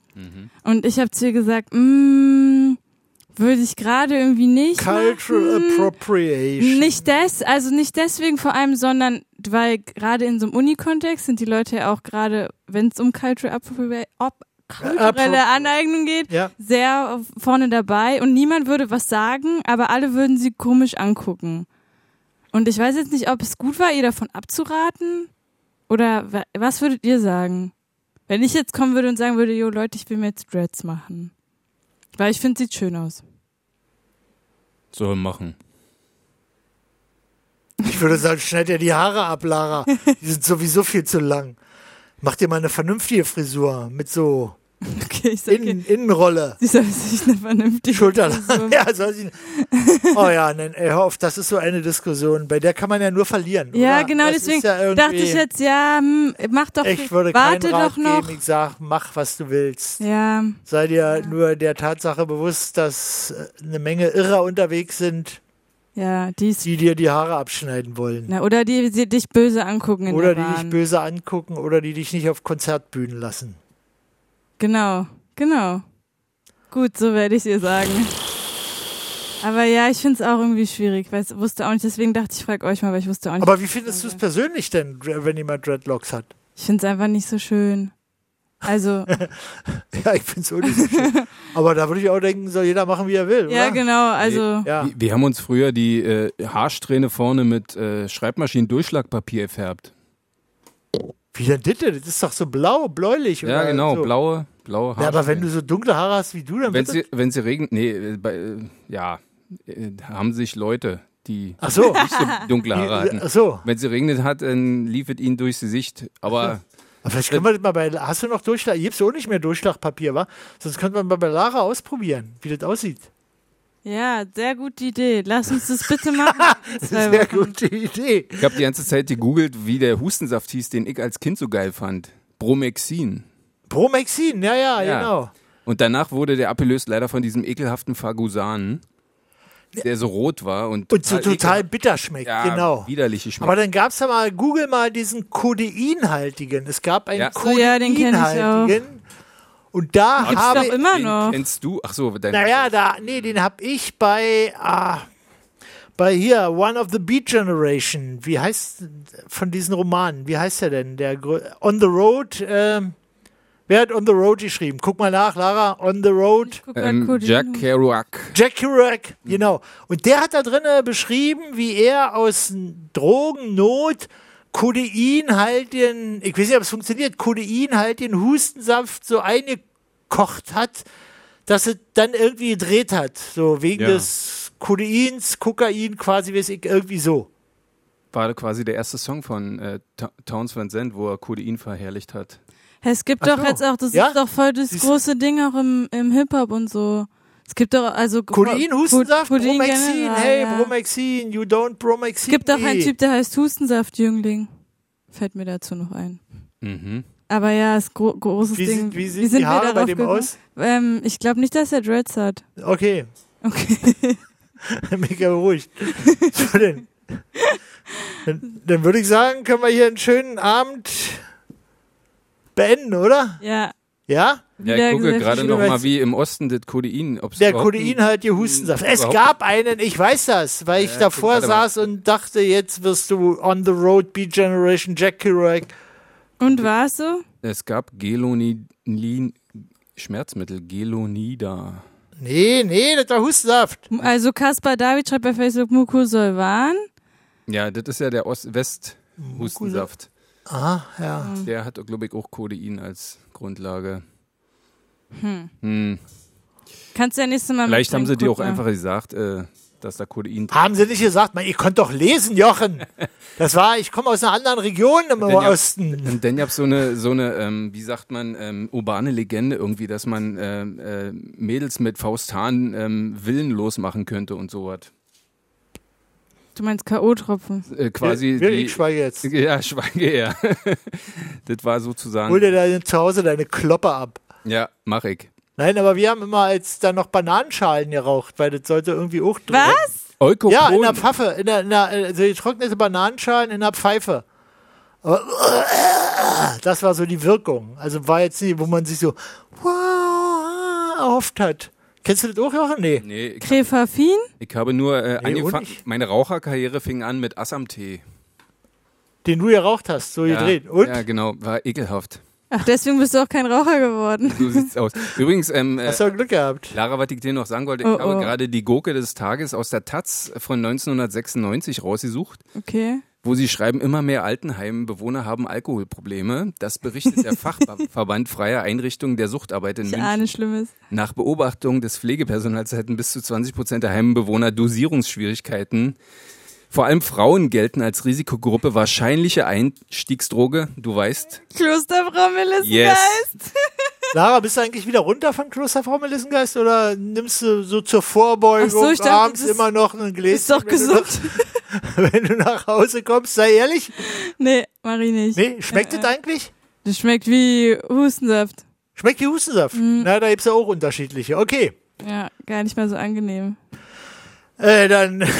S1: Und ich habe zu ihr gesagt, mm, würde ich gerade irgendwie nicht
S7: Cultural
S1: machen.
S7: Appropriation.
S1: Nicht des, also nicht deswegen vor allem, sondern weil gerade in so einem Uni-Kontext sind die Leute ja auch gerade, wenn es um Cultural Appropriation,
S7: Äh,
S1: kulturelle
S11: Appro-
S1: Aneignung geht,
S11: Ja.
S1: sehr vorne dabei und niemand würde was sagen, aber alle würden sie komisch angucken. Und ich weiß jetzt nicht, ob es gut war, ihr davon abzuraten oder wa- was würdet ihr sagen? Wenn ich jetzt kommen würde und sagen würde, jo Leute, ich will mir jetzt Dreads machen. Weil ich finde, sieht schön aus.
S2: Soll machen.
S7: Ich würde sagen, schneid dir die Haare ab, Lara. Die sind sowieso viel zu lang. Mach dir mal eine vernünftige Frisur mit so
S1: okay, ich
S7: Innen, Innenrolle.
S1: Sie soll sich eine vernünftige
S7: Schulterlang. Ja, soll sie oh ja, nein, ey, hör auf, das ist so eine Diskussion. Bei der kann man ja nur verlieren.
S1: Ja,
S7: oder?
S1: genau,
S7: Das ist
S1: deswegen
S7: ja irgendwie-
S1: dachte ich jetzt, ja, hm, mach doch,
S7: Ich würde
S1: warte
S7: keinen Rat
S1: doch noch.
S7: geben. Ich sag, mach, was du willst.
S1: Ja,
S7: Sei dir nur der Tatsache bewusst, dass äh, eine Menge Irrer unterwegs sind,
S1: ja, die ist,
S7: die dir die Haare abschneiden wollen.
S1: na, oder die, die dich böse angucken in der
S7: Oder die
S1: Bahn.
S7: dich böse angucken oder die dich nicht auf Konzertbühnen lassen.
S1: Genau, genau. Gut, so werde ich ihr sagen. Aber ja, ich finde es auch irgendwie schwierig. Ich weiß, wusste auch nicht, deswegen dachte ich, frage euch mal, weil ich wusste auch nicht.
S7: Aber wie findest du es persönlich denn, wenn jemand Dreadlocks hat?
S1: Ich finde es einfach nicht so schön. Also,
S7: Ja, ich finde es auch nicht so schön. Aber da würde ich auch denken, soll jeder machen, wie er will,
S1: ja,
S7: oder?
S1: genau, also.
S7: Ja.
S2: Wir haben uns früher die äh, Haarsträhne vorne mit äh, Schreibmaschinen-Durchschlagpapier gefärbt.
S7: Wie denn das denn? Das ist doch so blau, bläulich.
S2: Ja,
S7: oder
S2: genau,
S7: so.
S2: blaue, blaue Haare.
S7: Ja, aber wenn du so dunkle Haare hast wie du, dann
S2: wenn sie,
S7: wird
S2: wenn sie regnet, nee, äh, bei, äh, ja, äh, da haben sich Leute, die
S7: Ach so.
S2: nicht so dunkle Haare
S7: Die-
S2: hatten.
S7: ach so.
S2: Wenn sie regnet hat, dann lief es ihnen durchs Gesicht. Aber
S7: das, vielleicht können wir das mal bei. Hast du noch Durchschlag? Gibst du auch nicht mehr Durchschlagpapier, wa? Sonst könnte man mal bei Lara ausprobieren, wie das aussieht.
S1: Ja, sehr gute Idee. Lass uns das bitte machen. Zwei
S7: Sehr
S1: Wochen.
S7: gute Idee.
S2: ich habe die ganze Zeit gegoogelt, wie der Hustensaft hieß, den ich als Kind so geil fand. Bromexin.
S7: Promexin, ja, ja,
S2: Ja.
S7: genau.
S2: Und danach wurde der abgelöst leider von diesem ekelhaften Fagusan, der so rot war und,
S7: Und so total
S2: ekelhaft-
S7: bitter schmeckt,
S2: ja,
S7: genau.
S2: widerliche Schmeck.
S7: Aber dann gab es ja mal, google mal diesen Kodeinhaltigen. Es gab einen
S2: Ja. So,
S1: Oh ja, den kenn ich auch.
S7: Kodeinhaltigen. Und da
S1: Gibt's
S7: habe
S1: doch immer
S2: den
S1: noch.
S2: kennst du? Ach so, dein
S7: Naja, da, nee, den hab ich bei, ah, bei hier, One of the Beat Generation. Wie heißt, von diesen Romanen, wie heißt der denn? Der Gro- On the Road, ähm, wer hat On the Road geschrieben? Guck mal nach, Lara, On the Road.
S1: Guck mal, genau.
S2: ähm,
S1: Cody.
S2: Jack Kerouac.
S7: Jack Kerouac, genau. Und der hat da drin äh, beschrieben, wie er aus n- Drogennot Kodein halt den, ich weiß nicht, ob es funktioniert, Kodein halt den Hustensaft so eingekocht hat, dass es dann irgendwie gedreht hat. So wegen
S2: Ja.
S7: des Kodeins, Kokain, quasi weiß ich, irgendwie so.
S2: war quasi der erste Song von äh, Ta- Towns Van Zandt, wo er Codein verherrlicht hat.
S1: Es gibt
S7: Ach
S1: doch
S7: so.
S1: jetzt auch, das
S7: Ja?
S1: ist doch voll das
S7: Siehst-
S1: große Ding auch im, im Hip-Hop und so. Es gibt doch, also.
S7: Kodein, Hustensaft,
S1: Codein
S7: Promexin,
S1: generell,
S7: hey,
S1: ja.
S7: Promexin, you don't Promexin.
S1: Es gibt auch
S7: E.
S1: einen Typ, der heißt Hustensaft-Jüngling. Fällt mir dazu noch ein.
S2: Mhm.
S1: Aber ja, ist gro großes
S7: Wie
S1: Ding.
S7: sind- wie sind die Haare bei dem aus?
S1: Ähm, ich glaube nicht, dass er Dreads hat.
S7: Okay,
S1: Okay.
S7: Mega beruhigt. So denn? Dann, dann würde ich sagen, können wir hier einen schönen Abend beenden, oder?
S1: ja.
S7: Ja?
S2: Ja,
S1: Ja,
S2: ich gucke
S1: sehr
S2: gerade
S1: viel
S2: noch mal,
S7: Hinweis.
S2: wie im Osten das Codein, ob
S7: Der Kodein halt die Hustensaft. Es
S2: überhaupt
S7: gab einen, ich weiß das, weil ich
S2: Ja,
S7: davor
S2: guck, warte mal.
S7: saß und dachte, jetzt wirst du on the road, Beat Generation, Jack Kerouac.
S1: Und war es so?
S2: Es gab Gelonilin, Schmerzmittel, Gelonida.
S7: Nee, nee, das war Hustensaft.
S1: Also Kaspar David schreibt bei Facebook Mukosolvan.
S2: Ja, das ist ja der Ost-West-Hustensaft.
S7: Aha, ja.
S2: Der hat, glaube ich, auch Codein als Grundlage.
S1: Hm.
S2: Hm.
S1: Kannst du ja nächstes Mal
S2: Vielleicht haben sie
S1: mitbringen,
S2: dir auch
S1: guck mal.
S2: einfach gesagt, äh, dass da Codein drin
S7: Haben sie nicht gesagt, man, ihr könnt doch lesen, Jochen. Das war, ich komme aus einer anderen Region im
S2: Denn ja-
S7: Osten.
S2: Und dann gab so eine, so eine ähm, wie sagt man, ähm, urbane Legende irgendwie, dass man ähm, äh, Mädels mit Faustan ähm, willenlos machen könnte und sowas.
S1: Du meinst K.O.-Tropfen.
S2: Äh, quasi
S7: Ja,
S2: die,
S7: ich schweige jetzt.
S2: Ja, schweige ja. das war
S7: Hol
S2: sozusagen.
S7: dir deine, zu Hause deine Kloppe ab.
S2: Ja, mach ich.
S7: Nein, aber wir haben immer als dann noch Bananenschalen geraucht, weil das sollte irgendwie auch drin.
S1: Was?
S2: Eukopron.
S7: Ja, in der Pfaffe, in der, in der also getrocknete Bananenschalen in der Pfeife. Aber, das war so die Wirkung. Also war jetzt nie, wo man sich so wow, erhofft hat. Kennst du das auch, Jochen? Nee.
S2: nee, ich,
S1: Krefafin?
S2: ich habe nur äh,
S7: Nee, und
S2: angefangen.
S7: ich-
S2: Meine Raucherkarriere fing an mit Assam-Tee.
S7: Den du geraucht hast, so
S2: Ja,
S7: gedreht. Und?
S2: ja, genau. War ekelhaft.
S1: Ach, deswegen bist du auch kein Raucher geworden.
S2: So sieht's aus. Übrigens, ähm, äh,
S7: Hast du Glück gehabt.
S2: Lara, was ich dir noch sagen wollte, ich
S1: Oh,
S2: habe
S1: oh.
S2: gerade die Gurke des Tages aus der Taz von 1996 rausgesucht,
S1: Okay.
S2: wo sie schreiben, immer mehr Altenheimbewohner haben Alkoholprobleme. Das berichtet der Fachverband Freier Einrichtungen der Suchtarbeit in
S1: Ich
S2: München.
S1: ahne Schlimmes.
S2: Nach Beobachtung des Pflegepersonals hätten bis zu 20 Prozent der Heimbewohner Dosierungsschwierigkeiten. Vor allem Frauen gelten als Risikogruppe wahrscheinliche Einstiegsdroge, du weißt.
S1: Klosterfrau Melissengeist.
S2: Yes.
S7: Lara, bist du eigentlich wieder runter vom Kloster Frau Melissengeist oder nimmst du so zur Vorbeugung
S1: Ach so, ich dachte,
S7: abends
S1: das
S7: immer noch ein Gläschen?
S1: ist doch
S7: wenn du
S1: gesund.
S7: Nach, wenn du nach Hause kommst, sei ehrlich.
S1: Nee, mach ich nicht.
S7: Nee, schmeckt das eigentlich?
S1: Das schmeckt wie Hustensaft. Mhm.
S7: Schmeckt wie Hustensaft? Na, da gibt's ja auch unterschiedliche. Okay,
S1: Ja, gar nicht mal so angenehm.
S7: äh, dann machen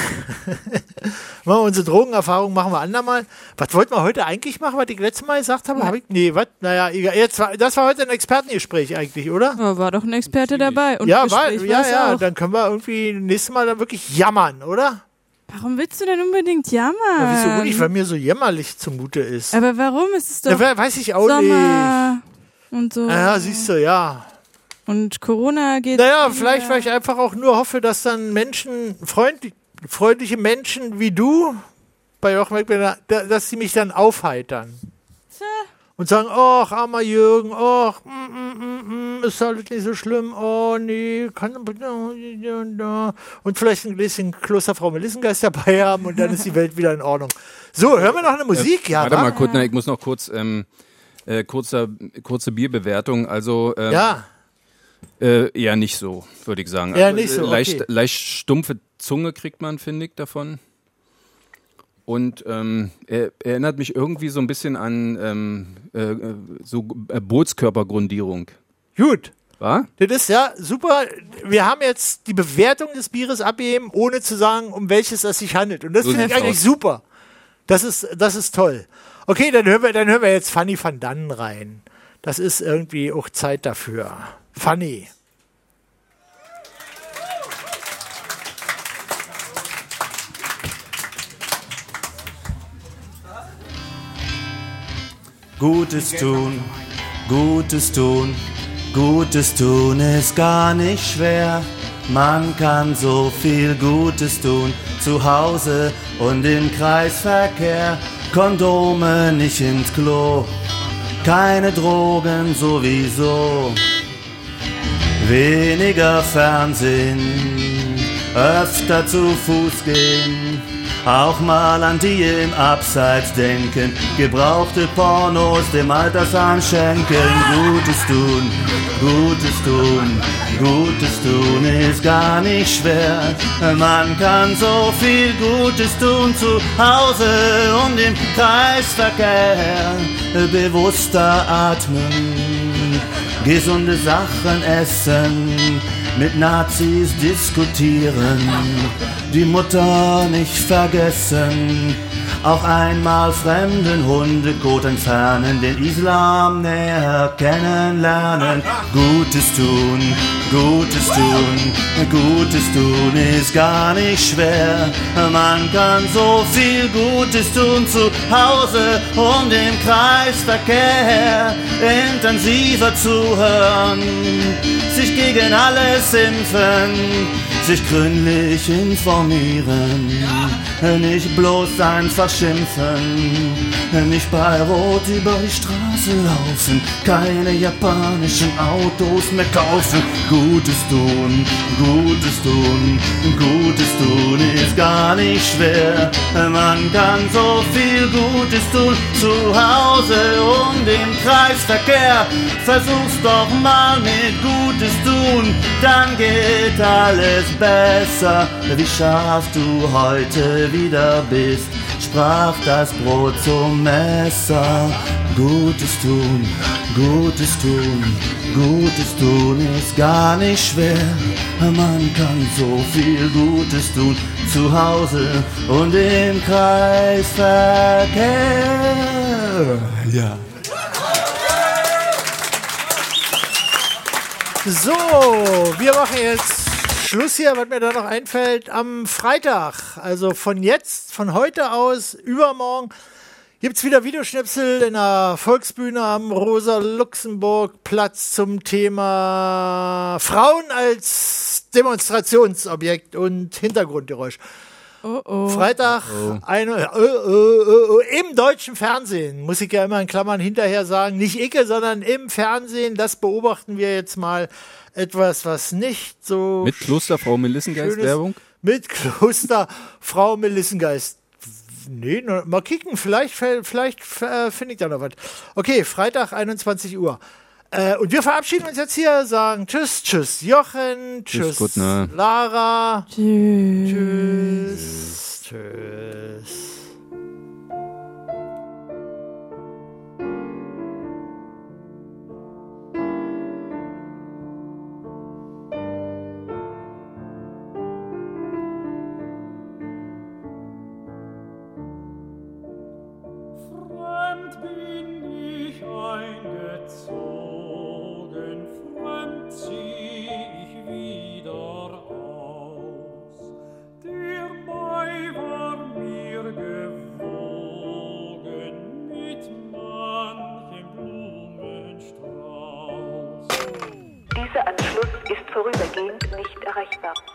S7: wir unsere Drogenerfahrung machen wir andermal. Was wollten wir heute eigentlich machen, was ich letztes Mal gesagt habe? Hab ich, nee, was? Naja, egal. Jetzt war, das war heute ein Expertengespräch eigentlich, oder?
S1: Aber war doch ein Experte dabei. Und
S7: ja, war,
S1: Gespräch
S7: ja,
S1: war's
S7: ja.
S1: auch. Ah.
S7: Dann können wir irgendwie nächstes Mal dann wirklich jammern, oder?
S1: Warum willst du denn unbedingt jammern?
S7: Ja, wieso gut, weil mir so jämmerlich zumute ist.
S1: Aber warum ist es doch
S7: Ja, we- weiß ich auch
S1: Sommer und so.
S7: naja, Ah, siehst du, ja.
S1: Und Corona geht.
S7: Naja, vielleicht, weil ich einfach auch nur hoffe, dass dann Menschen, freundlich, freundliche Menschen wie du, bei Jochen Wegbinder, da- dass sie mich dann aufheitern. Und sagen, ach, armer Jürgen, ach, mm, mm, mm, mm, ist alles nicht so schlimm, oh, nee, kann, und vielleicht ein bisschen Klosterfrau Melissengeist dabei haben und dann ist die Welt wieder in Ordnung. So, hören wir noch eine Musik, ja,
S2: Äh, Warte
S7: wa?
S2: mal kurz, na, ich muss noch kurz, ähm, äh, kurzer, kurze Bierbewertung. Also, ähm,
S7: Ja.
S2: Äh, eher nicht so, würde ich sagen.
S7: Eher
S2: Also,
S7: nicht so,
S2: äh, Leicht,
S7: okay.
S2: leicht stumpfe Zunge kriegt man, finde ich, davon. Und ähm, er, erinnert mich irgendwie so ein bisschen an ähm, äh, äh, so äh, Bootskörpergrundierung.
S7: Gut.
S2: War?
S7: Das ist ja super. Wir haben jetzt die Bewertung des Bieres abgegeben, ohne zu sagen, um welches es sich handelt. Und das
S2: So
S7: finde ich
S2: sieht's
S7: eigentlich
S2: aus.
S7: super. Das ist, das ist toll. Okay, dann hören wir, dann hören wir jetzt Fanny van Dannen rein. Das ist irgendwie auch Zeit dafür. Fanny.
S18: Gutes tun, Gutes tun, Gutes tun ist gar nicht schwer. Man kann so viel Gutes tun, zu Hause und im Kreisverkehr. Kondome nicht ins Klo, keine Drogen sowieso. Weniger Fernsehen, öfter zu Fuß gehen, auch mal an die im Abseits denken, gebrauchte Pornos dem Altersheim schenken. Gutes tun, Gutes tun, Gutes tun ist gar nicht schwer. Man kann so viel Gutes tun zu Hause und im Kreisverkehr, bewusster atmen gesunde Sachen essen, mit Nazis diskutieren, die Mutter nicht vergessen, auch einmal fremden Hundekot entfernen, den Islam näher kennenlernen, Gutes tun, Gutes tun, Gutes tun ist gar nicht schwer, man kann so viel Gutes tun zu Hause und im Kreisverkehr intensiver zuhören, sich gegen alles impfen, sich gründlich informieren, nicht bloß einfach schimpfen, nicht bei Rot über die Straße laufen, keine japanischen Autos mehr kaufen, Gutes tun, Gutes tun, Gutes tun ist gar nicht schwer, man kann so viel Gutes tun, zu Hause und im Kreisverkehr, versuch's doch mal mit Gutes tun, dann geht alles besser, wie scharf du heute wieder bist, sprach das Brot zum Messer, Gutes tun, Gutes tun, Gutes tun ist gar nicht schwer, man kann so viel Gutes tun, zu Hause und im Kreisverkehr. Ja.
S7: So, wir machen jetzt Schluss hier, was mir da noch einfällt, am Freitag. Also von jetzt, von heute aus, übermorgen, gibt's wieder Videoschnipsel in der Volksbühne am Rosa-Luxemburg-Platz zum Thema Frauen als Demonstrationsobjekt und Hintergrundgeräusch.
S1: Oh, oh.
S7: Freitag
S1: Oh.
S7: eine, äh, äh, äh, äh, im deutschen Fernsehen, muss ich ja immer in Klammern hinterher sagen, nicht Icke, sondern im Fernsehen, das beobachten wir jetzt mal etwas, was nicht so
S2: Mit Klosterfrau
S7: schön ist.
S2: Melissengeist-Werbung?
S7: Mit Kloster Frau Melissengeist Nee, nur mal kicken. Vielleicht, fäll- vielleicht äh, finde ich da noch was. Okay, Freitag, 21 Uhr. Äh, und wir verabschieden uns jetzt hier, sagen Tschüss, Tschüss Jochen, Tschüss,
S2: Tschüss, Gutner.
S7: Lara. Tschüss. Tschüss. Tschüss.
S11: Fremd bin ich eingezogen, fremd zieh ich wieder aus. Der Mai war mir gewogen mit manchem Blumenstrauß.
S19: Dieser Anschluss ist vorübergehend nicht erreichbar.